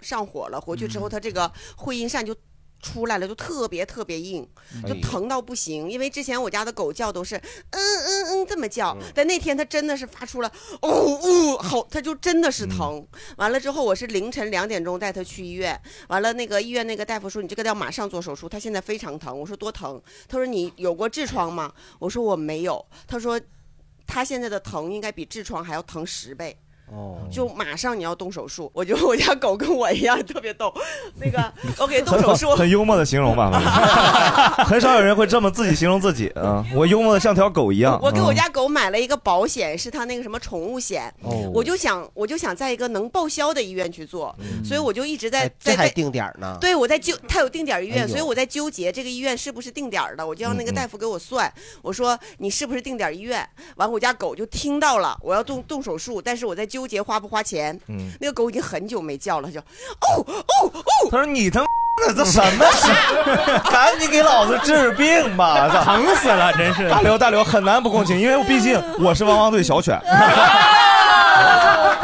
上火了。回去之后，它这个会阴疝就出来了，就特别特别硬，就嗯哎呦疼到不行。因为之前我家的狗叫都是嗯嗯嗯这么叫，但那天它真的是发出了哦哦好，它就真的是疼。完了之后，我是凌晨两点钟带它去医院，完了那个医院那个大夫说你这个要马上做手术，它现在非常疼。我说多疼？他说你有过痔疮吗？我说我没有。他说他现在的疼应该比痔疮还要疼十倍。哦就马上你要动手术，我觉得我家狗跟我一样特别逗，那个我给动手术，很幽默的形容吧， 很少有人会这么自己形容自己啊！我幽默的像条狗一样。我给我哦嗯家狗买了一个保险，是它那个什么宠物险，哦我就想我就想在一个能报销的医院去做，所以我就一直在这嗯在还在定点儿呢。对，我在纠，他有定点儿医哎院，呦所以我在纠结这个医院是不是定点儿的。我就让那嗯个嗯大夫给我算，我说你是不是定点儿医院？完，我家狗就听到了我要动动手术，但是我在纠纠结花不花钱。嗯那个狗已经很久没叫了，就哦他说你他妈的这什么 事？赶紧给老子治病 吧！疼死了，真是大刘大刘很难不共情，因为毕竟我是汪汪队小 犬，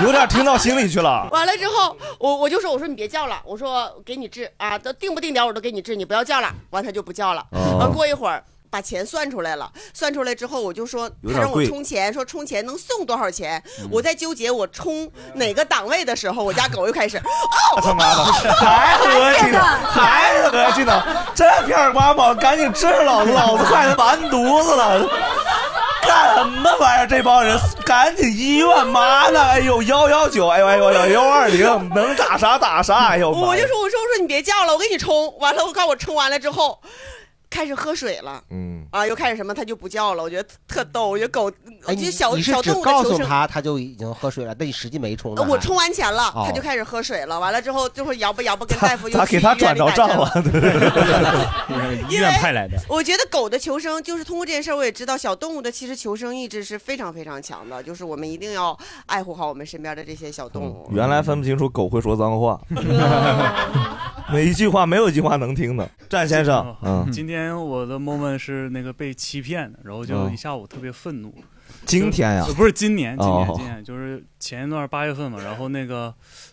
有点听到心里去了。完了之后，我我就说我说你别叫了，我说给你治啊，都定不定点儿我都给你治，你不要叫了。完他就不叫了。哦完过一会儿把钱算出来了，算出来之后我就说有他点让我贵充钱，说充钱能送多少钱。我在纠结我充哪个档位的时候，我家狗又开始我他妈的，还恶心呢，还恶心呢！这片儿瓜宝，赶紧治老子，老子快完犊子了！干什么玩意儿？这帮人赶紧医院妈呢！哎呦幺幺九，哎呦哎呦哎呦幺二零，能打啥打啥！哎呦妈呀，我就说我说我说你别叫了，我给你冲。完了，我告我冲完了之后，开始喝水了。嗯啊，又开始什么，它就不叫了，我觉得特逗，我觉得狗，我哎，觉你得小你是小只动物的告求诉生，他他就已经喝水了，但你实际没冲呢。呃我充完钱了，它哦就开始喝水了。完了之后，就是摇吧摇吧，跟大夫又咋去给医他院转里着打账针了？ 医院派来的我觉得狗的求生就是通过这件事儿，我也知道小动物的其实求生意志是非常非常强的，就是我们一定要爱护好我们身边的这些小动物。原来分不清楚狗会说脏话，每一句话没有一句话能听的。战先生，嗯， 今天我的 moment 是那个被欺骗的，然后就哦一下午特别愤怒。今天呀就呃不是今年，今年哦今年就是前一段八月份嘛，然后那个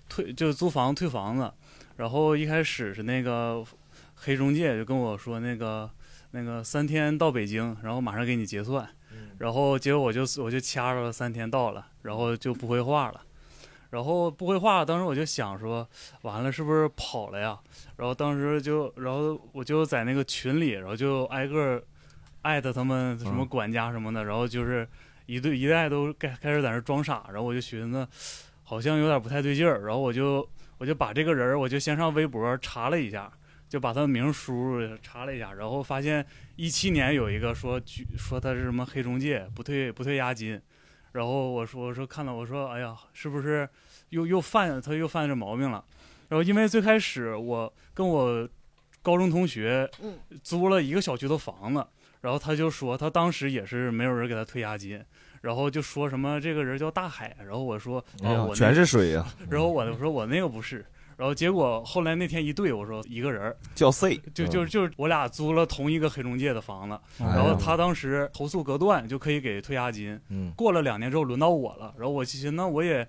退就租房退房子，然后一开始是那个黑中介就跟我说那个那个三天到北京，然后马上给你结算，嗯然后结果我就我就掐着了三天到了，然后就不回话了。然后不会话，当时我就想说，完了是不是跑了呀？然后当时就，然后我就在那个群里，然后就挨个儿艾特他们什么管家什么的，然后就是一对一代都开开始在那儿装傻，然后我就寻思好像有点不太对劲儿，然后我就我就把这个人儿我就先上微博查了一下，就把他的名输入查了一下，然后发现一七年有一个说举说他是什么黑中介，不退不退押金，然后我说我说看到我说哎呀是不是又又犯他又犯这毛病了，然后因为最开始我跟我高中同学嗯租了一个小区的房子，然后他就说他当时也是没有人给他退押金。然后就说什么这个人叫大海，然后我说，哎呀哦我那全是水呀 然后我我说我那个不是，然后结果后来那天一对，我说一个人儿叫 C，就就嗯就是我俩租了同一个黑中介的房子，哎呀然后他当时投诉隔断就可以给退押金，嗯过了两年之后轮到我了，然后我其实那我也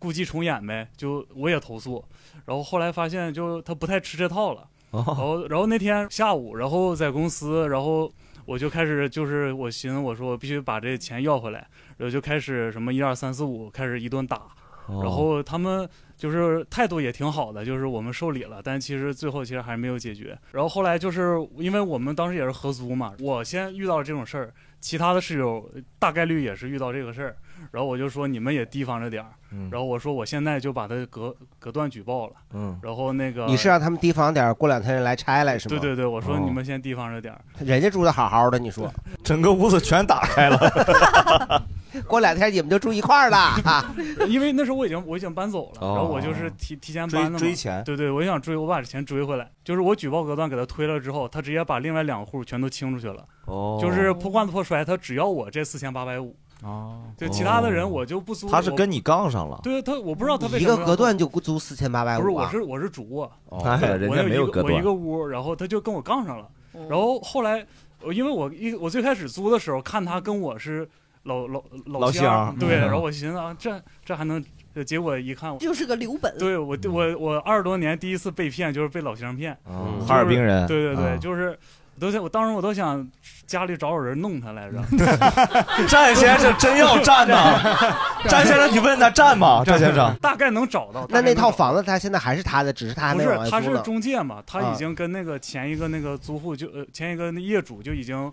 故伎重演呗，就我也投诉，然后后来发现就他不太吃这套了，哦然后然后那天下午，然后在公司，然后我就开始就是我寻思我说我必须把这钱要回来，然后就开始什么一二三四五开始一顿打，哦然后他们就是态度也挺好的，就是我们受理了，但其实最后其实还没有解决。然后后来就是因为我们当时也是合租嘛，我先遇到了这种事儿，其他的室友大概率也是遇到这个事儿，然后我就说你们也提防着点儿，嗯然后我说我现在就把它隔隔断举报了，嗯然后那个你是让他们提防点儿，过两天人来拆来是吗？哦对对对，我说你们先提防着点儿。人家住的好好的，你说整个屋子全打开 了， 过两天你们就住一块儿了啊！因为那时候我已经我已经搬走了，哦然后我就是提提前搬的嘛追追钱对对，我想追，我把这钱追回来。就是我举报隔断给他推了之后，他直接把另外两户全都清出去了。哦就是破罐子破摔，他只要我这四千八百五。哦，就其他的人我就不租。他是我跟你杠上了，对他，我不知道他为一什么个要隔断就租四千八百五，啊不是，我是我是主卧，啊哦哎对人我家有没一有个隔我断一个屋，然后他就跟我杠上了，然后后来我因为我一我最开始租的时候看他跟我是老老老乡乡，对，嗯然后我寻思啊，这这还能，呃结果一看就是个留本。对我我我二十多年第一次被骗就是被老乡骗，哦就是哈尔滨人对对对，啊就是。我都想，我当时我都想家里找找人弄他来着。 战先生真要站 呐战先生你问他站吗战先生大概能找到。那大概那能套房子他现在还是他的，只是他还不没是往，他外租是呢。中介嘛，他啊已经跟那个前一个那个租户就呃前一个那业主就已经，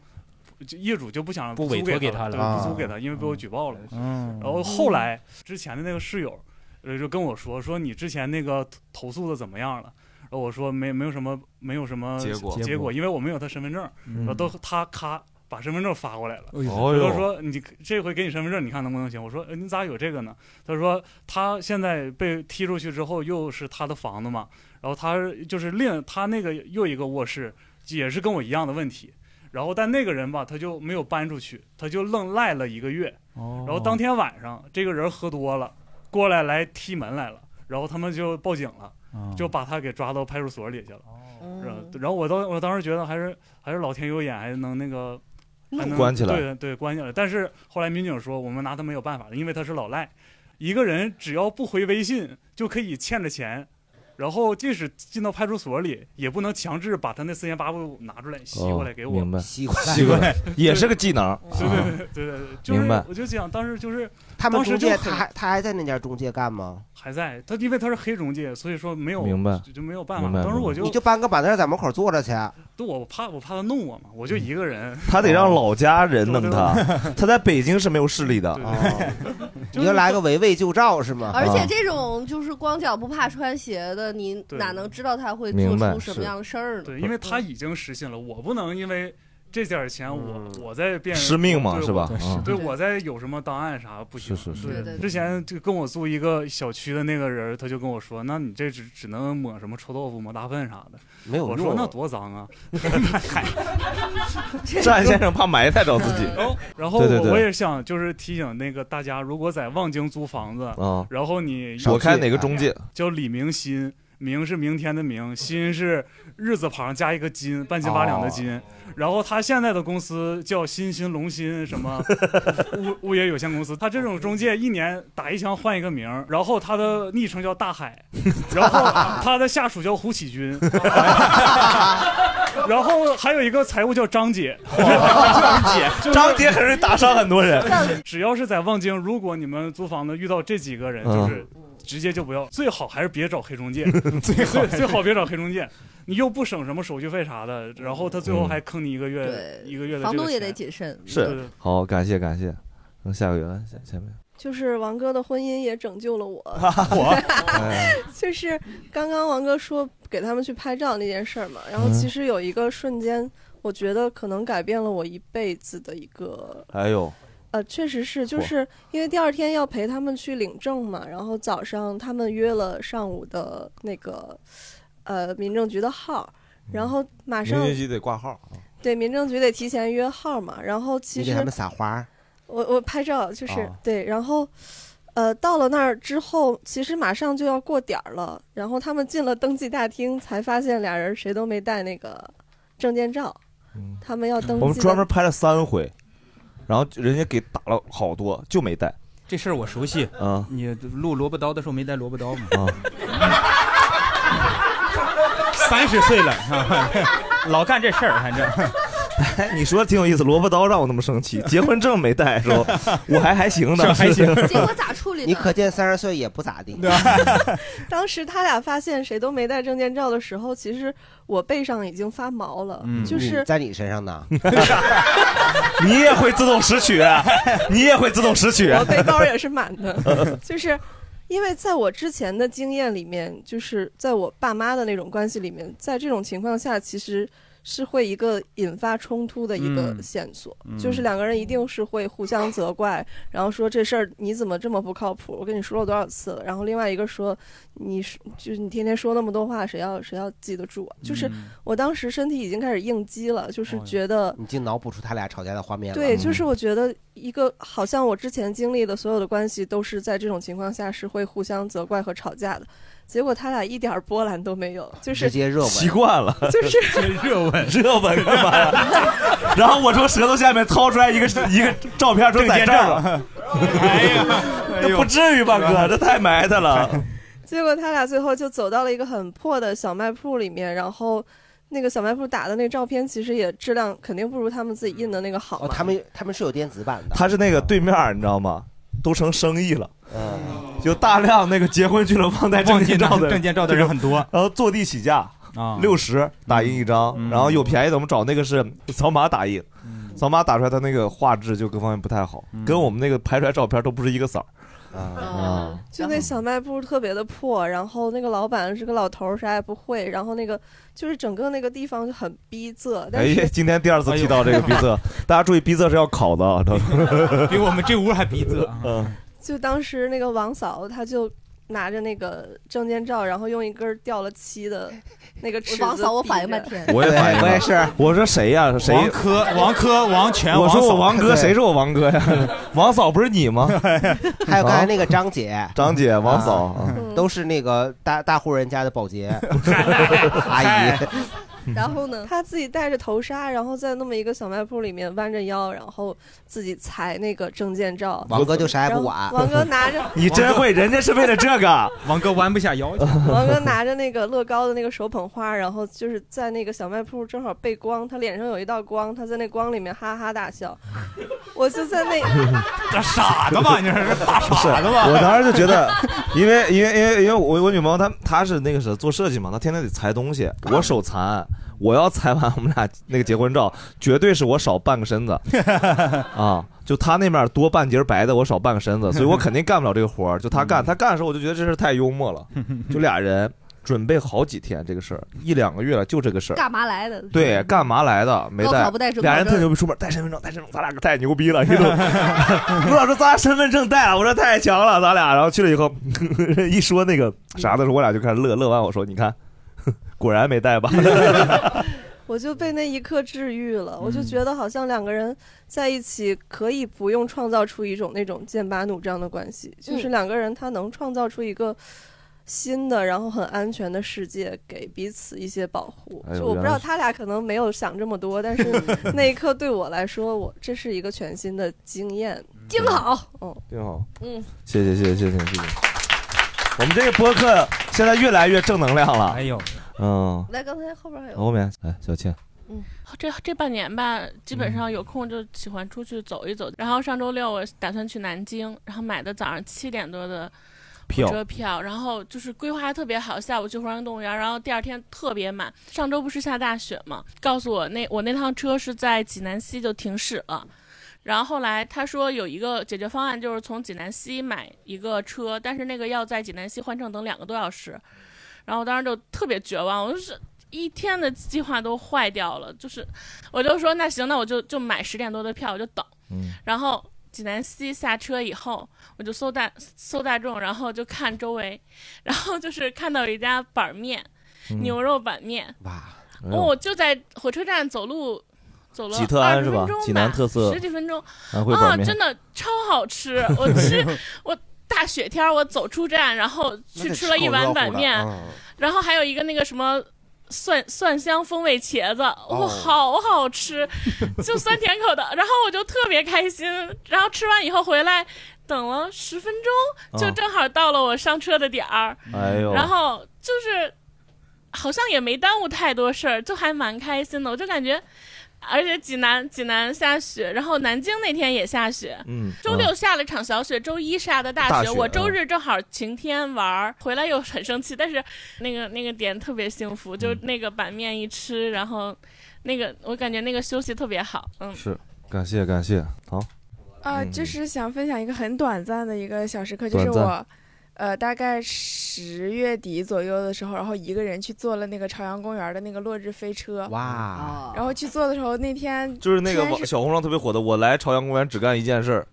就业主就不想不租委托给给他了，了对，啊不租给他，因为被我举报了。嗯然后后来之前的那个室友，呃，就跟我说说你之前那个投诉的怎么样了？然后我说没没有什么没有什么结果结结果，果因为我没有他身份证，嗯然后都他咔把身份证发过来了。哎呦我就说你这回给你身份证，你看能不能行？我说、呃、你咋有这个呢？他说他现在被踢出去之后，又是他的房子嘛，然后他就是另他那个又一个卧室也是跟我一样的问题，然后但那个人吧他就没哦有搬出去，他就愣赖了一个月，然后当天晚上这个人喝多了。过来来踢门来了，然后他们就报警了，哦就把他给抓到派出所里去了。是吧然后我当我当时觉得还是还是老天有眼，还能那个。还能关起来对对，关起来。但是后来民警说，我们拿他没有办法的，因为他是老赖，一个人只要不回微信就可以欠着钱，然后即使进到派出所里，也不能强制把他那四千八百五拿出来吸过来给我，哦明白，吸吸过来对也是个技能，对啊 对对对对，就是明白我就讲，当时就是他们当时中就介，很他还他还在那家中介干吗？还在他，因为他是黑中介，所以说没有明白就就没有办法。当时我就你就搬个板凳在门口坐着去，对我怕我怕他弄我嘛，我嗯就一个人。他得让老家人弄他对，他在北京是没有势力的。哦你就来个围魏救赵是啊吗？而且这种就是光脚不怕穿鞋的，你哪能知道他会做明白出什么样的事儿呢？对，因为他已经实信了，我不能因为这点儿钱我、我再变嗯失命嘛对是吧我嗯对，我再有什么档案啥不行？是是是对对对对之前就跟我租一个小区的那个人儿，他就跟我说：“那你这只只能抹什么臭豆腐、抹大粪啥的。”没有我说用那多脏啊！ 战先生怕埋汰着自己哦然后对对对我我也想就是提醒那个大家，如果在望京租房子，啊然后你我看哪个中介叫李明新，明是明天的嗯明，新是日字旁加一个金，半斤八两的哦金。然后他现在的公司叫新新龙新什 么物物业有限公司，他这种中介一年打一枪换一个名儿，然后他的昵称叫大 海，然后他的下属叫胡启军，然后还有一个财务叫张姐， 就是哦张杰很容易打伤很多人。只要是在望京，如果你们租房子遇到这几个人，嗯就是直接就不要，最好还是别找黑中介， 最好最最好别找黑中介，你又不省什么手续费啥的，然后他最后还坑你一个月一个月的这个房东也钱得谨慎。对是好，感谢感谢。那下个原下下面，就是王哥的婚姻也拯救了我。 我哎就是刚刚王哥说给他们去拍照那件事儿嘛，然后嗯其实有一个瞬间，我觉得可能改变了我一辈子的一个哎呦，呃，确实是，就嚯是因为第二天要陪他们去领证嘛，然后早上他们约了上午的那个呃民政局的号，嗯然后马明上星机得挂号。啊对民政局得提前约号嘛，然后其你实给他们撒花儿，我我拍照就是、哦啊对，然后，呃，到了那儿之后，其实马上就要过点儿了，然后他们进了登记大厅，才发现俩人谁都没带那个证件照，他们要登记的。嗯我们专门拍了三回，然后人家给打了好多，就没带。这事儿我熟悉。啊你录萝卜刀的时候没带萝卜刀吗？啊，三十岁了，啊 老干这事儿，反正。哎， 你说挺有意思，萝卜刀让我那么生 气，结婚证没带是吧？我还还行呢，结果咋处理的？你可见三十岁也不咋地。 啊当时他俩发现谁都没带证件照的时候，其实我背上已经发毛了， 嗯就是你嗯在你身上呢， 你也 会自动拾取，啊 你也会自动拾取。啊 我背包也是满的， 就是因为在我之前的经验里面，就是在我爸妈的那种关系里面，在这种情况下，其实是会一个引发冲突的一个嗯线索，嗯就是两个人一定是会互相责怪，然后说这事儿你怎么这么不靠谱？我跟你说了多少次了？然后另外一个说你是就是你天天说那么多话，谁要谁要记得住啊？就是嗯我当时身体已经开始应激了，哦就是觉得。 你竟脑补出他俩吵架的画面了。嗯对，就是我觉得一个好像我之前经历的所有的关系都是在这种情况下是会互相责怪和吵架的，结果他俩一点儿波澜都没有，就是直接 热吻习惯了就是热吻，热吻干嘛 呀？然后我从舌头下面掏出来一个一个照片，说在这儿了。 哎呀，这不至于吧，哥？这太埋汰了。结果他俩最后就走到了一个很破的小卖铺里面，然后那个小卖铺打的那照片其实也质量肯定不如他们自己印的那个好嘛。哦他们他们是有电子版的，他是那个对面儿，你知道吗？都成生意了，就大量那个结婚去了忘带证件照 的证件照的人很多， 然后坐地起价啊嗯六十打印一张，然后有便宜的我们找那个是扫码打印，扫码打出来他那个画质就各方面不太好，嗯跟我们那个拍出来照片都不是一个色儿哦啊就那小卖部特别的破，然后那个老板是个老头儿，啥也不会，然后那个就是整个那个地方就很逼仄。但哎是呀，今天第二次提到这哎个逼仄，大家注意，逼仄是要考 的啊，比我们这屋还逼仄。啊嗯，就当时那个王嫂，她就拿着那个证件照，然后用一根掉了漆的那个尺子。王嫂我反应半天我也 反应了我也是。我说谁呀、谁？王珂、王珂、王权、我王说我嫂 王哥，谁是我王哥呀？王嫂不是你吗？还有刚才那个张姐，嗯张姐、王嫂，嗯啊嗯都是那个大大户人家的保洁 阿姨。然后呢？他自己戴着头纱，然后在那么一个小卖铺里面弯着腰，然后自己裁那个证件照。王哥就啥也不管然后王哥拿着 你真会，人家是为了这个。王哥弯不下腰。王哥拿着那个乐高的那个手捧花，然后就是在那个小卖铺正好背光，他脸上有一道光，他在那光里面哈哈大笑。我就在那，这傻子哦吧？你这是大不是，傻子吧？ 我当时就觉得，因为因为因为因为我我女朋友她她是那个是做设计嘛，她天天得裁东西，我手残，我要裁完我们俩那个结婚照，绝对是我少半 个身子啊，就她那面多半截白的，我少半个身子，所以我肯定干不了这个活儿，就她嗯干，她干的时候我就觉得这事儿太幽 默了，就俩人准备好几天这个事儿，一两个月了，就这个事儿，干嘛来的？对，干嘛来的？没高考带不带准，俩考人特证牛逼，出门带身份证，带身份证，咱俩可太牛逼了。 一路陆老师，咱俩身份证带了，我说太强了，咱俩。然后去了以后， 一说那个啥的时候，我俩就开始乐，乐完我说，你看， 果然没带吧？我就被那一刻治愈了。我就觉嗯得好像两个人在一起可以不用创造出一种那种剑拔弩张的关系，就是嗯两个人他能创造出一个。新的，然后很安全的世界，给彼此一些保护。哎呦就我不知原来道是他俩可能没有想这么多，但是那一刻对我来说，我这是一个全新的经验。挺好，嗯 挺好，嗯，谢谢，谢谢，谢谢，谢谢。我们这个播客现在越来越正能量了。哎呦，嗯，来，刚才后边还后面哎，小倩，嗯，这这半年吧，基本上有空就喜欢出去走一走。然后上周六我打算去南京，然后买的早上七点多的火票车票，然后就是规划得特别好，下午去黄山动物园，然后第二天特别满。上周不是下大雪嘛，告诉我那我那趟车是在济南西就停驶了。然后后来他说有一个解决方案，就是从济南西买一个车，但是那个要在济南西换乘等两个多小时。然后我当时就特别绝望，我就是一天的计划都坏掉了，就是我就说那行，那我就就买十点多的票，我就等。嗯然后济南西下车以后，我就搜大搜大众，然后就看周围，然后就是看到有一家板儿面，嗯牛肉板面，哎呦哦我、就在火车站走路。走了济哎特安20是吧分钟济南特色十几分钟安徽板啊，面真的超好吃！ 我吃我大雪天儿，我走出站，然后去吃了一碗板面，然后还有一个那个什么蒜蒜香风味茄子，哇、哦好好 吃，就酸甜口的。然后我就特别开心，然后吃完以后回来，等了十分钟，就哦正好到了我上车的点儿。哎呦然后就是好像也没耽误太多事儿，就还蛮开心的。我就感觉。而且济南济南下雪，然后南京那天也下雪，嗯周六下了场小雪，周一下的大雪。大雪我周嗯日正好晴天玩儿，回来又很生气，但是那个那个点特别幸福，就是那个板面一吃，然后那个我感觉那个休息特别好，嗯，是感谢感谢，好，啊，嗯就是想分享一个很短暂的一个小时刻，就是短暂我，呃，大概十月底左右的时候，然后一个人去坐了那个朝阳公园的那个落日飞车，哦哇，然后去坐的时候，那天就是那个天网是小红上特别火的，我来朝阳公园只干一件事儿，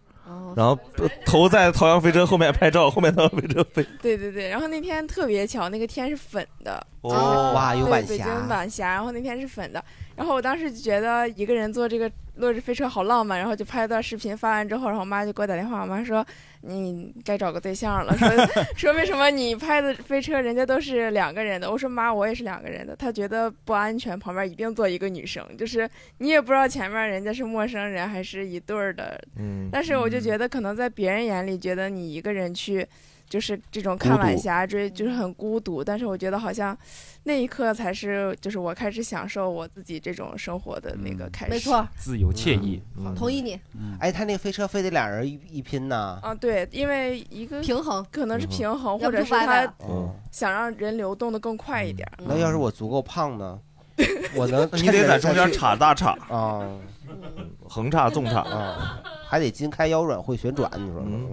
然后头在朝阳飞车后面拍照，后面朝阳飞车飞。对对对，然后那天特别巧，那个天是粉的。哦就是哇有对晚北霞京晚霞，然后那天是粉的，然后我当时就觉得一个人坐这个落日飞车好浪漫，然后就拍了段视频，发完之后，然后我妈就给我打电话，我妈说你该找个对象了，说 说为什么你拍的飞车人家都是两个人的，我说妈我也是两个人的，她觉得不安全，旁边一定坐一个女生，就是你也不知道前面人家是陌生人还是一对儿的，嗯但是我就觉得可能在别人眼里觉得你一个人去。就是这种看孤独晚霞追，嗯就是很孤独。但是我觉得好像那一刻才是，就是我开始享受我自己这种生活的那个开始。没错，自由惬意，嗯同意你。嗯哎，他那个飞车非得俩人一一拼呢？啊，对，因为一个平衡，可能是平要衡，或不者就是歪歪他了嗯想让人流动的更快一点。那要是我足够胖呢？我能嗯 你得在中间岔大岔啊，横岔纵岔啊，还得筋开腰软会旋转，你 说嗯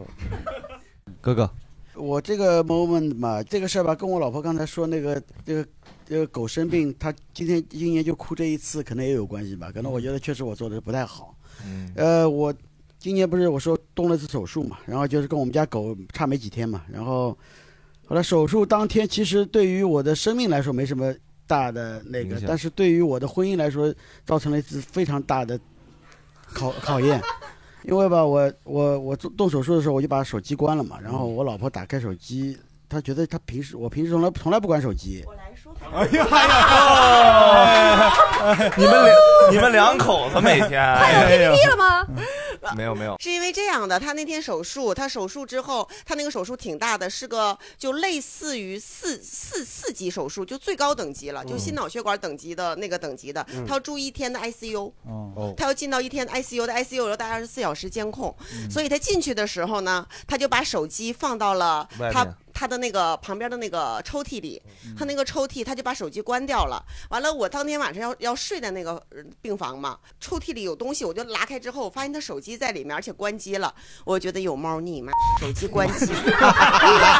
哥哥，我这个 moment 嘛，这个事儿吧，跟我老婆刚才说那个这个这个狗生病，它今天今年就哭这一次，可能也有关系吧。可能我觉得确实我做的不太好。嗯呃，我今年不是我说动了次手术嘛，然后就是跟我们家狗差没几天嘛，然后好了，手术当天其实对于我的生命来说没什么大的那影个，响但是对于我的婚姻来说造成了一次非常大的考考验。因为吧，我我我做动手术的时候，我就把手机关了嘛，然后我老婆打开手机，她觉得她平时我平时从来从来不关手机，哎呀嗯呀！你们两你们两口子每天，哎呀毙了吗？嗯没有没有，是因为这样的，他那天手术，他手术之后，他那个手术挺大的，是个就类似于四四四级手术，就最高等级嗯了，就心脑血管等级的那个等级的，嗯他要住一天的 ICU。哦他要进到一天的 ICU 的 ICU 有大概二十四小时监控，嗯所以他进去的时候呢，他就把手机放到了外他面嗯他的那个旁边的那个抽屉里，他那个抽屉他就把手机关掉了。完了，我当天晚上要要睡在那个呃病房嘛，抽屉里有东西，我就拉开之后，我发现他手机在里面，而且关机了。我觉得有猫腻，妈，手机关机。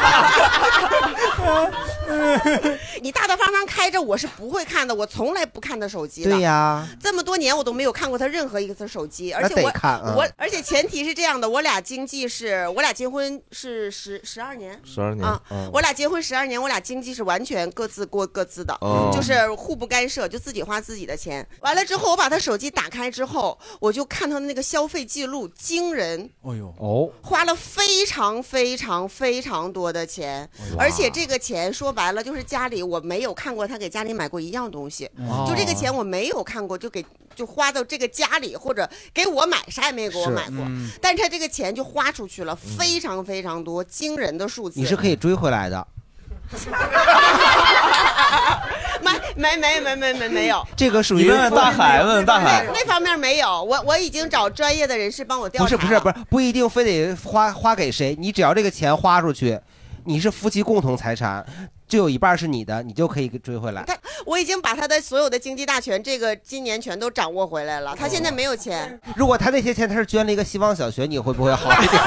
你大大方方开着，我是不会看的，我从来不看他手机的。对呀这么多年我都没有看过他任何一次手机，而且得我、看啊我而且前提是这样的，我俩经济是我俩结婚是十十二年， 12年啊、嗯我俩结婚十二年，我俩经济是完全各自过各自的，哦就是互不干涉，就自己花自己的钱。完了之后，我把他手机打开之后，我就看他的那个消费记录惊人，哦呦，哦，花了非常非常非常多的钱，哇而且这个钱说白了就是家里我没有看过他给家里买过一样东西，哦就这个钱我没有看过，就给就花到这个家里或者给我买啥也没给我是买过，嗯但是他这个钱就花出去了，非常非常多，惊人的数字。你是可以追回来的。 没没没没没没有。这个属于你问问大海问问大海那方面没有，我我已经找专业的人士帮我调查不是不是不是不一定非得花花给谁，你只要这个钱花出去，你是夫妻共同财产，就有一半是你的，你就可以追回来。 我已经把他的所有的经济大权，这个今年全都掌握回来了。他现在没有钱，如果他那些钱他是捐了一个希望小学，你会不会好一点？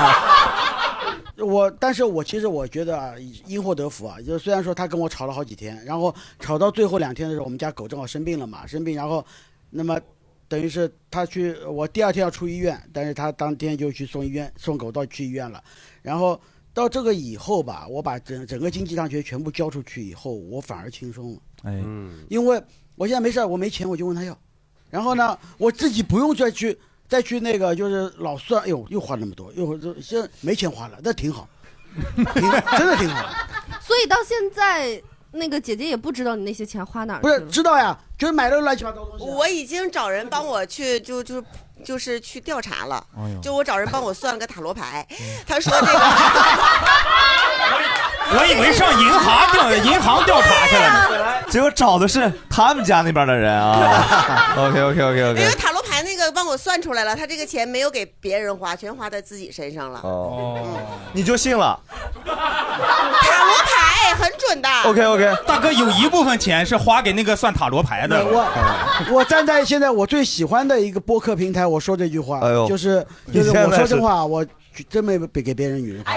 我，但是我其实我觉得啊，因祸得福啊。就虽然说他跟我吵了好几天，然后吵到最后两天的时候，我们家狗正好生病了嘛，生病，然后，那么等于是他去，我第二天要出医院，但是他当天就去送医院，送狗到去医院了。然后到这个以后吧，我把整整个经济大学全部交出去以后，我反而轻松了。哎，因为我现在没事儿，我没钱我就问他要，然后呢，我自己不用再去再去那个就是老算，哎呦又花那么多，又现在没钱花了，那挺好，挺真的挺好的，所以到现在，那个姐姐也不知道你那些钱花哪儿去不了。是知道呀，就是买了乱七八糟东西。我已经找人帮我去，就就就是去调查了哎呦。就我找人帮我算了个塔罗牌，嗯他说这个 我以为上银行调银行调查去了呢，结果找的是他们家那边的人 啊。OK OK OK 因 OK 为。塔罗牌那个帮我算出来了，他这个钱没有给别人花，全花在自己身上了。哦，你就信了塔罗牌很准的。 OK，大哥有一部分钱是花给那个算塔罗牌的，我我站在现在我最喜欢的一个播客平台，我说这句话，哎呦就是你就是现在我说是真话，我真没给哎给别人女人花。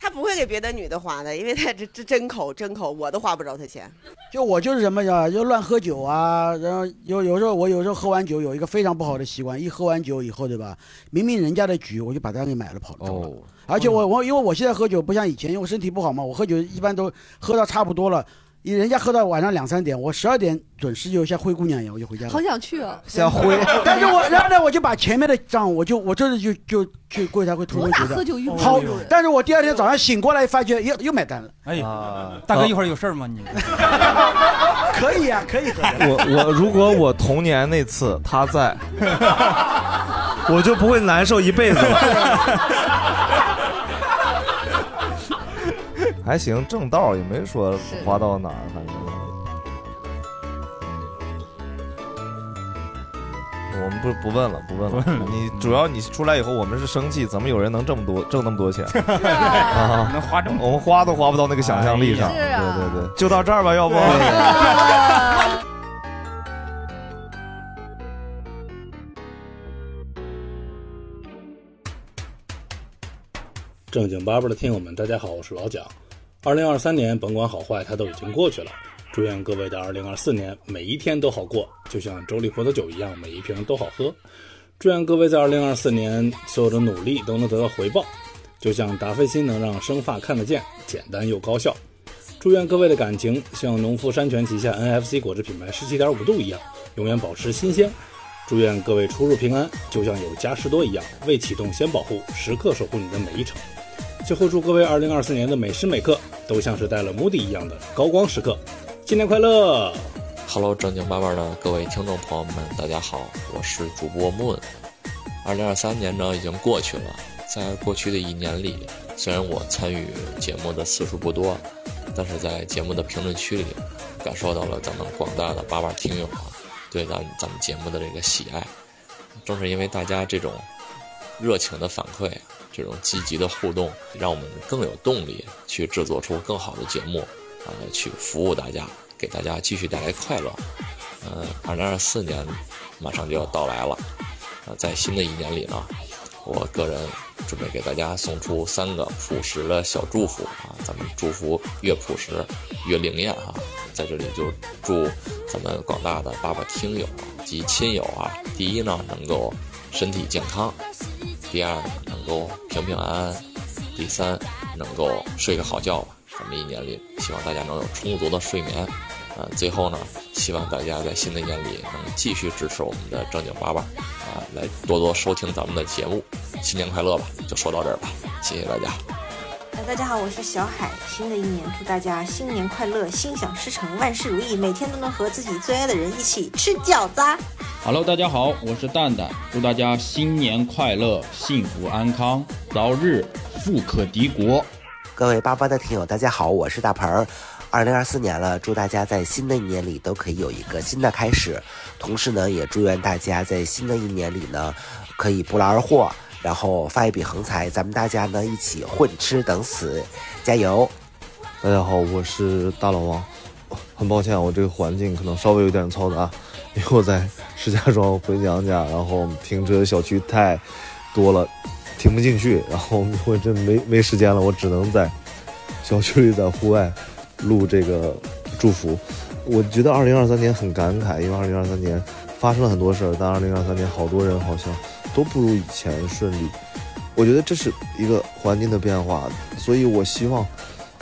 他不会给别的女的花的，因为他这这真抠真抠，我都花不着他钱。就我就是什么呀，就乱喝酒啊，然后有有时候我有时候喝完酒有一个非常不好的习惯，一喝完酒以后，对吧？明明人家的局，我就把单给买了跑了。走了哦而哎且我我因为我现在喝酒不像以前，因为我身体不好嘛，我喝酒一般都喝到差不多了，人家喝到晚上两三点，我十二点准时就像灰姑娘一样，我就回家了。好想去啊！ 像 灰但是我然后呢，我就把前面的账，我就我这次就就去柜台会偷偷结我哪喝酒遇账。不好上这种人，但是我第二天早上醒过来，发觉又又买单了。哎呀，大哥一会儿有事儿吗？你 可以啊，可以喝。我我如果我童年那次他在， 我就不会难受一辈子 了。 还行，正道也没说花到哪儿，反正。我们不不问了，不问了。你主要你出来以后，我们是生气，怎么有人能这么多挣那么多 钱啊？能花这么，我们花都花不到那个想象力上。哎呀对对啊对，就啊到这儿吧，要不。正经八百的听友们，大家好，我是老蒋。二零二三年甭管好坏，它都已经过去了。祝愿各位的二零二四年每一天都好过，就像周立婆的酒一样，每一瓶都好喝。祝愿各位在二零二四年所有的努力都能得到回报，就像达霏欣能让生发看得见，简单又高效。祝愿各位的感情像农夫山泉旗下 NFC 果汁品牌十七点五度一样，永远保持新鲜。祝愿各位出入平安，就像有嘉实多一样，未启动先保护，时刻守护你的每一程。最后祝各位二零二四年的每时每刻都像是带了目的一样的高光时刻，新年快乐！ Hello，正经八百的各位听众朋友们，大家好，我是主播 Moon。二零二三年呢已经过去了，在过去的一年里，虽然我参与节目的次数不多，但是在节目的评论区里，感受到了咱们广大的八百听友啊对咱咱们节目的这个喜爱。正是因为大家这种热情的反馈，这种积极的互动，让我们更有动力去制作出更好的节目，啊、去服务大家，给大家继续带来快乐。呃，二零二四年马上就要到来了，呃，在新的一年里呢，我个人准备给大家送出三个朴实的小祝福啊，咱们祝福越朴实越灵验啊，在这里就祝咱们广大的爸爸听友啊及亲友啊，第一呢能够身体健康，第二能够平平安安，第三能够睡个好觉吧。咱们一年里，希望大家能有充足的睡眠。啊，最后呢，希望大家在新的一年里能继续支持我们的正经八百啊，来多多收听咱们的节目。新年快乐吧！就说到这儿吧，谢谢大家。呃，大家好，我是小海。新的一年，祝大家新年快乐，心想事成，万事如意，每天都能和自己最爱的人一起吃饺子啊。 Hello，大家好，我是蛋蛋，祝大家新年快乐，幸福安康，早日富可敌国。各位八八的听友，大家好，我是大盆儿。二零二四年了，祝大家在新的一年里都可以有一个新的开始，同时呢，也祝愿大家在新的一年里呢，可以不劳而获，然后发一笔横财，咱们大家呢一起混吃等死，加油！大家好，我是大老王。 很抱歉，我这个环境可能稍微有点嘈杂，啊 因为我在石家庄回娘家，然后停车小区太多了，停不进去，然后我真没没时间了，我只能在小区里在户外录这个祝福。我觉得二零二三年很感慨，因为二零二三年发生了很多事儿，但二零二三年好多人好像都不如以前顺利。我觉得这是一个环境的变化，所以我希望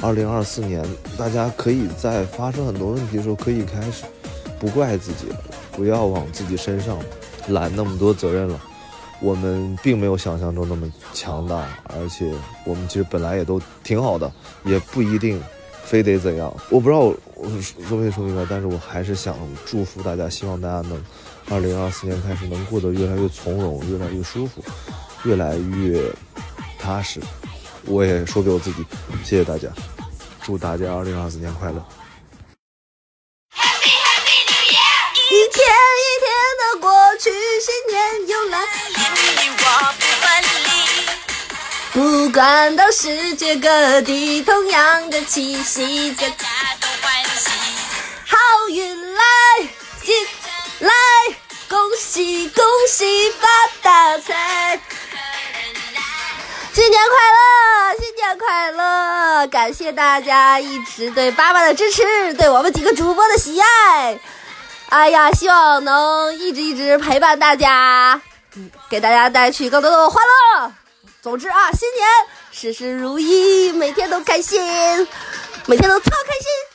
二零二四年大家可以在发生很多问题的时候，可以开始不怪自己了，不要往自己身上揽那么多责任了。我们并没有想象中那么强大，而且我们其实本来也都挺好的，也不一定非得怎样。我不知道我我说没说明白，但是我还是想祝福大家，希望大家能二零二四年开始能过得越来越从容，越来越舒服，越来越踏实。我也说给我自己，谢谢大家，祝大家二零二四年快乐。一天一天的过去，新年又来，你我不分离。不管到世界各地，同样的气息，家家都欢喜。好运来，进来，恭喜恭喜发大财！新年快乐，新年快乐！感谢大家一直对爸爸的支持，对我们几个主播的喜爱。哎呀，希望能一直一直陪伴大家，嗯给大家带去更多的欢乐。总之啊，新年事事如意，每天都开心，每天都超开心。